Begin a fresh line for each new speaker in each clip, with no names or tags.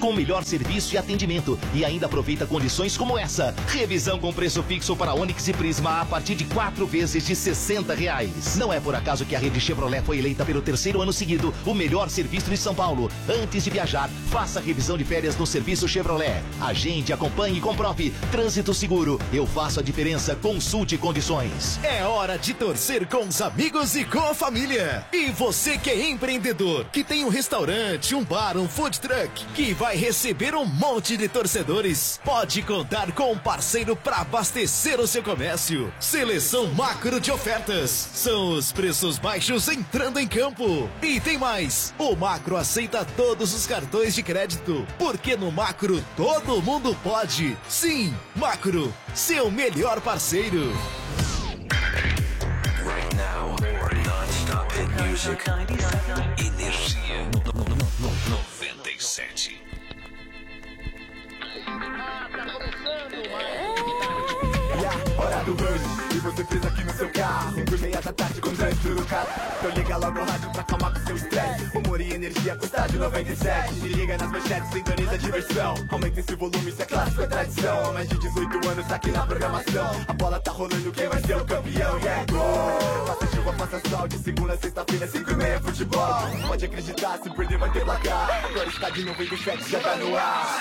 com melhor serviço e atendimento e ainda aproveita condições como essa. Revisão com preço fixo para Onix e Prisma a partir de quatro vezes de 60 reais. Não é por acaso que a rede Chevrolet foi eleita pelo terceiro ano seguido o melhor serviço de São Paulo. Antes de viajar, faça a revisão de férias no serviço Chevrolet. Agende, acompanhe e comprove. Trânsito seguro. Eu faço a diferença. Consulte condições.
É hora de torcer com os amigos e com a família. E você que é empreendedor, que tem um restaurante, um bar, um food truck, que vai vai receber um monte de torcedores. Pode contar com um parceiro para abastecer o seu comércio. Seleção macro de ofertas. São os preços baixos entrando em campo. E tem mais: o macro aceita todos os cartões de crédito. Porque no macro todo mundo pode. Sim, macro, seu melhor parceiro.
Right now, non-stop hit music. Energia 97.
Hora do Burn, e você fez aqui no seu carro Por meia da tarde com trânsito no carro Então liga logo o rádio pra acalmar com seu estresse Humor e energia com estádio 97 Se liga nas manchetes, sintoniza a diversão Aumenta esse volume, isso é clássico, é tradição Há mais de 18 anos aqui na programação A bola tá rolando, quem vai ser o campeão? E é gol! Faça chuva, faça sol, de segunda a sexta-feira, 5 e meia futebol Pode acreditar, se perder vai ter placar Agora está de 97, já tá no ar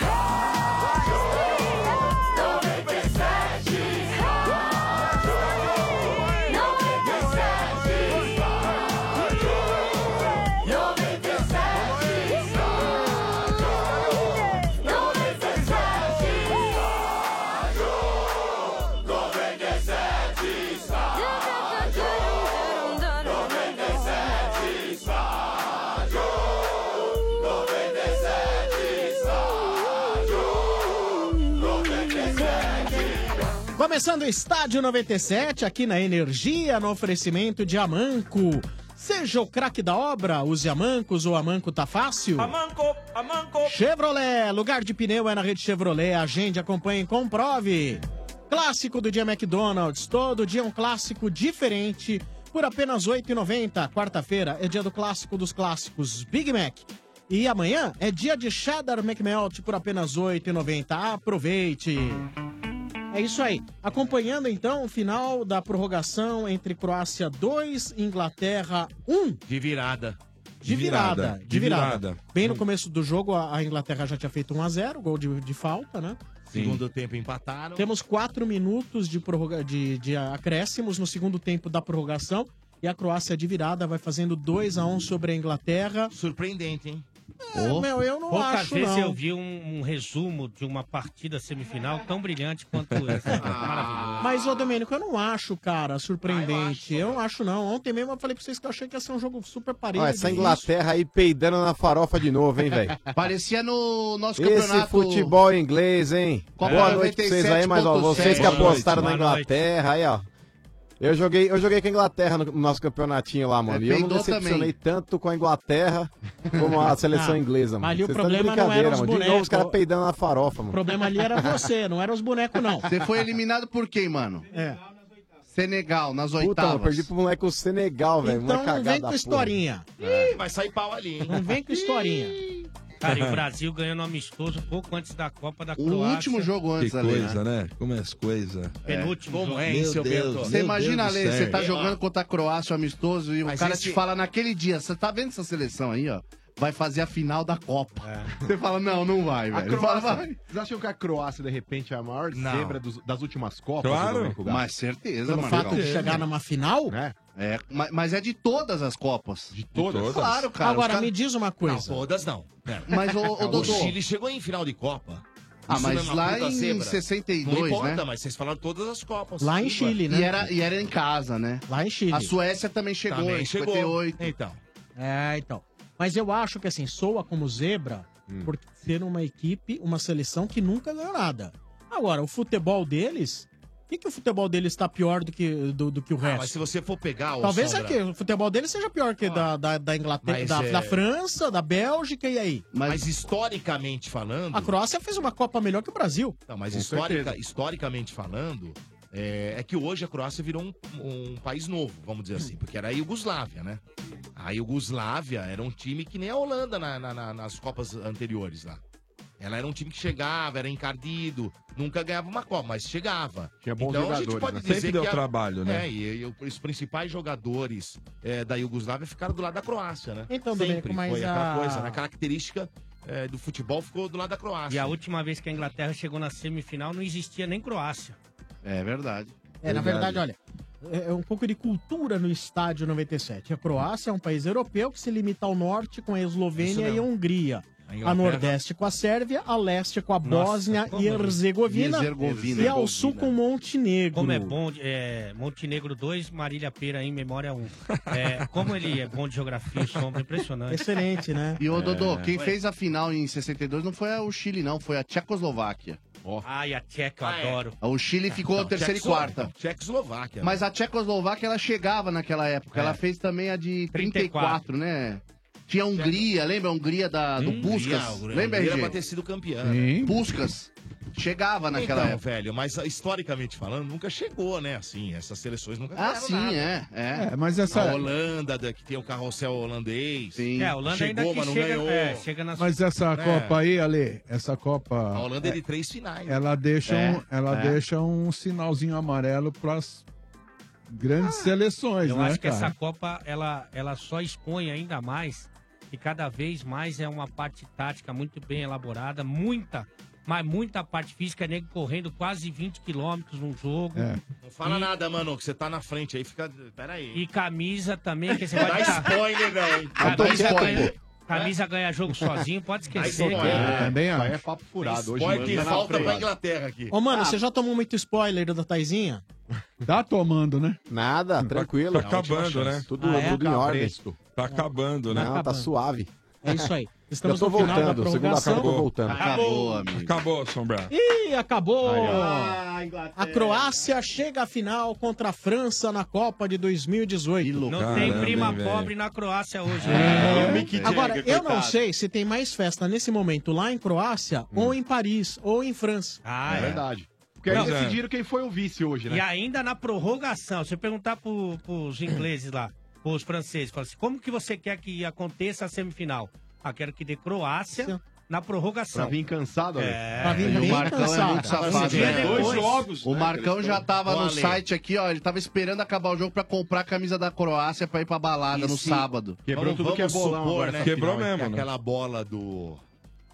97
Começando o Estádio 97, aqui na Energia, no oferecimento de Amanco. Seja o craque da obra, use Amancos ou Amanco tá fácil.
Amanco, amanco.
Chevrolet, lugar de pneu é na rede Chevrolet. Agende, acompanhe e comprove. Clássico do dia McDonald's. Todo dia um clássico diferente por apenas R$ 8,90. Quarta-feira é dia do clássico dos clássicos, Big Mac. E amanhã é dia de Cheddar McMelt por apenas R$ 8,90. Aproveite! É isso aí. Acompanhando então o final da prorrogação entre Croácia 2 e Inglaterra 1.
De virada.
De virada, de virada. Bem no começo do jogo, a a Inglaterra já tinha feito 1 a 0 gol de, de falta, né?
Segundo tempo empataram.
Temos 4 minutos de, prorroga... de, de acréscimos no segundo tempo da prorrogação. E a Croácia de virada vai fazendo 2 a 1 sobre a Inglaterra.
Surpreendente, hein?
É, meu, eu não
Poucas
acho,
vezes
não.
eu vi um, um resumo de uma partida semifinal tão brilhante quanto essa. Maravilhoso.
Ah, Mas, ô Domênico, eu não acho, cara, surpreendente. eu, não acho, não. Ontem mesmo eu falei pra vocês que eu achei que ia ser um jogo super parelho.
Ó, essa
difícil.
Inglaterra aí peidando na farofa de novo, hein, velho?
Parecia no nosso
Esse
campeonato.
futebol inglês, hein?
Copa
Boa noite pra vocês aí, mas ó,
97.7.
vocês que
Boa noite,
apostaram na
boa noite.
Inglaterra, aí, ó. Eu joguei, eu joguei com a Inglaterra no, no nosso campeonatinho lá, mano. E eu não
É, peidou
decepcionei
também.
tanto com a Inglaterra como a seleção
Ah,
inglesa, mano.
ali o
Vocês tão de
problema não
brincadeira,
eram os
mano. De novo
bonecos.
os caras peidando na farofa,
O
mano.
problema ali era você, não era os bonecos, não.
Você foi eliminado por quem, mano?
É.
Senegal, nas
Puta,
oitavas.
mano, perdi pro moleque o Senegal, velho.
Então
Moleque
não vem
cagada
com
da porra.
historinha.
Ih, vai sair pau ali, hein?
Não vem com historinha.
Cara, e o Brasil ganhando amistoso pouco antes da Copa da
O
Croácia.
último jogo antes, Que coisa, né? Como é as coisas.
Penúltimo jogo.
Meu Deus,
É. Você
meu
imagina,
Deus do
Ale, você
céu.
tá jogando contra a Croácia, o amistoso, e o
Mas
cara
esse-
te fala naquele dia, você tá vendo essa seleção aí, ó? Vai fazer a final da Copa.
É.
Você fala, não, não vai,
A
velho. Fala,
Croácia,
vai.
vocês acham que a Croácia, de repente, é a maior
Não.
zebra dos- das últimas Copas?
Claro.
Domênico Gato?
Mas certeza,
Pelo
mano.
fato de
Certeza.
chegar
numa final?
É.
É, mas, mas é de todas as Copas. De
todas?
Claro, cara.
Agora,
os cara-
me diz uma coisa.
Não, todas não. Pera.
Mas, ô, ô, Dodô.
O Chile chegou em final de Copa.
Ah,
Isso
mas
não é uma
lá
puta
em 62,
Não importa,
né?
mas vocês falaram todas as Copas. Tudo,
E era, e era em casa, né?
Lá em né? Chile.
A Suécia também chegou
Também
em
chegou.
58.
Então.
É, então. Mas eu acho que assim, soa como zebra
Hum.
por ser uma equipe, uma seleção que nunca ganhou nada. Agora, o futebol deles. Por que, que o futebol deles tá pior do que, do, do que o
Ah,
resto?
mas se você for pegar o.
Talvez
Sombra,
aqui, o futebol deles seja pior que da, da, da Inglaterra,
Mas
da,
é-
da França, da Bélgica, e aí?
Mas, historicamente falando.
A Croácia fez uma Copa melhor que o Brasil.
Não, mas
Com
histórica,
certeza.
historicamente falando, é, é que hoje a Croácia virou um, um país novo, vamos dizer assim, porque era a Iugoslávia, né? A Iugoslávia era um time que nem a Holanda na- na- na- nas Copas anteriores lá. Ela era um time que chegava, era encardido, nunca ganhava uma Copa, mas chegava.
Tinha bons
então a gente
jogadores,
pode
né?
dizer
Sempre deu
que a-
trabalho, né?
É, e, e os principais jogadores eh, da Iugoslávia ficaram do lado da Croácia, né?
Então,
Sempre
Domênico, mas
foi aquela
a-
coisa, né? a característica eh, do futebol ficou do lado da Croácia.
E a última vez que a Inglaterra chegou na semifinal não existia nem Croácia.
É verdade.
É, na verdade, olha, é é um pouco de cultura no estádio 97. A Croácia é um país europeu que se limita ao norte com a
Isso
Eslovênia
mesmo.
e a Hungria.
A
A,
Inglaterra.
nordeste com a Sérvia, a leste com a
Nossa,
Bósnia
como
e
é.
Herzegovina
E Herzegovina.
e ao sul com Montenegro.
Como é bom, de- é, Montenegro 2, Marília Pera em memória 1. É, como ele é bom de geografia, sombra, impressionante.
Excelente, né?
E ô Dodô, quem
Ué.
fez a final em 62 não foi o Chile, não, foi a Tchecoslováquia.
Ai, a Tcheca, eu
Ah, é.
adoro. Ah,
O Chile ficou
Não,
terceira e
Tchecoslo-
quarta.
É.
Tchecoslováquia.
né?
Mas a Tchecoslováquia ela chegava naquela época. Ela fez também a de 34, né? Tinha a Hungria, lembra a Hungria da, do Puskas? Lembra,
né? Era
RG?
pra ter sido campeã.
Sim. Puskas. Chegava naquela
então,
época.
velho, mas historicamente falando, nunca chegou, né? Assim, essas seleções nunca
Ah,
ganharam
sim,
nada.
é, é.
É, mas essa-
A Holanda, da- que tem o carrossel holandês.
Sim.
É, a Holanda
Chegou,
ainda que
mas não
chega-
ganhou.
é, chega na-
Mas essa
É.
Copa aí, Ale, essa Copa.
A Holanda é de três finais.
Ela deixa, um, ela
É.
deixa um sinalzinho amarelo pras grandes seleções,
Eu
é,
né,
acho que
cara?
essa Copa, ela, ela só expõe ainda mais e cada vez mais é uma parte tática muito bem elaborada, muita, mas muita parte física, nego correndo quase 20 quilômetros num jogo.
É.
Não fala nada, mano, que você tá na frente aí, fica. Pera aí.
E camisa também, que você
Não
vai
dá
estar...
spoiler, não, hein? Não dá
Camisa,
spoiler.
ganha, camisa ganha jogo sozinho, pode esquecer.
Aí sim,
cara.
é, bem
Isso aí
acho.
é papo furado. Hoje
Spoiler
manda
que
é
na
falta pra
frente.
Inglaterra aqui.
Ô, mano,
Ah,
você já tomou muito spoiler da Taizinha?
Tá tomando, né?
Nada, tranquilo.
tá acabando, né?
Tudo,
Ah, é?
tudo em
Tá
ordem.
fresco.
Tá acabando,
né?
né?
Não, tá suave.
É isso aí.
Eu tô voltando, segunda feira eu tô voltando.
Acabou, amigo. Acabou, Sombra.
Ih, acabou!
Aí, ó.
a Croácia chega à final contra a França na Copa de 2018.
Não tem prima pobre na Croácia hoje.
né?
né?
É. Agora, eu não sei se tem mais festa nesse momento lá em Croácia, ou em Paris, ou em França. é.
Ah,
É verdade. Porque aí
Não,
decidiram quem foi o vice hoje, né?
E ainda na prorrogação, se eu perguntar pro, pros ingleses lá, pros franceses, fala assim, como que você quer que aconteça a semifinal? Ah, quero que dê Croácia na prorrogação.
Pra vir cansado,
É.
né?
Pra vir
E
bem
o Marcão
cansado.
é muito
Agora,
safado.
você vê
né?
depois- Dois jogos,
O
né,
Marcão
que eles
já
estão-
tava
Ó,
no
Ale.
site aqui, ó. Ele tava esperando acabar o jogo pra comprar a camisa da Croácia pra ir pra balada no sábado.
Vamos-
é
vamos supor, né?
Quebrou
Afinal,
mesmo,
que
né?
Aquela bola do.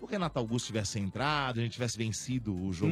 O Renato Augusto tivesse entrado, a gente tivesse vencido o jogo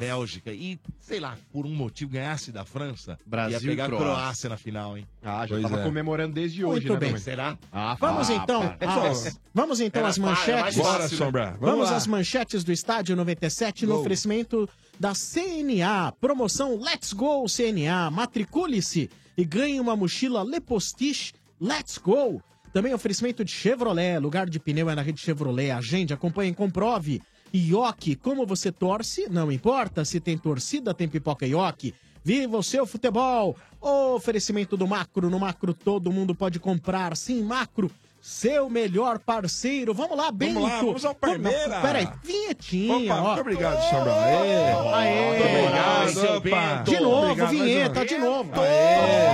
da Bélgica e, sei lá, por um motivo ganhasse da França,
Brasil
ia pegar
e
a
Croácia.
Croácia na final, hein?
Ah, já
Pois
tava
é.
comemorando desde hoje,
Muito
né?
bem.
também.
Será?
Ah,
Vamos
pá,
então,
pá.
às- vamos então
Era
às
pá, era
manchetes.
mais fácil,
Bora,
né?
Sombra, vamos
Vamos,
lá.
às manchetes do estádio 97 no
Gol.
oferecimento da CNA. Promoção Let's Go CNA. Matricule-se e ganhe uma mochila Lepostiche Let's Go. Também oferecimento de Chevrolet. Lugar de pneu é na rede Chevrolet. Agende, acompanhe e comprove. Ioki, como você torce, não importa. Se tem torcida, tem pipoca Ioki. Viva o seu futebol! Oferecimento do Macro. No Macro todo mundo pode comprar. Sim, Macro, seu melhor parceiro. Vamos lá, Bento.
Vamos lá, vamos ao Parmeira.
Peraí, vinhetinha.
Opa,
ó.
muito obrigado, Sombra. Aê.
Aê.
Muito obrigado,
Seu
opa.
Bento. De novo,
Obrigado, mais
vinheta,
uma.
de novo.
Aê.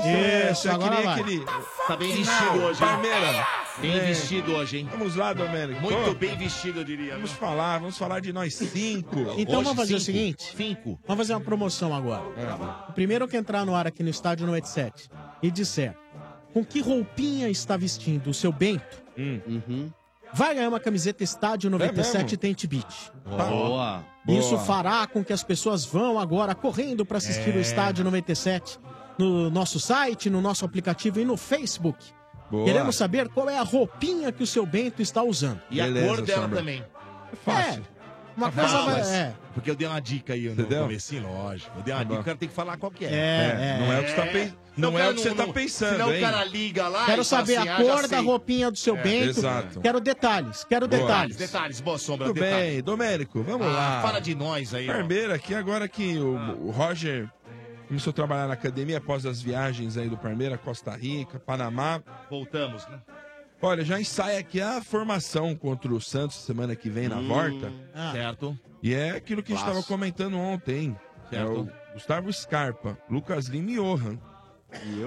Isso,
Isso, é que
agora
nem
vai.
aquele...
Tá bem vestido hoje,
Palmeira.
Bem
É.
vestido hoje, hein?
Vamos lá, Domênico.
Muito
Vamos.
bem vestido, eu diria.
Vamos falar, vamos falar de nós cinco.
Então vamos fazer o seguinte:
Cinco.
Vamos fazer uma promoção agora. O primeiro que entrar no ar aqui no estádio 97 e disser com que roupinha está vestindo o seu Bento, vai ganhar uma camiseta estádio 97
mesmo?
Tente Beat.
Boa.
Isso
Boa.
fará com que as pessoas vão agora correndo para assistir
É.
o Estádio 97 no nosso site, no nosso aplicativo e no Facebook.
Boa.
Queremos saber qual é a roupinha que o seu Bento está usando.
E a cor dela também.
É fácil. uma coisa
Não,
vai-
mas-
é.
Porque eu dei uma dica aí no
Entendeu?
comecinho, lógico. Eu dei uma dica, o cara tem que falar qual que é.
É, é.
não é o que você tá pen- não é o que você tá pensando,
Senão
hein?
o cara liga lá
Quero
e fala
saber
assim,
a
"Ah, já
cor da
sei."
roupinha do seu
É,
Bento.
exato.
Quero detalhes, quero
Boa.
detalhes.
Detalhes, boa sombra,
Muito
detalhes.
bem, Domênico, vamos
Ah,
lá.
Fala de nós aí. ó. Ah.
Parmeira aqui, agora que o, o Roger começou a trabalhar na academia após as viagens aí do Parmeira, Costa Rica, Panamá.
Voltamos, né?
Olha, já ensaia aqui a formação contra o Santos semana que vem na
Hum,
volta.
Ah.
Certo.
E é aquilo que a gente
Clássico.
estava comentando ontem. É
Certo.
o Gustavo Scarpa, Lucas Lima e Johan.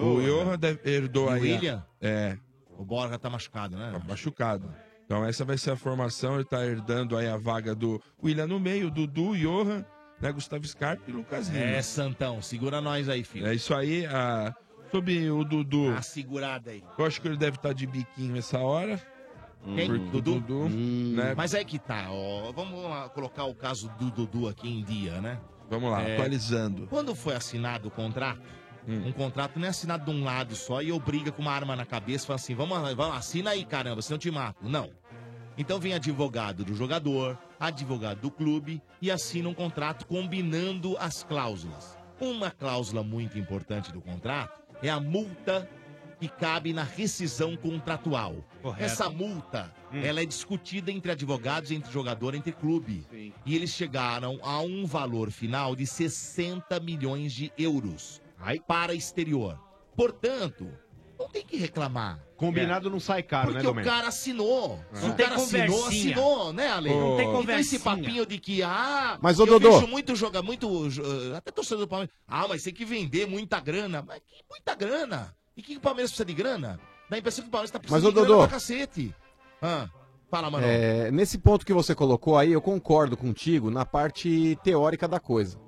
O Johan deve- herdou
E o
aí. a-
William?
É.
O Borja tá machucado, né?
Tá machucado. Então essa vai ser a formação, ele tá herdando aí a vaga do William no meio, Dudu, Johan, né, Gustavo Scarpa e Lucas Lima.
É, Santão, segura nós aí, filho.
É isso aí, a... sobre o Dudu,
A segurada aí.
eu acho que ele deve estar de biquinho essa hora.
Quem?
Porque o
Dudu?
Dudu, né?
Mas é que tá, ó. Vamos lá colocar o caso do Dudu aqui em dia, né?
Vamos lá,
É,
atualizando.
Quando foi assinado o contrato, um contrato não é assinado de um lado só e obriga com uma arma na cabeça e fala assim: vamos, vamos, assina aí, caramba, senão eu te mato. Não. Então vem advogado do jogador, advogado do clube e assina um contrato combinando as cláusulas. Uma cláusula muito importante do contrato é a multa que cabe na rescisão contratual.
Correto.
Essa multa, ela é discutida entre advogados, entre jogador, entre clube. E eles chegaram a um valor final de 60 milhões de euros para exterior. Portanto, não tem que reclamar.
Combinado não sai caro, né,
Porque o
Domênico?
cara assinou. Se
É.
Não
o
tem
cara assinou,
conversinha.
assinou, né, Ale?
Não tem
Então esse
conversinha.
papinho de que, ah,
Mas, ô,
eu
Dodô.
vejo muito jogar, muito. jo- Até torcedor do Palmeiras. Ah, mas tem que vender muita grana. Mas que muita grana? E que o Palmeiras precisa de grana? Dá a impressão que o Palmeiras tá precisando
Mas, ô,
de grana
Dodô.
pra cacete. Ah, fala, mano.
É, nesse ponto que você colocou aí, eu concordo contigo na parte teórica da coisa.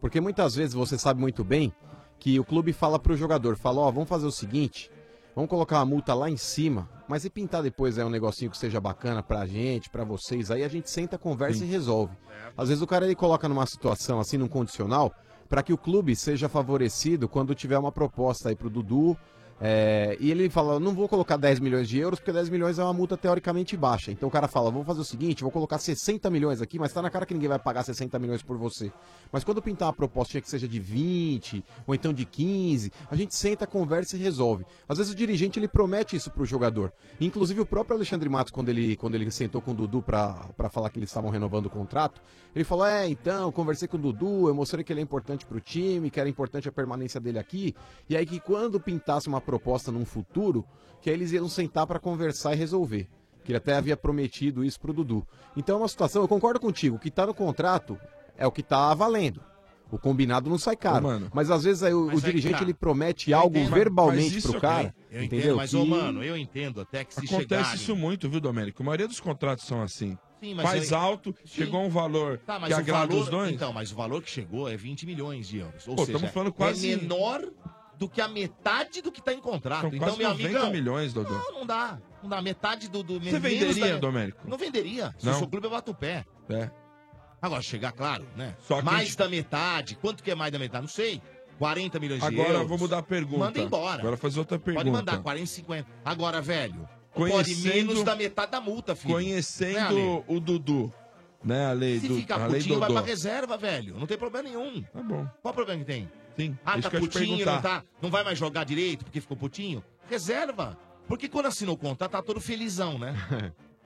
Porque muitas vezes você sabe muito bem que o clube fala pro jogador, fala, ó, vamos fazer o seguinte, vamos colocar uma multa lá em cima, mas e pintar depois é um negocinho que seja bacana pra gente, pra vocês, aí a gente senta, conversa e resolve. Às vezes o cara ele coloca numa situação assim, num condicional, pra que o clube seja favorecido quando tiver uma proposta aí pro Dudu, é, e ele fala, não vou colocar 10 milhões de euros, porque 10 milhões é uma multa teoricamente baixa. Então o cara fala, vamos fazer o seguinte, vou colocar 60 milhões aqui, mas tá na cara que ninguém vai pagar 60 milhões por você. Mas quando pintar uma proposta que seja de 20, ou então de 15, a gente senta, conversa e resolve. Às vezes o dirigente, ele promete isso pro jogador. Inclusive o próprio Alexandre Matos, quando ele, quando ele sentou com o Dudu pra, pra falar que eles estavam renovando o contrato, ele falou, é, então, eu conversei com o Dudu, eu mostrei que ele é importante pro time, que era importante a permanência dele aqui, e aí que quando pintasse uma proposta num futuro, que aí eles iam sentar pra conversar e resolver. Que ele até havia prometido isso pro Dudu. Então é uma situação, eu concordo contigo, o que tá no contrato é o que tá valendo. O combinado não sai caro. mas às vezes aí o, o
Mas aí que
dirigente
tá.
ele promete algo
entendo, mas-
verbalmente
mas isso é
pro
eu-
cara.
Eu entendo,
entendeu?
mas, ô,
Que-
mano, eu entendo até que se
Acontece
chegar.
isso muito, viu, Domênico? A maioria dos contratos são assim.
Sim, mas
Faz
eu-
alto, chegou um valor
Tá, mas
que
o
agrada
valor,
os dois.
Então, mas o valor que chegou é 20 milhões de euros. Ou
Pô,
seja,
estamos falando quase-
é menor do que a metade do que está em contrato.
São
então,
quase
meu
90
amigão,
milhões, Dodô.
Não, não dá. Não dá. Metade do... do
Você
menos
venderia,
da-
Domênico?
Não venderia. Se
Não.
o seu clube, eu bato o pé.
É.
Agora, chegar, claro, né?
Só que-
mais da metade. Quanto que é mais da metade? Não sei. 40 milhões de euros.
Agora eu vou mudar a pergunta.
Manda embora.
Agora fazer outra pergunta.
Pode mandar, 40, 50. Agora, velho, pode
Conhecendo-
menos da metade da multa, filho. Né,
Conhecendo
Ale?
o Dudu, né, a lei
Se
do
ficar
a lei
putinho, vai
Dodô.
pra reserva, velho. Não tem problema nenhum.
Tá bom.
Qual o problema que tem?
Sim.
Ah,
isso
tá
que eu ia te
putinho,
perguntar.
não tá? Não vai mais jogar direito porque ficou putinho? Reserva. Porque quando assinou o contrato, tá todo felizão, né?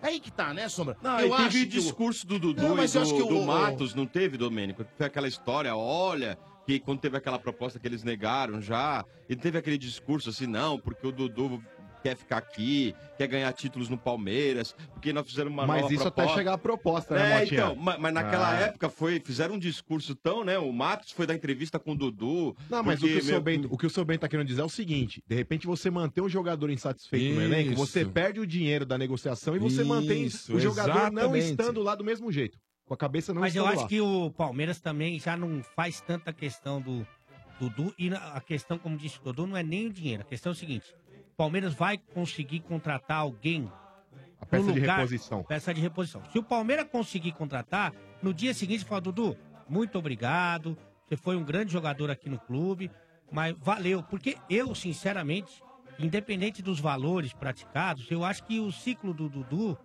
Aí que tá, né, Sombra?
Não, eu teve o discurso do Dudu
Não,
e
mas
do,
eu acho que o-
do Matos, não teve, Domênico? Foi aquela história, olha, que quando teve aquela proposta que eles negaram já, ele teve aquele discurso assim, não, porque o Dudu quer ficar aqui, quer ganhar títulos no Palmeiras, porque nós fizemos uma
Mas
nova
isso até
proposta.
chegar a proposta, né,
É,
Motinha?
então, ma- mas, naquela
Ah.
época foi, fizeram um discurso tão, né, o Matos foi dar entrevista com o Dudu.
Não, mas
porque,
o, que o,
meu,
seu
um
bem, o que o seu bem tá querendo dizer é o seguinte: de repente você manter um jogador insatisfeito no
Isso.
elenco, você perde o dinheiro da negociação e você mantém
Isso,
o jogador não
exatamente.
estando lá do mesmo jeito. Com a cabeça não
Mas eu
estando
acho
lá.
que o Palmeiras também já não faz tanta questão do do Dudu. E na- a questão, como disse o Dudu, não é nem o dinheiro. A questão é o seguinte: o Palmeiras vai conseguir contratar alguém. A
peça de reposição.
Peça de reposição. Se o Palmeiras conseguir contratar, no dia seguinte fala, Dudu, muito obrigado. Você foi um grande jogador aqui no clube, mas valeu. Porque eu, sinceramente, independente dos valores praticados, eu acho que o ciclo do Dudu.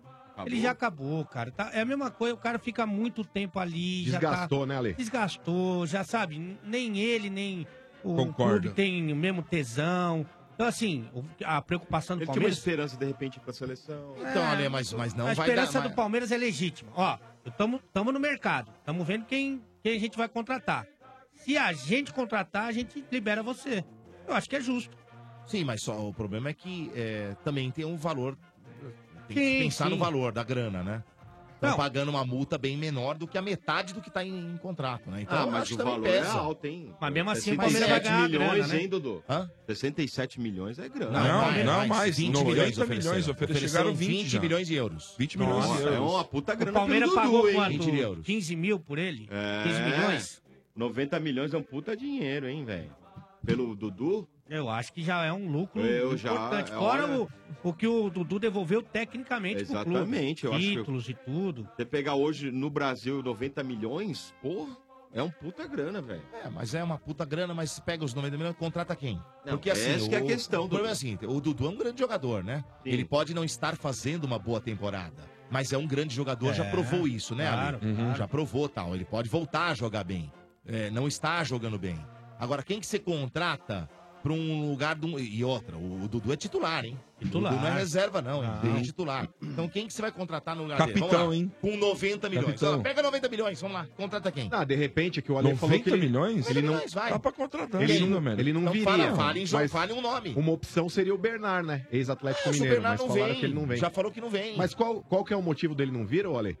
Ele já acabou, cara. Tá- é a mesma coisa, o cara fica muito tempo ali. já tá-
Desgastou, né, Ale?
Desgastou, já sabe, n- nem ele, nem o
Concordo.
clube tem o mesmo tesão. Então, assim, o- a preocupação do
Ele tinha uma
Palmeiras.
esperança, de repente, ir pra seleção.
Então, Ale, mas, mas não
É. a
vai dar.
esperança do Palmeiras é legítima. Ó, estamos no mercado, estamos vendo quem, quem a gente vai contratar. Se a gente contratar, a gente libera você. Eu acho que é justo.
Sim, mas só o problema é que é, também tem um valor. Tem
Sim,
que pensar
sim.
no valor da grana, né? Estão pagando uma multa bem menor do que a metade do que está em, em contrato, né? Então,
ah,
eu
mas
acho
o
que também
valor é
pesa.
alto, hein?
Mas mesmo assim, o
67
Palmeiras vai ganhar a
milhões,
grana, né?
hein, Dudu? 67 milhões é grana.
Não, Não, mais, não, mais, mais.
20
90
milhões
milhões
ofereceram.
ofereceram. Chegaram 20
20
já.
milhões de euros.
20 milhões
Nossa,
de euros.
é uma puta grana
O Palmeiras
pelo Dudu,
pagou
hein?
quanto?
20 de euros.
15 mil por ele?
É.
15 milhões?
90 milhões é um puta dinheiro, hein, velho? Pelo Dudu?
Eu acho que já é um lucro
Eu já-
importante.
é
Fora
hora-
o, o que o Dudu devolveu tecnicamente
Exatamente,
pro
eu acho
clube.
que-
Títulos e tudo.
Você pegar hoje no Brasil 90 milhões, pô, é um puta grana, velho.
É, mas é uma puta grana, mas pega os 90 milhões e contrata quem? assim,
Não, essa que é a questão,
O problema é
Dudu.
assim, o Dudu é um grande jogador, né? Ele pode não estar fazendo uma boa temporada, mas é um grande jogador, já
É,
provou isso, né,
claro,
Ale?
claro.
Já provou tal, ele pode voltar a jogar bem. É, não está jogando bem. Agora, quem que você contrata pra um lugar... de um- E outra, o, o Dudu é titular, hein?
Titular.
O Dudu não é reserva, não, hein? Ele
Não.
é titular. Então quem que você vai contratar no lugar dele?
Capitão,
Vamos lá.
hein?
Com 90 milhões.
Capitão.
Olha lá, pega 90 milhões, vamos lá, contrata quem?
Ah, de repente, é que o Ale falou
90
que ele,
milhões?
ele não, Tá
Mas vai.
Dá pra contratar.
ele
ainda,
não,
velho.
ele não
Então
viria.
fala, fala em jogo,
mas
fala em um nome.
Uma opção seria o Bernard, né? Ex-Atlético
Ah, se o
Mineiro, mas
Bernard não
falaram
vem,
que ele não vem.
já falou que não vem.
Mas qual, qual que é o motivo dele não vir, ô Ale?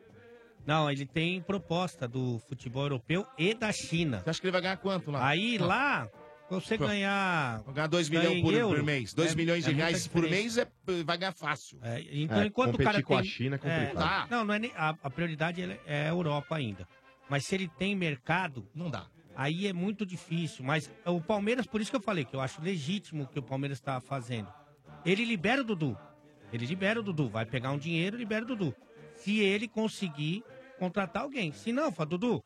Não, ele tem proposta do futebol europeu e da China.
Você acha que ele vai ganhar quanto lá?
Aí lá, você
Pronto.
ganhar.
Ganhar 2
ganha
milhões
em
por,
euro,
por mês. 2
é-
milhões
é
de
muita
reais por
diferença.
mês é, vai ganhar fácil.
É, Então,
É,
enquanto o cara
competir com
tem...
a China é complicado.
tá. Não, não é nem... a, a prioridade ele- é a Europa ainda. Mas se ele tem mercado...
Não dá.
Aí é muito difícil. Mas o Palmeiras, por isso que eu falei, que eu acho legítimo o que o Palmeiras está fazendo. Ele libera o Dudu. Ele libera o Dudu. Vai pegar um dinheiro, libera o Dudu. Se ele conseguir contratar alguém. Se não, fala, Dudu,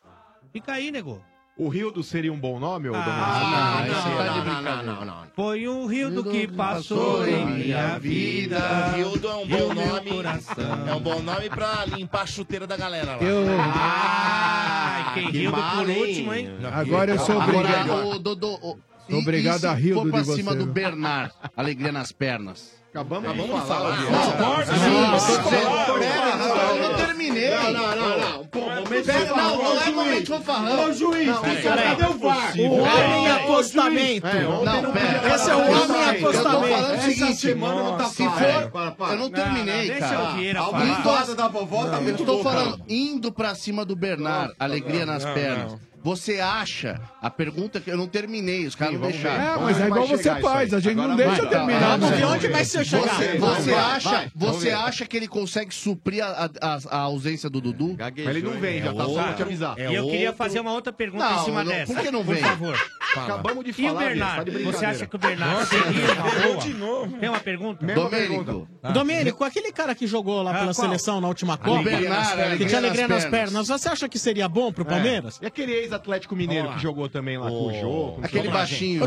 fica aí, nego.
O Rildo seria um bom nome, ô Domingos?
Ah,
você
não,
tá
não,
de
né?
não,
brincadeira.
Foi um rio do que passou em minha vida.
O Rildo é um
E
bom
o meu
nome.
coração.
É um bom nome pra limpar a chuteira da galera lá.
Eu-
Ah,
quem
que
riu do
mal,
por último, hein?
Agora eu sou obrigado.
Agora, ô, Dodô, ô, e-
Obrigado
e se
a Rildo
for pra
de você,
cima do
né?
Bernard, alegria nas pernas.
Acabamos,
Acabamos de falar.
disso.
Não,
Nossa,
não,
não,
não,
não,
não,
não,
eu não terminei.
Não, não, não, não. é Pô, momento
Pera,
fanfarrão,
não, não é
juiz.
momento fanfarrão.
Ô, juiz,
Não,
peraí,
peraí.
cadê o VAR?
Impossível.
O homem
Peraí,
em
peraí.
acostamento.
É, ontem
Não,
não
pera.
podia.
Esse é o homem em
Peraí, Eu
acostamento.
tô falando o
Essa
seguinte,
semana não tá
se
fácil.
for,
Para, para. Não,
eu não
não,
terminei,
deixa
cara. Tá
o Vieira
Eu
falar.
tô-
Idosa da vovó tá
Eu
muito
tô
louca.
falando, indo pra cima do Bernard, alegria nas
não,
pernas.
não.
Você acha? A pergunta que eu não terminei, os caras não
vamos
deixaram.
ver. É, mas é igual você faz, a gente não deixa eu terminar. Vamos ver onde vai ser chegar.
Você,
Vamos
você
ver,
acha,
vai, vamos
você
ver.
acha que ele consegue suprir a, a- a ausência do Dudu?
Mas ele não vem, já tá, só pra te avisar.
É E
É
eu queria fazer uma outra pergunta
Não,
em cima
não,
dessa.
por que não
Por
vem?
favor.
Fala. Acabamos de
E o
falar,
Bernardo?
Diego, tá de
Você acha que o Bernardo
Nossa,
seria uma
acabou
boa?
de
novo. Tem uma pergunta?
Domênico.
Ah.
Domênico, aquele cara que jogou lá
Ah,
pela
qual?
seleção na última
Alegria
Copa,
nas pernas.
que tinha alegria nas
Alegria nas
pernas, você acha que seria bom pro Palmeiras?
É. E aquele ex-Atlético Mineiro que jogou também lá com o jogo.
Aquele baixinho,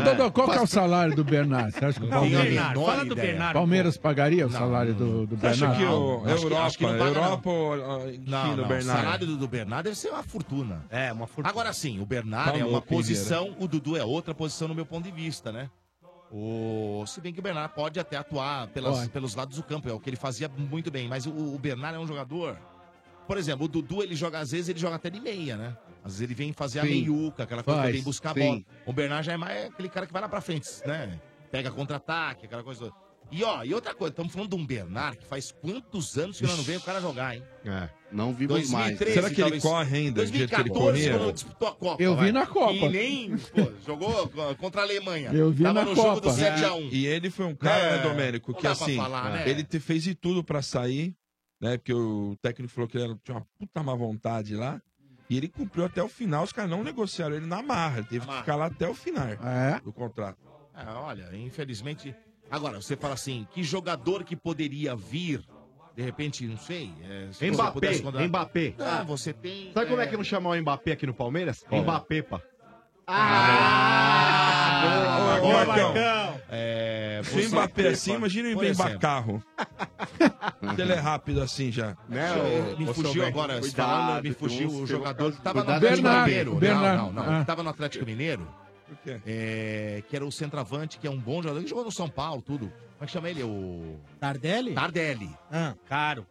né?
Ô, Dodô, qual que é o salário do Bernard? Você acha que o
né? Não,
Palmeiras...
Bernard, fala do Bernard,
Palmeiras pagaria o salário do, do
Você acha que
Bernard?
o
Acho que-
Europa,
acho que não paga,
Europa
não.
ou ah,
Não,
enfim, do
não. O
Bernardo?
salário do, do Bernardo deve ser uma fortuna.
É, uma fortuna.
Agora sim, o Bernardo
Tá
é uma
louco,
posição, o Dudu é outra posição no meu ponto de vista, né? O... Se bem que o Bernardo pode até atuar pelas,
Pode.
pelos lados do campo, é o que ele fazia muito bem. Mas o, o Bernardo é um jogador. Por exemplo, o Dudu, ele joga, às vezes ele joga até de meia, né? Às vezes ele vem fazer a
Sim.
meiuca, aquela coisa
Faz,
que vem buscar a
sim.
bola. O Bernardo já é mais aquele cara que vai lá pra frente, né? Pega contra-ataque, aquela coisa toda. E ó, e outra coisa, estamos falando de um Bernardo que faz quantos anos que nós não vemos o cara jogar, hein?
É, Não vimos mais.
2013,
Será que ele
talvez.
corre ainda do jeito que ele
2014,
corria?
quando disputou a Copa.
Eu vi
vai.
na Copa.
E nem, pô, jogou co- contra a Alemanha.
Eu vi
Tava
na
no jogo do
Copa.
7x1.
E ele foi um cara,
É,
né, Domênico,
não
que
dá pra
assim,
falar, né?
ele te- fez de tudo pra sair, né? Porque o técnico falou que ele era- tinha uma puta má vontade lá. E ele cumpriu até o final, os caras não negociaram ele na marra. Ele teve que
Amarra.
ficar lá até o final
É.
do contrato.
Ah, olha, infelizmente. Agora, você fala assim: que jogador que poderia vir, de repente, não sei. é, se você
Mbappé,
pudesse contratar-
Mbappé.
Ah, você tem.
Sabe como é
é,
que não chamar o Mbappé aqui no Palmeiras?
é?
Mbappé, pá.
Ah,
boa,
Marcão.
É,
Se o
você-
Mbappé assim, imagina o
Por
Mbappé
exemplo.
carro. ele é rápido assim já.
Né, ô, Me ô, fugiu Sobeck, agora, se cuidado, falando, me fugiu tem uns- o jogador que tava no
Cuidado,
Atlético
Bernardo,
Mineiro.
Bernardo.
Não, não, não.
Ah.
Que tava no Atlético Mineiro. É, que era o centroavante, que é um bom jogador, que jogou no São Paulo, tudo. Como é que chama ele? O.
Tardelli? Ah,
Tardelli.
caro.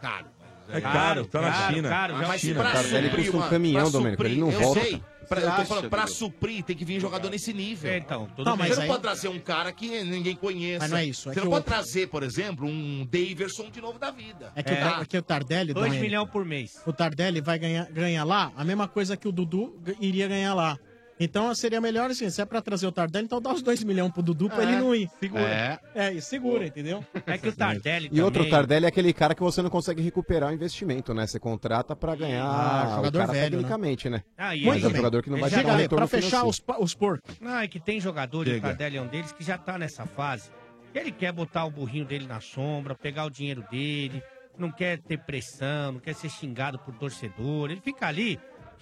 caro. mas
É caro, tá na China.
Caro,
Na
mas
China,
pra
Tardelli
suprir
custa um
uma-
caminhão,
pra
Domênico, ele não
suprir- eu
volta.
sei, Pra, eu tô
acha,
falando, pra
Dudu?
suprir, tem que vir um jogador nesse nível.
É,
então,
tudo
Não,
bem.
mas
Você não
aí-
pode trazer um cara que ninguém conheça.
Mas não é isso, é
você
que
não
o-
pode trazer, por exemplo, um Daverson de novo da vida.
É que, O, Tar- é que o Tardelli.
Dois
Dom, ele-
milhão
por mês.
O Tardelli vai ganhar, ganhar lá a mesma coisa que o Dudu g- iria ganhar lá. Então seria melhor assim, se é pra trazer o Tardelli, então dá os 2 milhões pro Dudu pra
É,
ele não ir.
segura.
É, e segura, entendeu?
É que o Tardelli
E outro Tardelli é aquele cara que você não consegue recuperar o investimento, né? Você contrata pra ganhar
Ah, jogador
o cara
velho, né?
tecnicamente, né?
Ah, e
Mas
aí-
é um jogador que não vai
Chega
dar um
aí,
retorno
pra fechar
financeiro.
os
os porcos.
Não, é que tem jogador, e o
Chega.
Tardelli é um deles, que já tá nessa fase. que Ele quer botar o burrinho dele na sombra, pegar o dinheiro dele, não quer ter pressão, não quer ser xingado por torcedor. Ele fica ali,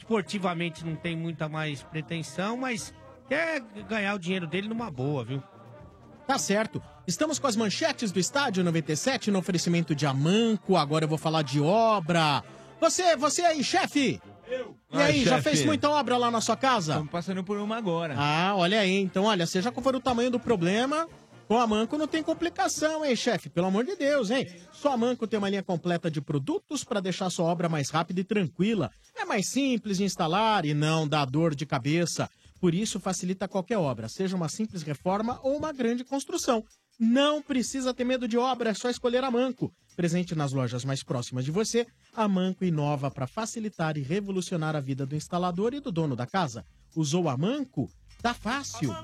esportivamente não tem muita mais pretensão, mas quer ganhar o dinheiro dele numa boa, viu?
Tá certo. Estamos com as manchetes do Estádio 97 no oferecimento de Amanco. Agora eu vou falar de obra. Você, você aí, chefe? Eu. E
Ah,
aí, já
chefe.
fez muita obra lá na sua casa?
Estamos passando por uma agora.
Ah, olha aí. Então, olha, seja qual for o tamanho do problema, com a Manco não tem complicação, hein, chefe? Pelo amor de Deus, hein? Só a Manco tem uma linha completa de produtos para deixar sua obra mais rápida e tranquila. É mais simples de instalar e não dá dor de cabeça. Por isso, facilita qualquer obra, seja uma simples reforma ou uma grande construção. Não precisa ter medo de obra, é só escolher a Manco. Presente nas lojas mais próximas de você, a Manco inova para facilitar e revolucionar a vida do instalador e do dono da casa. Usou a Manco? Tá fácil.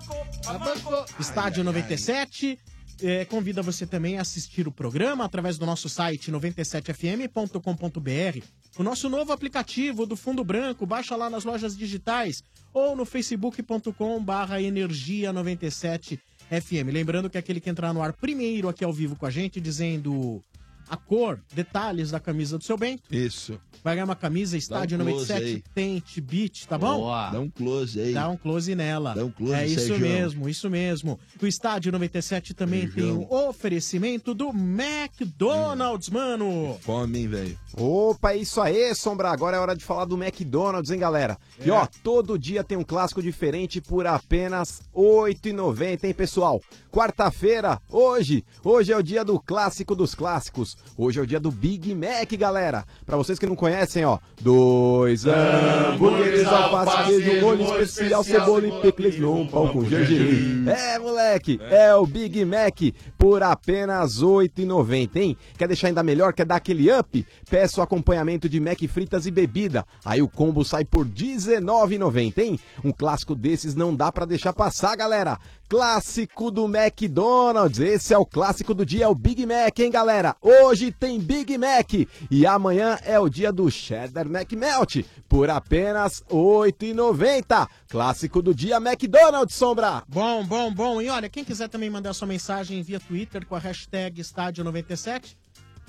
Estádio 97. eh, convida você também a assistir o programa através do nosso site 97fm.com.br. O nosso novo aplicativo do Fundo Branco, baixa lá nas lojas digitais ou no facebook.com barra energia 97 FM. Lembrando que aquele que entrar no ar primeiro aqui ao vivo com a gente, dizendo a cor, detalhes da camisa do seu Bento,
Isso.
vai ganhar uma camisa Estádio
um close
97
aí.
Tente Beat, tá bom?
Dá um close aí.
Dá um close nela.
Dá um close,
é isso
Sérgio.
mesmo, isso mesmo. O Estádio 97 também tem um oferecimento do McDonald's,
Hum.
mano.
Fome, hein, velho?
Opa, é isso aí, Sombra. Agora é hora de falar do McDonald's, hein, galera? E ó, todo dia tem um clássico diferente por apenas R$ 8,90, hein, pessoal? Quarta-feira, hoje, hoje é o dia do clássico dos clássicos. Hoje é o dia do Big Mac, galera. Pra vocês que não conhecem, ó, dois hambúrgueres, alface, queijo, molho especial, cebola e picles num pão com gergelim. É, moleque, é o Big Mac por apenas R$ 8,90, hein? Quer deixar ainda melhor? Quer dar aquele up? Peça o acompanhamento de Mac fritas e bebida. Aí o combo sai por R$ 19,90, hein? Um clássico desses não dá pra deixar passar, galera. Clássico do McDonald's. Esse é o clássico do dia, é o Big Mac, hein, galera? Hoje tem Big Mac e amanhã é o dia do Cheddar McMelt por apenas R$ 8,90. Clássico do dia McDonald's, Sombra.
Bom, bom, bom. E olha, quem quiser também mandar sua mensagem via Twitter com a hashtag Estádio 97,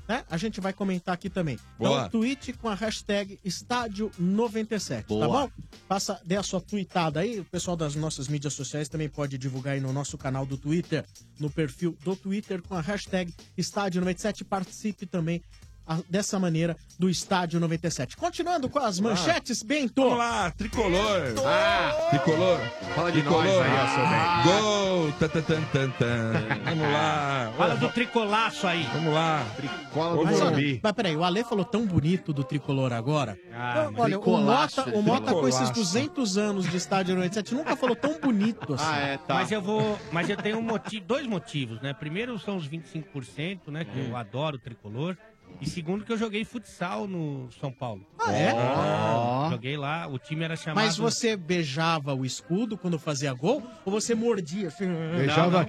né? A gente vai comentar aqui também.
Boa.
Então, tweet com a hashtag Estádio 97,
Boa.
tá bom? Passa, dê a sua tweetada aí. O pessoal das nossas mídias sociais também pode divulgar aí no nosso canal do Twitter, no perfil do Twitter com a hashtag Estádio 97. Participe também a- dessa maneira do Estádio 97. Continuando com as manchetes, Bento.
Vamos um lá, tricolor. Ah, tricolor.
Fala
de
tricolor.
nós aí, ó, seu
ah,
bem.
Gol. Tan, tan, tan, tan, tan. Vamos lá.
Fala do tricolaço aí.
Vamos lá.
Tricola
do
Mas,
Morumbi.
olha, mas peraí, o Ale falou tão bonito do tricolor agora.
Ah,
Eu- olha, o
tricolaço,
Mota, o Mota com esses
tricolaço.
200 anos de estádio 97 nunca falou tão bonito assim.
Mas eu vou. Mas eu tenho um motivo, dois motivos, né? Primeiro são os 25%, né? Que
Hum.
eu adoro o tricolor. E segundo, que eu joguei futsal no São Paulo.
Ah, é?
Ah, joguei lá, o time era chamado.
Mas você beijava o escudo quando fazia gol? Ou você mordia? Assim,
Não, não.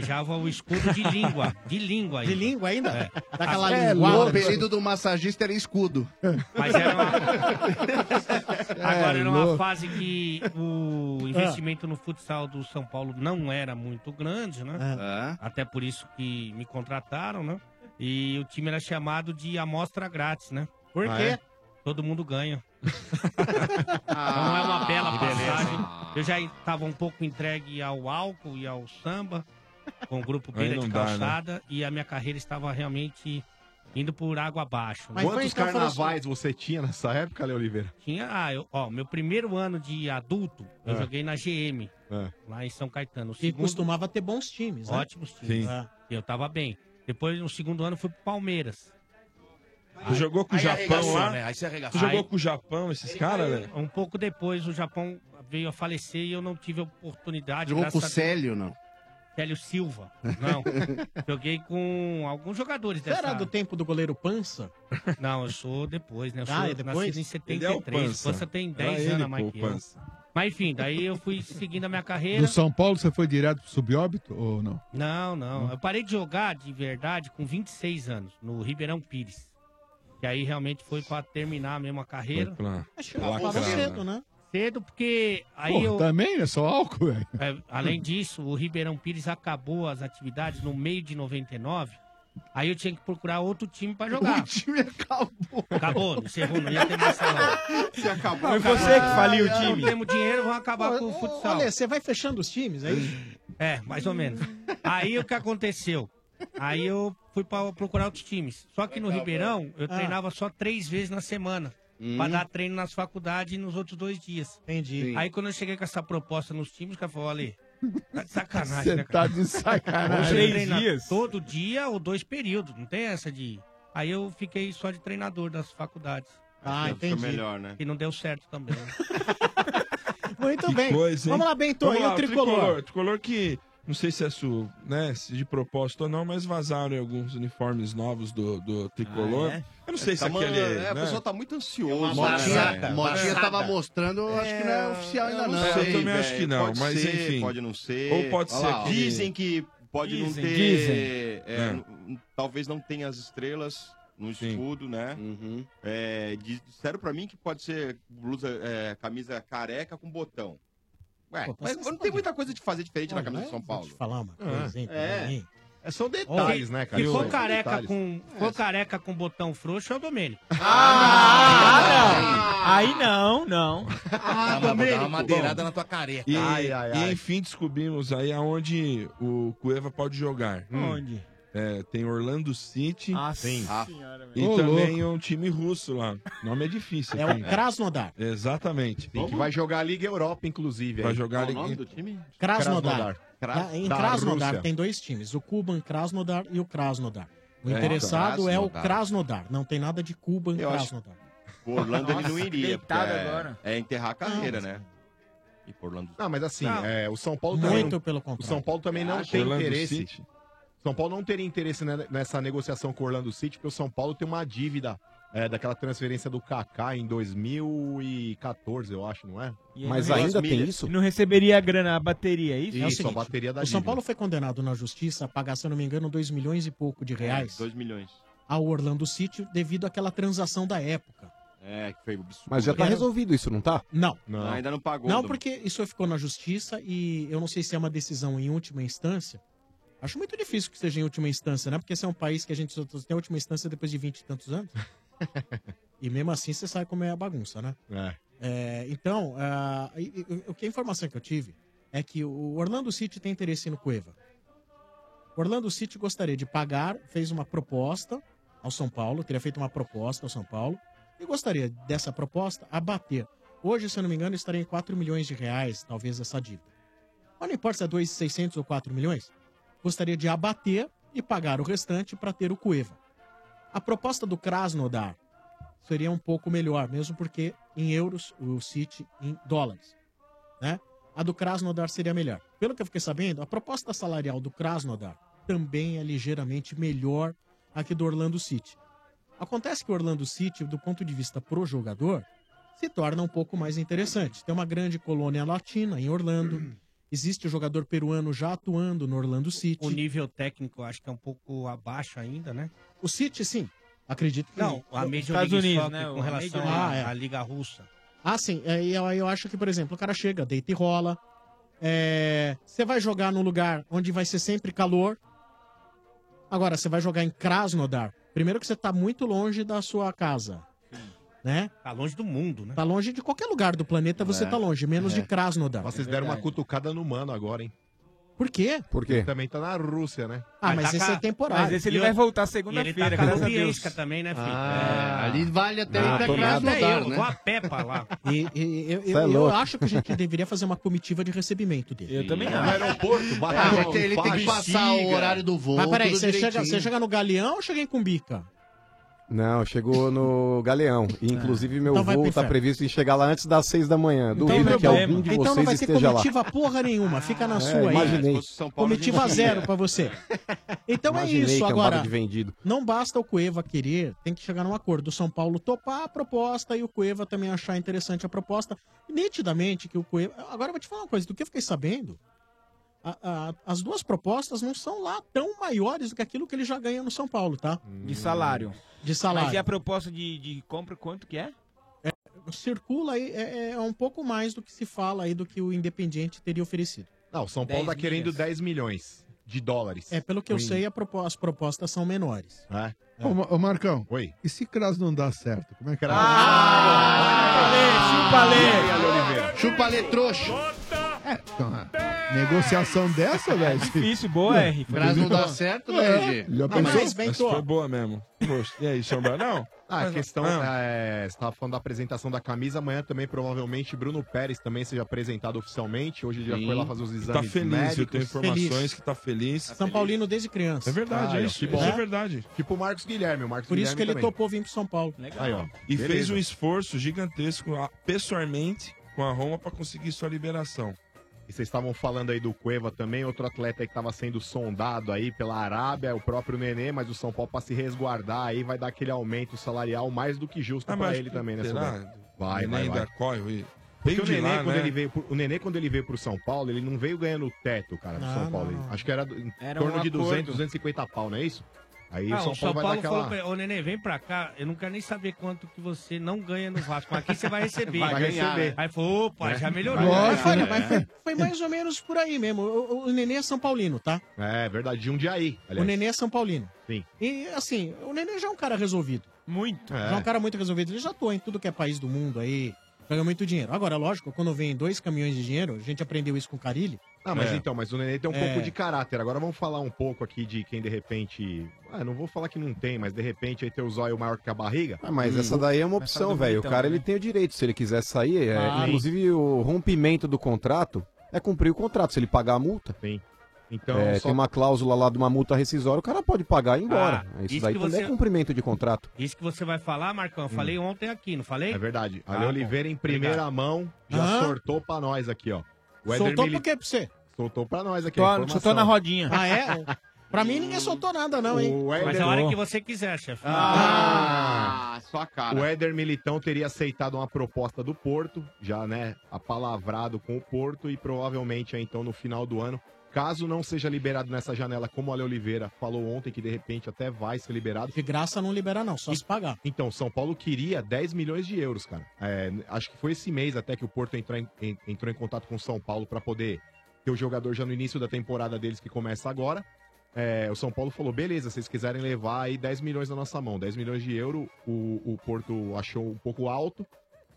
Beijava o escudo de língua. De língua ainda.
De língua ainda?
É.
Daquela
É,
linguada.
o apelido do massagista era escudo.
Mas era uma...
É,
Agora, era uma
louco.
fase que o
Ah.
investimento no futsal do São Paulo não era muito grande, né?
É.
É.
Até por isso que me contrataram, né? E o time era chamado de amostra grátis, né?
Por
Ah,
quê?
é? Todo mundo ganha. Então não é uma bela
Ah, que beleza,
passagem.
hein?
Eu já estava um pouco entregue ao álcool e ao samba, com o grupo
Aí
Beira
não
de
dá, né?
Calçada, e a minha carreira estava realmente indo por água abaixo. né?
Quantos
então,
carnavais você tinha nessa época, Léo Oliveira?
Tinha, ah, eu- ó, meu primeiro ano de adulto, eu
É.
joguei na GM,
É.
lá em São Caetano. O
E
segundo,
costumava ter bons times, né?
ótimos times.
É.
Eu tava bem. Depois, no segundo ano, fui pro Palmeiras.
Tu jogou com o
Aí
Japão
arregaçou,
lá?
né? Aí você arregaçou.
Tu jogou
Aí-
com o Japão, esses né? caras, velho?
Um pouco depois, o Japão veio a falecer e eu não tive a oportunidade.
Jogou
graças
com o
a Deus.
Célio, não?
Célio Silva. Não. Joguei com alguns jogadores
Você
dessa...
era do tempo do goleiro Pança?
Não, eu sou depois, né? Eu sou
Ah, é
nascido em
depois? Ele é o
73.
Pança.
Pança. tem
Era
10
ele,
anos a
pô,
mais que eu.
Pança.
Mas enfim, daí eu fui seguindo a minha carreira.
Do São Paulo você foi direto pro subóbito ou não?
Não, não. Eu parei de jogar de verdade com 26 anos, no Ribeirão Pires. E aí realmente foi pra terminar mesmo a carreira.
Pra...
Parou cedo, né?
Cedo porque aí
Pô,
eu.
também é só álcool, velho.
É, além disso, o Ribeirão Pires acabou as atividades no meio de 99. Aí eu tinha que procurar outro time pra jogar. O time acabou. Acabou, não encerrou, não ia ter mais salão.
Você acabou.
Foi você que faliu o time.
Não temos dinheiro, vamos acabar com o futsal.
Olha, você vai fechando os times, é isso?
É, mais ou menos. Aí o que aconteceu? Aí eu fui pra procurar outros times. Só que no Ribeirão, eu
Ah.
treinava só três vezes na semana.
Hum.
Pra dar treino nas faculdades e nos outros dois dias.
Entendi.
Aí quando eu cheguei com essa proposta nos times, o cara falou, olha, tá de sacanagem,
Você
né,
tá
cara?
de sacanagem.
Hoje
Três
eu treino
dias?
Todo dia ou dois períodos, não tem essa de... Aí eu fiquei só de treinador das faculdades.
Ah,
Fica entendi. melhor, né?
E não deu certo também. né?
Muito
Que
bem.
coisa, hein?
Vamos lá, Bento,
Vamos
e
lá,
o tricolor?
tricolor? Tricolor que, não sei se é su, né, se de propósito ou não, mas vazaram alguns uniformes novos do, do tricolor.
Ah, é?
Eu não sei se
Tá, mano,
aquele...
é, a
né?
pessoa tá muito ansiosa.
uma
né,
maçaca,
velho?
Motinha
Passada.
tava mostrando, eu acho que não é oficial ainda
Eu
não.
não
Eu
sei,
também
velho.
acho que não,
Pode
mas
ser,
enfim.
Pode não ser.
Ou pode
Olha
ser
lá,
que-
Dizem que pode
Dizem.
não ter.
Dizem.
é,
É.
n- n- Talvez não tenha as estrelas no escudo, né? É, diz- disseram pra mim que pode ser blusa, é, camisa careca com botão. Ué,
Pô,
mas
você
não tem muita coisa de fazer diferente na
Olha,
camisa de São Paulo.
Vou te falar uma coisa, hein?
É.
também.
É, São
Detalhes, né, cara? Se for careca, com, for careca com botão frouxo, é o Domênico.
Aí não, não.
Ah,
Dá uma-
Domênico.
dá uma
madeirada na tua careca.
E,
Ai, ai,
e,
ai.
enfim descobrimos aí aonde o Cueva pode jogar.
Hum.
Onde?
É, tem Orlando City.
Ah,
tem.
senhora,
E
velho. Ô,
também um time russo lá. O nome é difícil.
É
aqui,
o
né?
Krasnodar.
Exatamente.
Sim, que vai jogar a Liga Europa, inclusive.
Vai
aí.
jogar a Liga-
time?
Krasnodar.
Kras-
Na- Em
da
Krasnodar
Rússia.
tem dois times, o Cuban Krasnodar e o Krasnodar. O
É,
interessado é o
Krasnodar.
Krasnodar, não tem nada de Cuban
Eu acho-
Krasnodar.
O Orlando ele não
Nossa,
iria. porque
deitado
é,
agora.
é enterrar a carreira,
Não,
né? E por Orlando.
Não, mas assim,
Não.
é, o São Paulo
Muito
também,
pelo
O
contrário.
São Paulo também não
Acho.
tem
Orlando
interesse.
City.
São Paulo não teria interesse ne- nessa negociação com o Orlando City, porque o São Paulo tem uma dívida é, daquela transferência do Kaká em 2014, eu acho, não é?
E aí não rece- Não receberia a grana, a bateria, é isso?
Isso, a bateria da
o São
dívida.
Paulo foi condenado na justiça a pagar, se eu não me engano, 2 milhões e pouco de reais
2 É, milhões.
ao Orlando City devido àquela transação da época.
É, que foi absurdo.
Mas já tá
Era-
resolvido isso, não tá?
Não.
Não, Ah, Ainda não pagou.
Não,
Dom.
porque isso ficou na justiça e eu não sei se é uma decisão em última instância. Acho muito difícil que seja em última instância, né? Porque esse é um país que a gente só tem a última instância depois de 20 e tantos anos. e mesmo assim você sabe como é a bagunça, né?
É.
É, então, ah, e- e- o que a informação que eu tive é que o Orlando City tem interesse no Cueva. O Orlando City gostaria de pagar, fez uma proposta ao São Paulo, teria feito uma proposta ao São Paulo, e gostaria dessa proposta abater. Hoje, se eu não me engano, estaria em 4 milhões de reais, talvez, essa dívida. Mas não importa se é 2,600 ou 4 milhões, gostaria de abater e pagar o restante para ter o Cueva. A proposta do Krasnodar seria um pouco melhor, mesmo porque em euros, o City em dólares. Né? A do Krasnodar seria melhor. Pelo que eu fiquei sabendo, a proposta salarial do Krasnodar também é ligeiramente melhor a que do Orlando City. Acontece que o Orlando City, do ponto de vista pro jogador, se torna um pouco mais interessante. Tem uma grande colônia latina em Orlando. Existe o jogador peruano já atuando no Orlando City.
O nível técnico eu acho que é um pouco abaixo ainda, né?
O City, sim. né? Acredito que
Não, a Major League Soccer com relação à
Ah, é.
à Liga Russa.
Ah, sim. É, E aí eu acho que, por exemplo, o cara chega, deita e rola. É, Você vai jogar num lugar onde vai ser sempre calor. Agora, você vai jogar em Krasnodar. Primeiro que você tá muito longe da sua casa. Né?
Tá longe do mundo, né?
Tá longe de qualquer lugar do planeta, você
É.
tá longe, menos
É.
de Krasnodar.
Mas vocês deram
É
uma cutucada no mano agora, hein?
Por quê?
Por
quê? Ele também tá na Rússia, né?
Ah, mas esse é temporário. E eu-
E ele tá com a Lubienska também, né, filho?
Ah, ali
vale até
Não,
ir
tô
pra
nada.
Krasnodar,
Até eu,
né?
vou
a pé pra lá.
E, e- eu,
Cê é
eu- eu
louco.
acho que a gente deveria fazer uma comitiva de recebimento dele.
Eu também
É.
acho. No aeroporto, bate Ah, mas no tem- ele tem que faixa. passar o horário do voo,
Mas peraí,
tudo
você chega,
direitinho.
você chega no Galeão ou chega em Cumbica?
Não, chegou no Galeão. E, inclusive, meu
Então vai
voo
pro
tá
inferno.
previsto em chegar lá antes das seis da manhã. Duvido
não
que
vai-
algum de vocês
então não vai ter
esteja lá.
comitiva porra nenhuma, fica na
É,
sua aí.
imaginei. Se fosse São Paulo,
comitiva
a gente
zero
iria.
pra você. Então
Imaginei
é
que
isso
é um
agora.
bando de vendido.
Não basta o Cueva querer, tem que chegar num acordo. O São Paulo topar a proposta e o Cueva também achar interessante a proposta. Nitidamente que o Cueva. Agora eu vou te falar uma coisa, do que eu fiquei sabendo, a- a- as duas propostas não são lá tão maiores do que aquilo que ele já ganha no São Paulo, tá?
De salário.
De salário.
Mas e a proposta de, de compra, quanto que é?
circula aí é, é- é um pouco mais do que se fala aí do que o Independiente teria oferecido.
Não, o São Paulo
10
tá querendo
milhas.
10 milhões de dólares.
É, pelo que eu
Sim.
sei, a propo- as propostas são menores.
É.
Ô, Ma- ô, Marcão.
Oi.
E se Cras não dá certo? Como é que
Ah! Chupa
Lê. Chupa Lê, trouxa. É, então, é. negociação dessa, velho.
difícil, boa,
É.
Ué,
R.
Cras não dá certo, né,
É,
RG?
não,
Já
mas
pensou?
essa- essa foi boa mesmo. Poxa, E aí, Sombra? Não?
Ah, a
Mas-
questão.
Ah,
É, você estava falando da apresentação da camisa. Amanhã também, provavelmente, Bruno Pérez também seja apresentado oficialmente. Hoje ele já
Sim.
foi lá fazer os
Tá
exames.
feliz, eu tenho informações
Feliz.
que tá feliz.
São Paulino desde criança.
É verdade, é
ó,
isso,
que
isso
bom.
é verdade.
Ah, Tipo o Marcos Guilherme. O Marcos
Por isso que ele
Guilherme também.
topou vir pro São Paulo.
Aí, ó.
E
Beleza.
fez um esforço gigantesco a- pessoalmente com a Roma pra conseguir sua liberação.
E vocês estavam falando aí do Cueva também, outro atleta aí que estava sendo sondado aí pela Arábia, o próprio Nenê, mas o São Paulo para se resguardar aí vai dar aquele aumento salarial mais do que justo pra
Ah, mas
para ele também nessa
será?
daí. Vai, vai,
Neném
vai.
da Coil e-
Porque
Veio
o
de
Nenê,
lá,
quando
né?
ele veio pro, o Nenê, quando ele veio pro São Paulo, ele não veio ganhando o teto, cara, do
Não,
São Paulo.
não,
Ele- Acho que era do- em
Era
torno
um
de 200,
acordo.
250 pau, não é isso? Aí o
Ah,
São Paulo vai dar aquela...
falou pra ele, ô Nenê, vem pra cá, eu não quero nem saber quanto que você não ganha no Vasco, mas aqui você vai receber.
Vai ganhar, né?
Aí falou, opa,
É.
já melhorou.
Mas, olha,
É.
mas foi, foi mais ou menos por aí mesmo. O, o- o Nenê é São Paulino, tá?
É, verdade, de um dia aí, aliás.
O Nenê é São Paulino.
Sim.
E assim, o Nenê já é um cara resolvido.
Muito.
Já é um cara muito resolvido. Ele já atua em tudo que é país do mundo aí. Ganha muito dinheiro. Agora, lógico, quando vem dois caminhões de dinheiro, a gente aprendeu isso com o Carilli.
Ah, mas
É.
então, mas o Nenê tem um
É.
pouco de caráter. Agora vamos falar um pouco aqui de quem de repente. Ah, não vou falar que não tem, mas de repente aí tem o zóio maior que a barriga.
Ah, mas essa
Uhum.
daí é uma opção, velho. O cara ele tem o direito, se ele quiser sair. é,
então, né? Ah,
inclusive, o rompimento do contrato é cumprir o contrato. Se ele pagar a multa.
Então,
É,
só-
Tem uma cláusula lá de uma multa rescisória, o cara pode pagar e ir embora.
Ah,
isso
isso
daí
que
também
você-
é cumprimento de contrato.
Isso que você vai falar, Marcão, eu falei ontem aqui, não falei?
É verdade.
Ah,
Ale
bom.
Oliveira, em primeira
Obrigado.
mão, já
Hã?
sortou pra nós aqui, ó. O Éder
Soltou
Mili-
por quê pra você?
Soltou pra nós aqui.
Tô-
a informação.
soltou na rodinha. Ah, é? Pra mim ninguém soltou nada, não, hein?
O Éder-
Mas a hora que você quiser, chefe.
Ah,
sua
O Éder Militão teria aceitado uma proposta do Porto, já, né, apalavrado com o Porto e provavelmente aí, então no final do ano, caso não seja liberado nessa janela, como o Ale Oliveira falou ontem, que de repente até vai ser liberado.
De graça não libera não, só se pagar.
Então, São Paulo queria 10 milhões de euros, cara. É, acho que foi esse mês até que o Porto entrou em, en- entrou em contato com o São Paulo para poder ter o jogador já no início da temporada deles que começa agora. É, o São Paulo falou, beleza, se vocês quiserem levar aí 10 milhões na nossa mão, 10 milhões de euro, o, o Porto achou um pouco alto,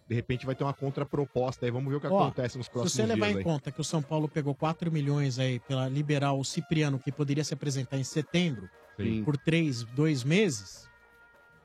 de repente vai ter uma contraproposta aí, vamos ver o que
Ó,
acontece nos próximos
Se você levar
dias
em
aí.
conta que o São Paulo pegou 4 milhões aí pela liberar o Cipriano, que poderia se apresentar em setembro,
Sim.
por 3, 2 meses,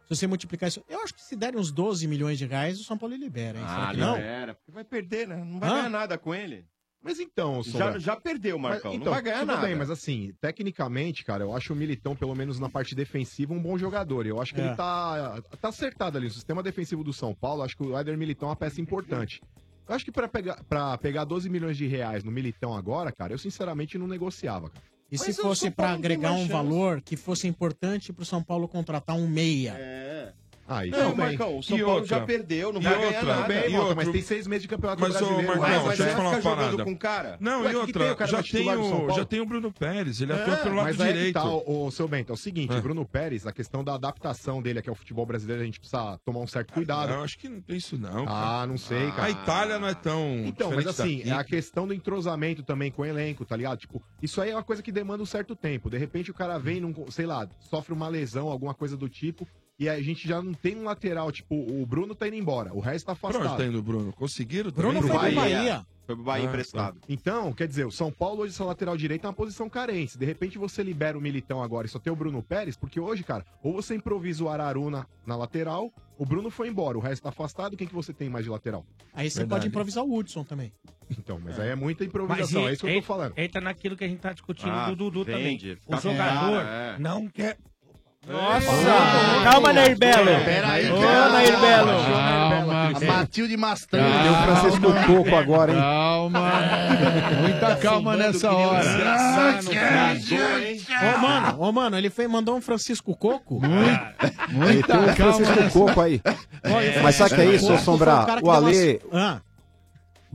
se você multiplicar isso, eu acho que se derem uns 12 milhões de reais, o São Paulo libera, hein? Será
Ah,
que não?
libera. Porque vai perder, né? Não vai
Hã?
ganhar nada com ele.
Mas então,
já,
Sombra-
já perdeu, Marcão.
Mas, então,
não vai ganhar
tudo
nada.
bem, mas assim, tecnicamente, cara, eu acho o Militão, pelo menos na parte defensiva, um bom jogador. Eu acho que
É.
ele tá, tá acertado ali. O sistema defensivo do São Paulo, acho que o Éder Militão é uma peça importante. Eu acho que pra pegar, pra pegar 12 milhões de reais no Militão agora, cara, eu sinceramente não negociava, cara.
E
Mas
se
o
fosse
São
pra
Paulo não tem
agregar
mais
um
chance.
valor que fosse importante pro São Paulo contratar um meia?
É.
Aí,
Não, Marcão, o São Paulo já perdeu, não vai ganhar nada.
Bem, Mota, mas tem seis meses de campeonato
Mas, ô,
brasileiro.
Marcão,
Ué, mas
deixa eu
aí
te
vai
falar uma
ficar jogando
parada.
com o cara?
Não,
Ué,
e
que que tem,
outra,
o cara
já,
vai
tem
titular do São
o,
Paulo?
já tem o Bruno Pérez, ele
É,
atua pelo lado
mas aí que
direito.
Tá, o, seu Bento, é o seguinte, Bruno Pérez, a questão da adaptação dele aqui ao futebol brasileiro, a gente precisa tomar um certo cuidado.
Eu acho que não tem isso não.
Ah, não sei, cara.
A Itália não é tão
Então, mas
diferente
assim,
daqui.
é a questão do entrosamento também com o elenco, tá ligado? Tipo, isso aí é uma coisa que demanda um certo tempo. De repente o cara vem, num, sei lá, sofre uma lesão, alguma coisa do tipo, e a gente já não tem um lateral. Tipo, o Bruno tá indo embora, o resto tá
Pra onde
afastado.
tá indo o Bruno? Conseguiram
Bruno
também?
foi pro Bahia. Bahia.
Foi pro Bahia
Ah,
emprestado.
tá. Então, quer dizer, o São Paulo hoje, essa lateral direita é uma posição carente. De repente você libera o Militão agora e só tem o Bruno Pérez, porque hoje, cara, ou você improvisa o Araruna na lateral, o Bruno foi embora, o resto tá afastado, quem que você tem mais de lateral?
Aí você
Verdade.
pode improvisar o Hudson também.
Então, mas aí é muita improvisação, é isso que eu tô falando.
Entra naquilo que a gente tá discutindo
Ah,
do Dudu
vende,
também.
fica
O
com
jogador
cara, é.
não quer.
Nossa! Calma, Nair Belo!
Peraí,
Ô,
calma.
Nair Belo!
Calma. A Matilde Mastranho.
Deu Francisco um pouco agora, hein?
Calma.
Tá
Muita calma nessa
um
hora.
Ah,
Ô, mano, ô, mano, ele fez, mandou um Francisco Coco?
Ele tem um Francisco Coco aí. Mas sabe o que é isso, ô
O
Sombra?
cara que
O
deu
Ale.
umas- Ah,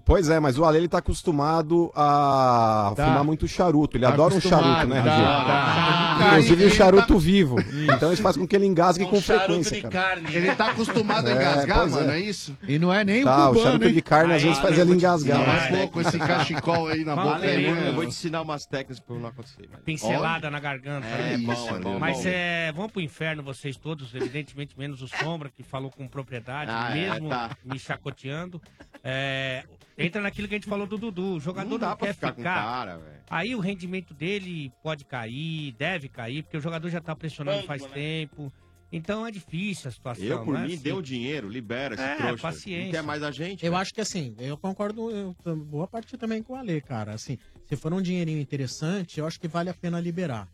Pois é, mas o Ale ele tá acostumado a
Tá.
fumar muito charuto. Ele
Tá
adora um
acostumado,
charuto, né,
tá,
Rogério?
tá.
Inclusive
Ele
o
tá-
charuto vivo. Então isso faz com que ele engasgue com frequência, cara.
Ele
né?
tá acostumado a
É,
engasgar,
pois
mano,
é.
é isso?
E não é nem
Tá,
o
o
cubano,
charuto
hein?
de carne às
Ah,
vezes
não,
faz
eu
ele
vou te
engasgar.
ensinar mais pouco esse cachecol aí na
Fala,
boca.
Lelê,
é muito-
Eu vou te ensinar umas técnicas pra não acontecer. mas-
Pincelada
Olha.
na garganta. né?
É, é bom, é bom.
Mas
bom.
é, vão pro inferno vocês todos, evidentemente, menos o Sombra, que falou com propriedade,
Ah, é,
mesmo
tá.
me chacoteando. É, entra naquilo que a gente falou do Dudu. O jogador não,
dá pra
quer
ficar
ficar.
com cara, velho.
aí o rendimento dele pode cair, deve cair, porque o jogador já tá pressionando faz tempo. Então é difícil a situação.
Eu, por
não é
mim,
assim.
deu o dinheiro, libera esse
É,
trouxa.
paciência.
Não quer mais a gente?
Eu acho que assim, eu concordo eu, tam- boa parte também com o Ale, cara. Assim, se for um dinheirinho interessante, eu acho que vale a pena liberar.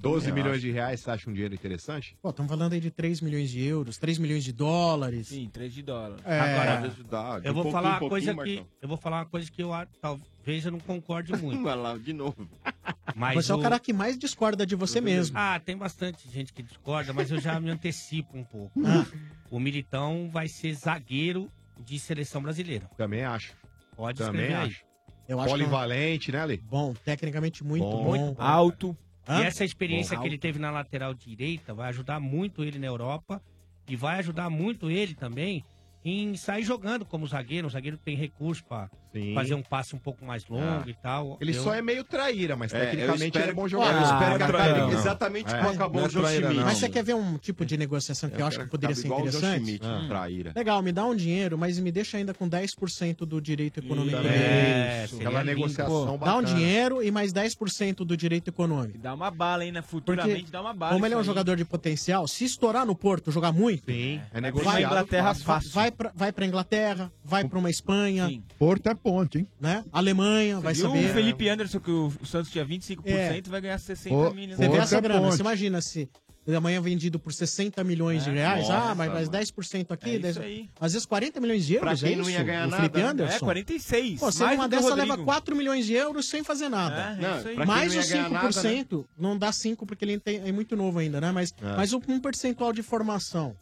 12
Eu
milhões
acho.
de reais, você acha um dinheiro interessante?
Pô, estamos falando aí de 3 milhões de euros, 3 milhões de dólares.
Sim, 3 de dólares.
É.
Agora,
ajudar, de um
eu vou
pouquinho,
falar uma
pouquinho,
coisa que
Marcão.
eu vou falar uma coisa que eu a- talvez eu não concorde muito.
Vai lá, de novo. um
Mas
você é o cara que mais discorda de você mesmo.
Ah, tem bastante gente que discorda, mas eu já me antecipo um pouco.
Ah.
O Militão vai ser zagueiro de seleção brasileira.
Também acho.
Pode
Também
escrever aí.
acho.
Eu acho é um
Polivalente, né, Ale?
Bom, tecnicamente muito bom.
Muito bom.
Alto.
E essa experiência que ele teve na lateral direita vai ajudar muito ele na Europa e vai ajudar muito ele também em sair jogando como zagueiro. O zagueiro tem recurso pra
Sim.
fazer um passe um pouco mais longo
Ah.
e tal.
Ele só é meio traíra, mas
É,
tecnicamente
eu espero-
ele é bom jogador.
Ah, Eu espero que acabe não.
É.
exatamente como acabou o João Schmidt.
Mas você quer ver um tipo de negociação que eu, acho que poderia ser
igual o João
interessante?
Schmidt,
Ah.
um traíra.
Legal, me dá um dinheiro, mas me deixa ainda com 10% do direito econômico
Isso.
dele.
Isso. Aquela
é
negociação
Pô, Dá um
bacana.
dinheiro e mais 10% do direito econômico.
Dá uma bala, hein? né?
Porque,
Futuramente dá uma bala.
como ele é um
isso aí.
jogador de potencial, se estourar no Porto, jogar muito,
é
negociado pra Inglaterra
vai-
fácil.
Vai pra, vai pra Inglaterra, vai pra uma Espanha,
Porto é ponte, hein?
né? Alemanha, vai
e
saber. né?
o Felipe Anderson, que o Santos tinha 25%, vai ganhar 60
Ô,
milhões.
Você vê essa
é
grana, você imagina se amanhã vendido por 60 milhões de reais,
Nossa,
ah, mas mais 10% aqui,
É isso
10
aí.
às vezes 40 milhões de euros,
Pra quem
é
não
isso?
ia ganhar
o
nada,
Felipe
né?
Anderson.
É, 46,
Pô, você
mais
numa
do que o
dessa leva
Rodrigo.
4 milhões de euros sem fazer nada.
É, é Não, isso aí. pra quem
mais
não
os
ia ganhar
5%, não dá 5 porque ele tem- é muito novo ainda, né? Mas,
É.
mas um, um percentual de formação.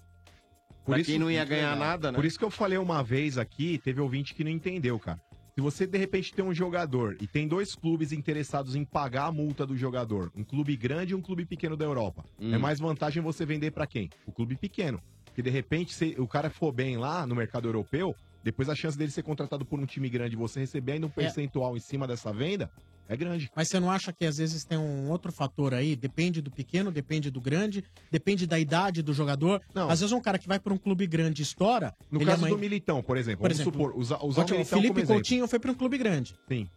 Por
quem não ia ganhar nada, né?
Por isso que eu falei uma vez aqui, teve ouvinte que não entendeu, cara. Se você de repente tem um jogador e tem dois clubes interessados em pagar a multa do jogador, um clube grande e um clube pequeno da Europa, é mais vantagem você vender pra quem? O clube pequeno. Porque de repente, se o cara for bem lá no mercado europeu, depois a chance dele ser contratado por um time grande e você receber ainda um percentual em cima dessa venda é grande.
Mas você não acha que às vezes tem um outro fator aí? Depende do pequeno, depende do grande, depende da idade do jogador. Às vezes um cara que vai para um clube grande e estoura.
No
ele é
caso
amanhã-
do Militão, por exemplo,
Por
vamos
exemplo,
É supor, usar, usar o
Ótimo, o
Militão como
Felipe
exemplo.
Coutinho foi para um clube grande.
Sim.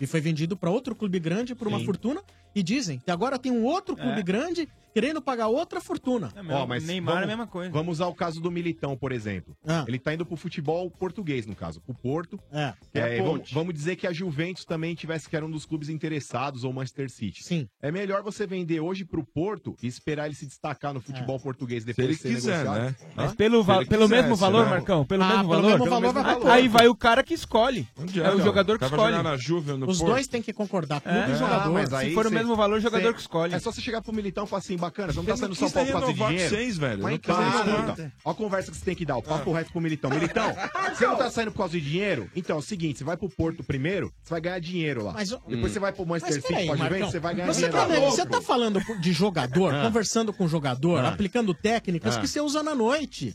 E foi vendido para outro clube grande por uma
Sim.
fortuna. E dizem que agora tem um outro clube
É.
grande querendo pagar outra fortuna.
Ó, mas é
é
vamos- Vamos usar o caso do Militão, por exemplo.
Ah.
Ele tá indo pro futebol português, no caso, pro Porto.
É.
Que é,
É,
vamos-
ponte.
vamos dizer que a Juventus também tivesse que era um dos clubes interessados, ou Manchester City.
Sim.
É melhor você vender hoje pro Porto e esperar ele se destacar no futebol português depois
ele
de ser
quiser,
negociado.
né?
Hã?
Mas pelo, va-
Se ele
pelo
quisesse,
mesmo valor,
né?
Marcão? Pelo
Ah,
mesmo
pelo
valor?
mesmo valor vai pro
Aí
Porto.
vai o cara que escolhe.
adianta,
É o jogador que
o cara vai
escolhe.
jogar na Juve ou no Ah,
Os dois têm que concordar. Clube
É.
e jogador.
mas aí Se for o mesmo valor, o jogador que
escolhe. É só você chegar pro Militão e falar assim, bacana, você não tá
Ele não
saindo do São
quis
Paulo por causa de
renovar
dinheiro.
com vocês, velho.
Mas
Não
então,
quis
escuta,
renovar.
Ó a conversa que você tem que dar, o papo reto pro Militão. Militão, você não tá saindo por causa de dinheiro? Então, é o seguinte, você vai pro Porto primeiro, você vai ganhar dinheiro lá.
Mas,
Depois você vai pro Manchester
Mas peraí,
City, pode ver,
Marcão,
você vai ganhar
você
dinheiro
tá,
lá.
vendo, você tá falando de jogador,
Ah.
conversando com jogador,
Ah.
aplicando técnicas
Ah.
que você usa na noite.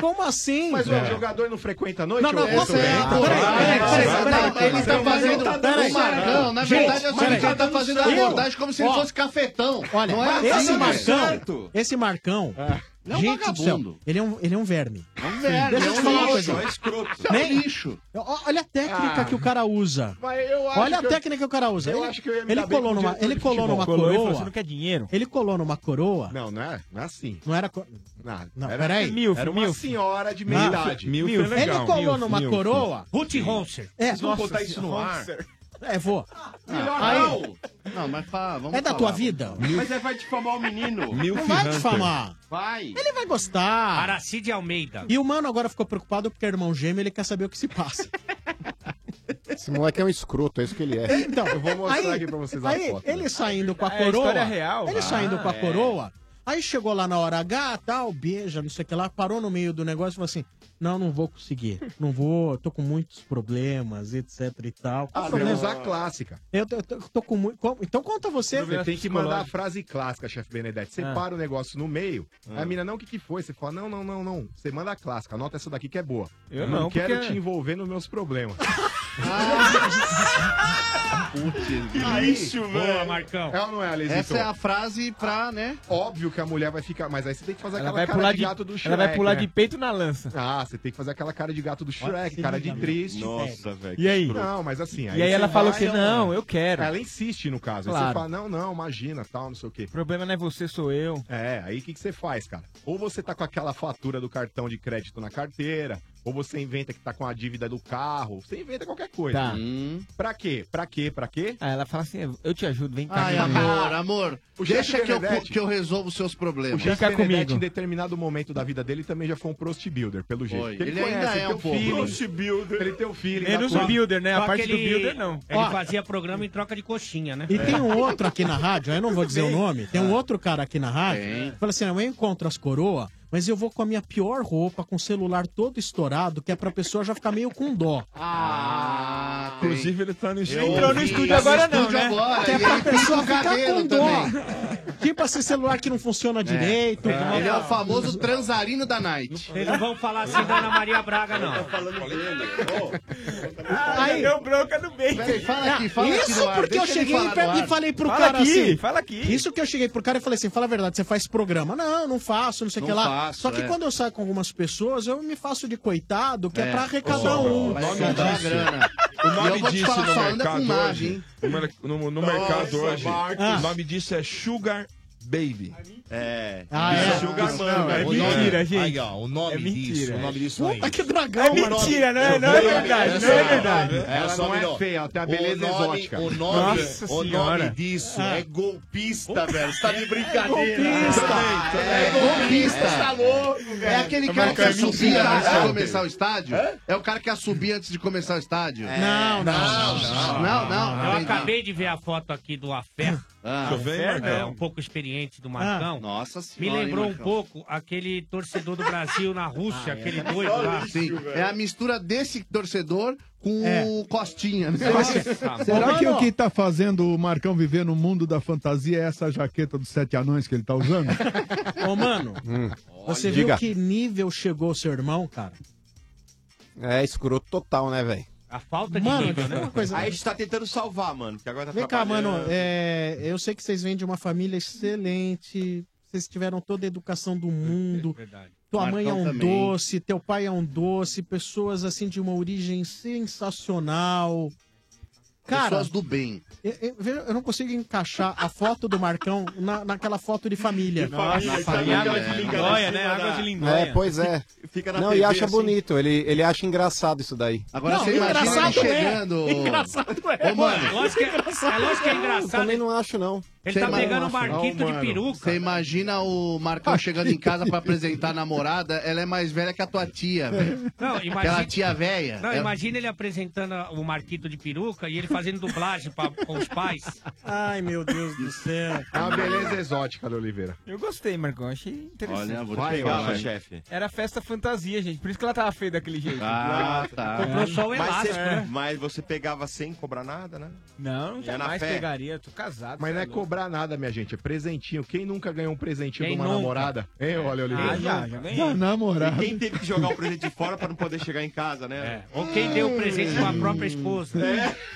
Como assim?
Mas
É.
ué, o jogador não frequenta a noite?
Não, não,
ô,
tá
Edson?
certo.
Ah,
Peraí,
vai,
peraí,
vai,
peraí,
vai,
peraí,
tá
vai, vai,
peraí, peraí,
vai, vai,
peraí,
vai, vai,
peraí,
vai,
peraí.
Não, um na
Gente,
verdade, é o seguinte,
peraí.
ele tá fazendo a
Eu-
abordagem como se ele
ó,
fosse cafetão.
Olha,
não é
esse
assim,
Marcão,
velho.
esse Marcão,
Ele é um
gente do céu,
vagabundo.
ele é um, ele é um verme.
É um velho,
Deixa
é
eu te
um
falar uma
lixo,
coisa.
é escroto. Isso
Nem-
É um lixo.
Ó, Olha a técnica
Ah.
que o cara usa.
Mas eu acho
Olha a
que eu-
técnica que o cara usa.
Eu
ele
acho que eu ia me
ele
dar bem
colou
com o
numa,
diretor
ele
de
colou
futebol.
numa
Colou e falou,
coroa.
"Você não
quer dinheiro?
Ele colou numa coroa.
Não, não é, não é assim.
Não era. co-
Não,
Não,
era- assim.
peraí.
Era uma
Milf.
senhora de
Não.
meia idade.
Milf. Ele colou numa coroa.
Ruth Ronser.
É,
Vocês vão botar isso no ar.
É, vou.
Melhor
Aí-
não. Não, mas fa- vamos
É da
falar.
tua vida?
Mas
Mas aí vai difamar o menino.
Não vai difamar.
Vai.
Ele vai
Ah.
gostar.
Aracide Almeida.
tá. E o mano agora ficou preocupado porque é irmão gêmeo, ele quer saber o que se passa.
Esse moleque é um escroto, é isso que ele é.
Então,
eu vou mostrar
aí-
aqui pra vocês a
Aí,
foto.
ele saindo com a
É, a
coroa.
história é real.
Ele
Ah,
saindo com a
é.
coroa. Aí chegou lá na hora H, tal, beija, não sei o que lá, parou no meio do negócio e falou assim: Não, não vou conseguir. Não vou, tô com muitos problemas, etc e tal. Qual
Ah,
problema?
deve usar a clássica.
Tá Eu tô, eu tô- tô com muito. como- Então conta você.
Você tem que mandar a frase clássica, chefe Benedetti. Você
Ah.
para o negócio no meio,
Ah.
a mina, não, o que, que foi? Você fala, não, não, não, não. Você manda a clássica, anota essa daqui que é boa.
Eu
não,
não,
quero
porque-
te envolver nos meus problemas.
Putz,
Que
lixo, velho.
É ou não é, Alisson?
Essa é a frase pra, né?
Óbvio que a mulher vai ficar, mas aí você tem que fazer
Ela
aquela
vai
cara
pular
de
de-
gato do
ela
Shrek.
vai pular de
peito na lança. Ah, você tem que fazer aquela cara de gato do
Olha
Shrek,
que
cara de
linda,
triste.
meu. Nossa, velho,
E aí?
que escroto.
Não, mas assim.
E aí
você
ela falou
vai,
que,
ela-
não, eu quero.
Ela insiste, no caso. Aí
Claro.
você fala, não, não, imagina, tal, não sei o quê. O problema não é você, sou eu. É, aí o que, que você faz, cara? Ou você tá com aquela fatura do cartão de crédito na carteira, ou você inventa que tá com a dívida do carro, você inventa qualquer coisa.
Tá.
Hum.
Pra quê? Pra quê? Pra quê?
Ah, ela fala assim, eu te ajudo, vem cá.
Ai,
comigo.
amor,
amor,
O
deixa
chefe
que eu,
Benedetti-
que eu resolvo os seus
O
problemas.
Jeff Benedetti, em determinado momento da vida dele, também já foi um prost builder, pelo jeito.
Foi.
Porque
Ele ainda
conhece, tem
é um
o
pouco.
feeling.
Prost
Ele tem o feeling.
tá
Menos
da
o builder, né? A
Só
parte
que
do
ele-
builder, não.
Ele
Ó.
fazia programa em troca de coxinha, né?
E tem um outro aqui na rádio, eu não vou dizer o nome, tem um outro cara aqui na rádio, que fala assim, eu encontro as coroa, mas eu vou com a minha pior roupa, com o celular todo estourado, que é pra pessoa já ficar meio com dó.
Ah,
Inclusive, ele tá no estúdio.
Entrou no estúdio agora não, né? que é
e um
pra
tá
ele
pessoa
pinta o
ficar
cabelo
com dó. Tipo esse celular que não funciona direito.
É. Ele é o famoso
transarino da Night.
Eles não vão falar assim da Ana Maria Braga, não.
Aí
deu bronca no meio.
Peraí, fala aqui, fala aqui
Isso
no ar,
porque eu
deixa ele
cheguei
falar
pra-
no
e
ar.
falei pro
Fala
cara
aqui,
assim.
fala aqui.
Isso que eu cheguei pro cara e falei assim: fala a verdade, você faz programa. Não, não faço, não sei o que
Não
lá.
faço,
Só que
é.
quando eu saio com algumas pessoas, eu me faço de coitado, que é,
É.
pra arrecadar
Ó, O
um.
nome disso, o
E eu
nome
vou te
disso
falar,
no
só anda com
mercado
nave,
hoje.
hein?
No, mer- no- no
Nossa,
mercado hoje.
Marcos.
O nome disso é Sugar Baby.
É.
Ah, é?
Sugar
Não,
Mama.
é
O nome-
mentira, gente.
Aí, né? ó, o nome
É mentira.
disso, o nome disso aí.
Puta que dragão,
É
mano.
mentira, não é- não é verdade, não é verdade.
Ela
Só
não é
melhor.
feia, ela tem a
O
beleza
nome-
exótica.
o nome-
Nossa
o nome
senhora.
disso é golpista, velho. Você tá de brincadeira.
golpista.
Também, também.
É golpista.
Você tá louco,
É
velho.
aquele
Mas
cara que
é
assobia
mentira,
antes de
né?
começar o estádio? É o cara que assobia antes de começar o estádio?
É.
Não,
não, não. Não,
Eu
não.
acabei de ver a foto aqui do Afé.
Ah,
O
Afé,
Afé, né,
Marcão.
um pouco experiente do Marcão.
Ah, nossa
Me
senhora,
lembrou
hein,
um
Marcão? Ah, é.
pouco aquele torcedor do Brasil na Rússia, aquele doido
Só
lá.
isso, velho. É a mistura desse torcedor com
É.
o Costinha. Né?
Será que o que tá fazendo o Marcão viver no mundo da fantasia é essa jaqueta dos sete anões que ele tá usando?
Ô, mano, você viu
Diga.
que nível chegou o seu irmão, cara?
É escroto total, né, velho?
A falta
de Mano, nível, né? uma coisa-
Aí a gente tá tentando salvar, mano. Que agora tá
Vem cá, mano.
atrapalhando.
é, eu sei que vocês vêm de uma família excelente. Vocês tiveram toda a educação do mundo. Tua mãe é
Marcão
um
também.
doce, teu pai é um doce. Pessoas assim de uma origem sensacional. Cara,
Pessoas do bem.
Eu, eu- veja, eu não consigo encaixar a foto do Marcão na, naquela foto de família.
De família, Nossa, família. água de lindóia, né? Água de lindóia. É, pois é.
Fica
Não, e
assim.
acha bonito, ele, ele acha engraçado isso daí.
Agora você imagina ele
é.
chegando. Ô, mano.
Lógico que é- né? é lógico que é engraçado.
Também não acho, não.
tá
Você ima-
um
Não, mano, Você imagina o Marcão chegando em casa pra apresentar a namorada, ela é mais velha que a tua tia, velho.
Não, imagina-
Aquela tia velha.
Não,
É-
imagina ele apresentando a- o Marquito de peruca e ele fazendo dublagem pra, com os pais.
Ai, meu Deus do céu.
É uma beleza exótica do Oliveira.
Eu gostei, Marcão. Achei interessante.
Olha, vou te Vai, pegar, vai, vai. chefe.
Era festa fantasia, gente. Por isso que ela tava feia daquele jeito.
Ah, tá.
Comprou só o
Mas é.
elástico,
você-
né?
Mas você pegava sem cobrar nada, né?
Não,
E é na
jamais
fé.
pegaria. Tô
Tá
casado.
Mas
cê
não é
louco.
cobrar nada, minha gente. É presentinho. Quem nunca ganhou um presentinho
Quem
de uma
nunca?
namorada?
É.
Hein, olha, Oliveira.
Ah, já, já ganhei.
Da namorada.
E quem teve que jogar o presente de fora pra não poder chegar em casa,
É,
né? É.
Ou quem deu o presente pra própria esposa.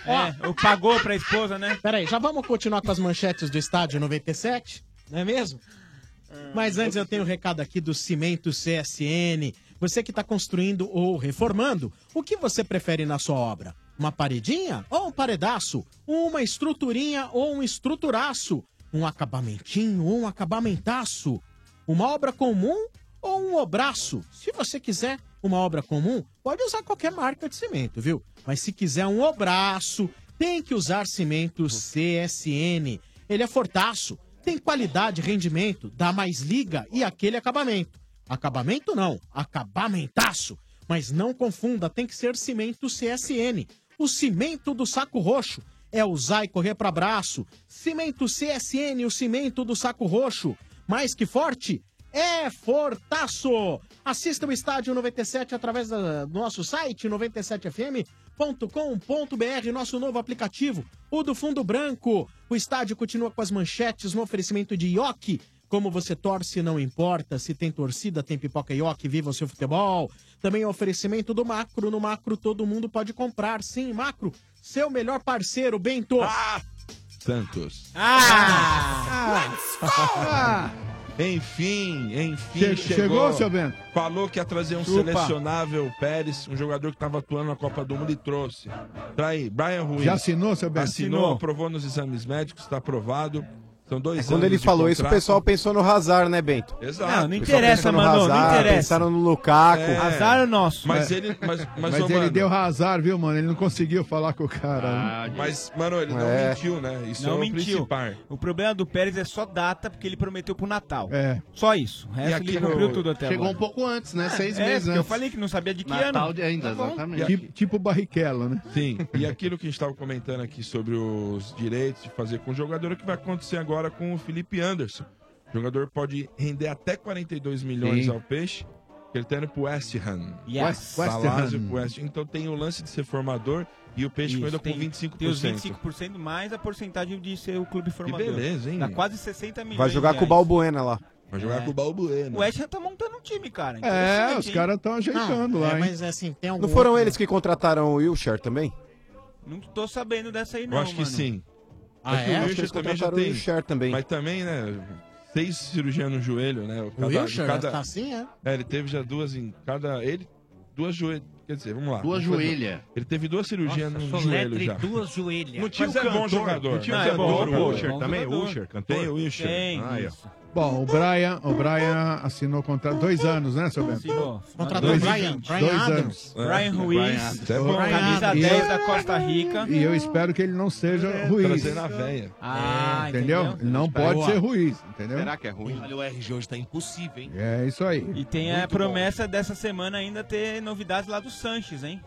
Ó,
eu É, pagou pra esposa, né?
Peraí, já vamos continuar com as manchetes do estádio 97, não é mesmo? Mas antes eu tenho um recado aqui do Cimento CSN. Você que está construindo ou reformando, o que você prefere na sua obra? Uma paredinha ou um paredaço? Uma estruturinha ou um estruturaço? Um acabamentinho ou um acabamentaço? Uma obra comum ou um obraço? Se você quiser uma obra comum, pode usar qualquer marca de cimento, viu? Mas se quiser um obraço, tem que usar cimento CSN. Ele é fortaço, tem qualidade, rendimento, dá mais liga e aquele acabamento. Acabamento não, acabamentaço. Mas não confunda, tem que ser cimento CSN. O cimento do saco roxo é usar e correr para braço. Cimento CSN, o cimento do saco roxo. Mais que forte, é Fortaço. Assista o Estádio 97 através da- do nosso site 97fm.com.br, nosso novo aplicativo, o do Fundo Branco. O estádio continua com as manchetes no oferecimento de Ioki. Como você torce, não importa. Se tem torcida, tem pipoca e Ioki, viva o seu futebol. Também o oferecimento do Macro. No Macro todo mundo pode comprar. Sim, Macro, seu melhor parceiro, Bento.
Ah!
Santos.
Ah!
Ah!
Enfim, enfim.
Che- chegou, seu Bento?
Falou que ia trazer um
Chupa.
selecionável Pérez, um jogador que estava atuando na Copa do Mundo e trouxe. Tá aí, Brian Ruiz.
Já assinou, seu Bento?
Assinou,
Assinou.
aprovou nos exames médicos, está aprovado. São dois anos.
É, Quando ele
de
falou isso, o
contrato.
pessoal pensou no Hazard, né, Bento?
Exato.
O pessoal pensou no Hazard, Pensaram no Lukaku.
É. Mas
É.
ele. Mas, mas,
Mas,
ô,
ele
mano,
deu azar, viu, mano? Ele não conseguiu falar com o cara. né?
Ah, Mas, mano, ele não
É.
mentiu, né? Isso
não
é o
mentiu.
principal.
O problema do Pérez é só data, porque ele prometeu pro Natal.
É.
Só isso. O resto
E
ele
aqui no-
cumpriu tudo até
Chegou
agora.
um pouco antes, né?
Ah,
Seis
é,
meses
porque Eu
antes.
falei que não sabia de que
Natal
ano.
de- ainda,
Tá bom.
exatamente.
Tipo, tipo Barrichello, né?
Sim, e aquilo que a gente estava comentando aqui sobre os direitos de fazer com o jogador é o que vai acontecer agora com o Felipe Anderson. O jogador pode render até 42 milhões
Sim.
ao Peixe, que ele tá indo pro West Ham.
Yes. West- West
Salário
Ham.
pro West Então tem o lance de ser formador e o Peixe
Isso,
ainda com
tem-
25%.
Tem os 25% mais a porcentagem de ser o clube formador.
beleza, hein,
Dá
meu?
quase 60 milhões.
Vai jogar
de
com
reais.
o Balbuena lá.
Vai jogar
É.
com o Balbuena.
O West Ham tá montando um time, cara.
É, os caras
tão
ajeitando
é,
lá, hein?
Mas assim, tem algum
Não foram
outro-
eles que contrataram o Wilshere também?
Não tô sabendo dessa aí, não.
acho que
mano.
sim.
Ah,
Acho que
é?
o
Acho que
Wilshere
eles
também já
contrataram o
tem.
Wilshere
também.
Mas também, né? Seis cirurgias no joelho, né?
O Wilshere tá assim, é?
É, ele teve já duas em cada. Ele. Duas joelhas. Quer dizer, vamos lá.
Duas
Não foi
joelhas.
duas. Ele teve duas cirurgias
Nossa,
no
soletre
joelho já.
duas joelhas.
Não tinha Mas é bom jogador.
Não tinha
Não,
o
é
cantor,
bom,
o
bom
Usher também?
jogador.
Usher, cantor?
Tem o Usher.
Tem,
Ah,
aí,
ó.
Bom, o Brian, o Brian assinou contrato dois anos, né, seu Bento?
Contratou
Dois-
o Brian,
dois
Brian
anos.
Adams, É, Brian Ruiz,
Adams.
Brian Adams. camisa
E
10
eu-
da Costa Rica. É,
E eu espero que ele não seja Ruiz. É,
trazendo a véia.
Ah,
entendeu? Ele não pode ser Ruiz, entendeu?
que é
ruim?
Olha, o RG hoje tá impossível, hein?
É isso aí.
E tem a promessa dessa semana ainda ter novidades lá do Sanches, hein?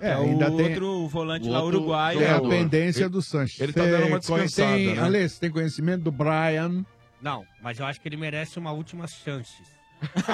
É,
Que
ainda
o
tem-
outro volante
O
lá
outro
uruguaio.
É a pendência do Sanches.
ele tá dando uma descansada,
Tem,
né?
Alê, você tem conhecimento do Brian?
Não, mas eu acho que ele merece uma última chance.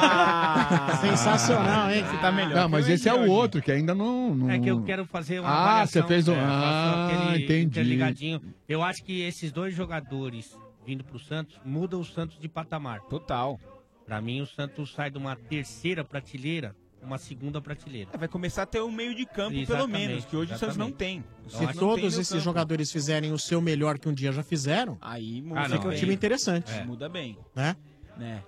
Ah.
Sensacional, hein?
Você tá melhor.
Não, mas
Ah, que eu,
esse é
hein,
o
Jorge?
outro, que ainda não... não...
É que eu quero fazer uma
Ah,
avaliação,
você fez um-
é, faço
Ah,
aquele
entendi.
interligadinho. Eu acho que esses dois jogadores vindo pro Santos mudam o Santos de patamar.
Total.
Pra mim, o Santos sai de uma terceira prateleira, uma segunda prateleira.
Vai começar a ter um meio de campo, pelo
Exatamente,
menos, que hoje o Santos não tem. O
Se
Santos não tem
todos
meio
esses
campo.
jogadores fizerem o seu melhor que um dia já fizeram,
aí muda
fica um
bem.
time interessante.
É. Muda bem.
Né?
Né?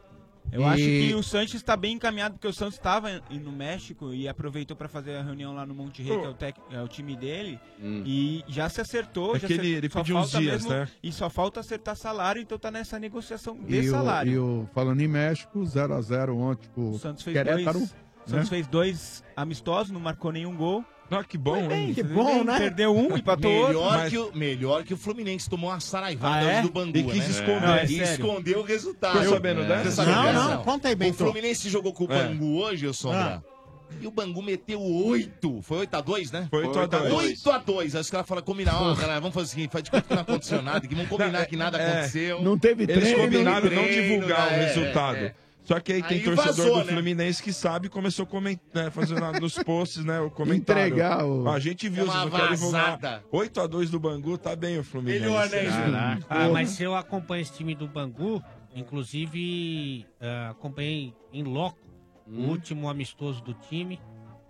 Eu
E-
acho que o Sanches está bem encaminhado, porque o Santos estava no México e aproveitou para fazer a reunião lá no Monte Rey,
Ô.
que é o, tec- é o time dele,
Hum.
e já se acertou.
É
já
que
acer-
ele- ele
só
pediu uns
falta
dias, né?
E só falta acertar salário, então tá nessa negociação de
E o,
salário.
e o- falando em México, 0x0 ontem com
O Santos fez
Querétaro.
dois. O Santos
é né?
fez dois amistosos, não marcou nenhum gol.
Ah, que bom,
hein? Perdeu um, empatou
melhor
outro. mas-
Que o, melhor que o Fluminense tomou uma saraivada
Ah, é?
hoje do Bangu,
E quis
né?
esconder. Não, é
e
sério.
escondeu o resultado. É.
Ficou sabendo dessa?
Você sabe
Não,
dessa?
não, conta aí,
O
Bento.
Fluminense jogou com o
É. Ah.
Bangu hoje, ô Sombra. E o Bangu meteu 8. Foi 8x2, né?
Foi 8 a 2.
8x2. Aí os caras falam, combinar, ó, galera, vamos fazer o seguinte, faz de conta que não aconteceu nada, que vamos combinar que nada
É,
aconteceu.
Eles combinaram não
Treino,
divulgar
né?
o resultado.
É, é.
Só que aí tem
Aí
torcedor
vazou,
do
né?
Fluminense que sabe e começou a comentar, né, fazer lá nos posts, né, o comentário.
Entregar o-
A gente viu,
Uma
vocês não querem divulgar.
vazada.
8x2 do Bangu, tá bem o Fluminense. É.
Ah,
né,
Caraca.
mas se eu acompanho esse time do Bangu, inclusive ah, acompanhei em loco o último amistoso do time.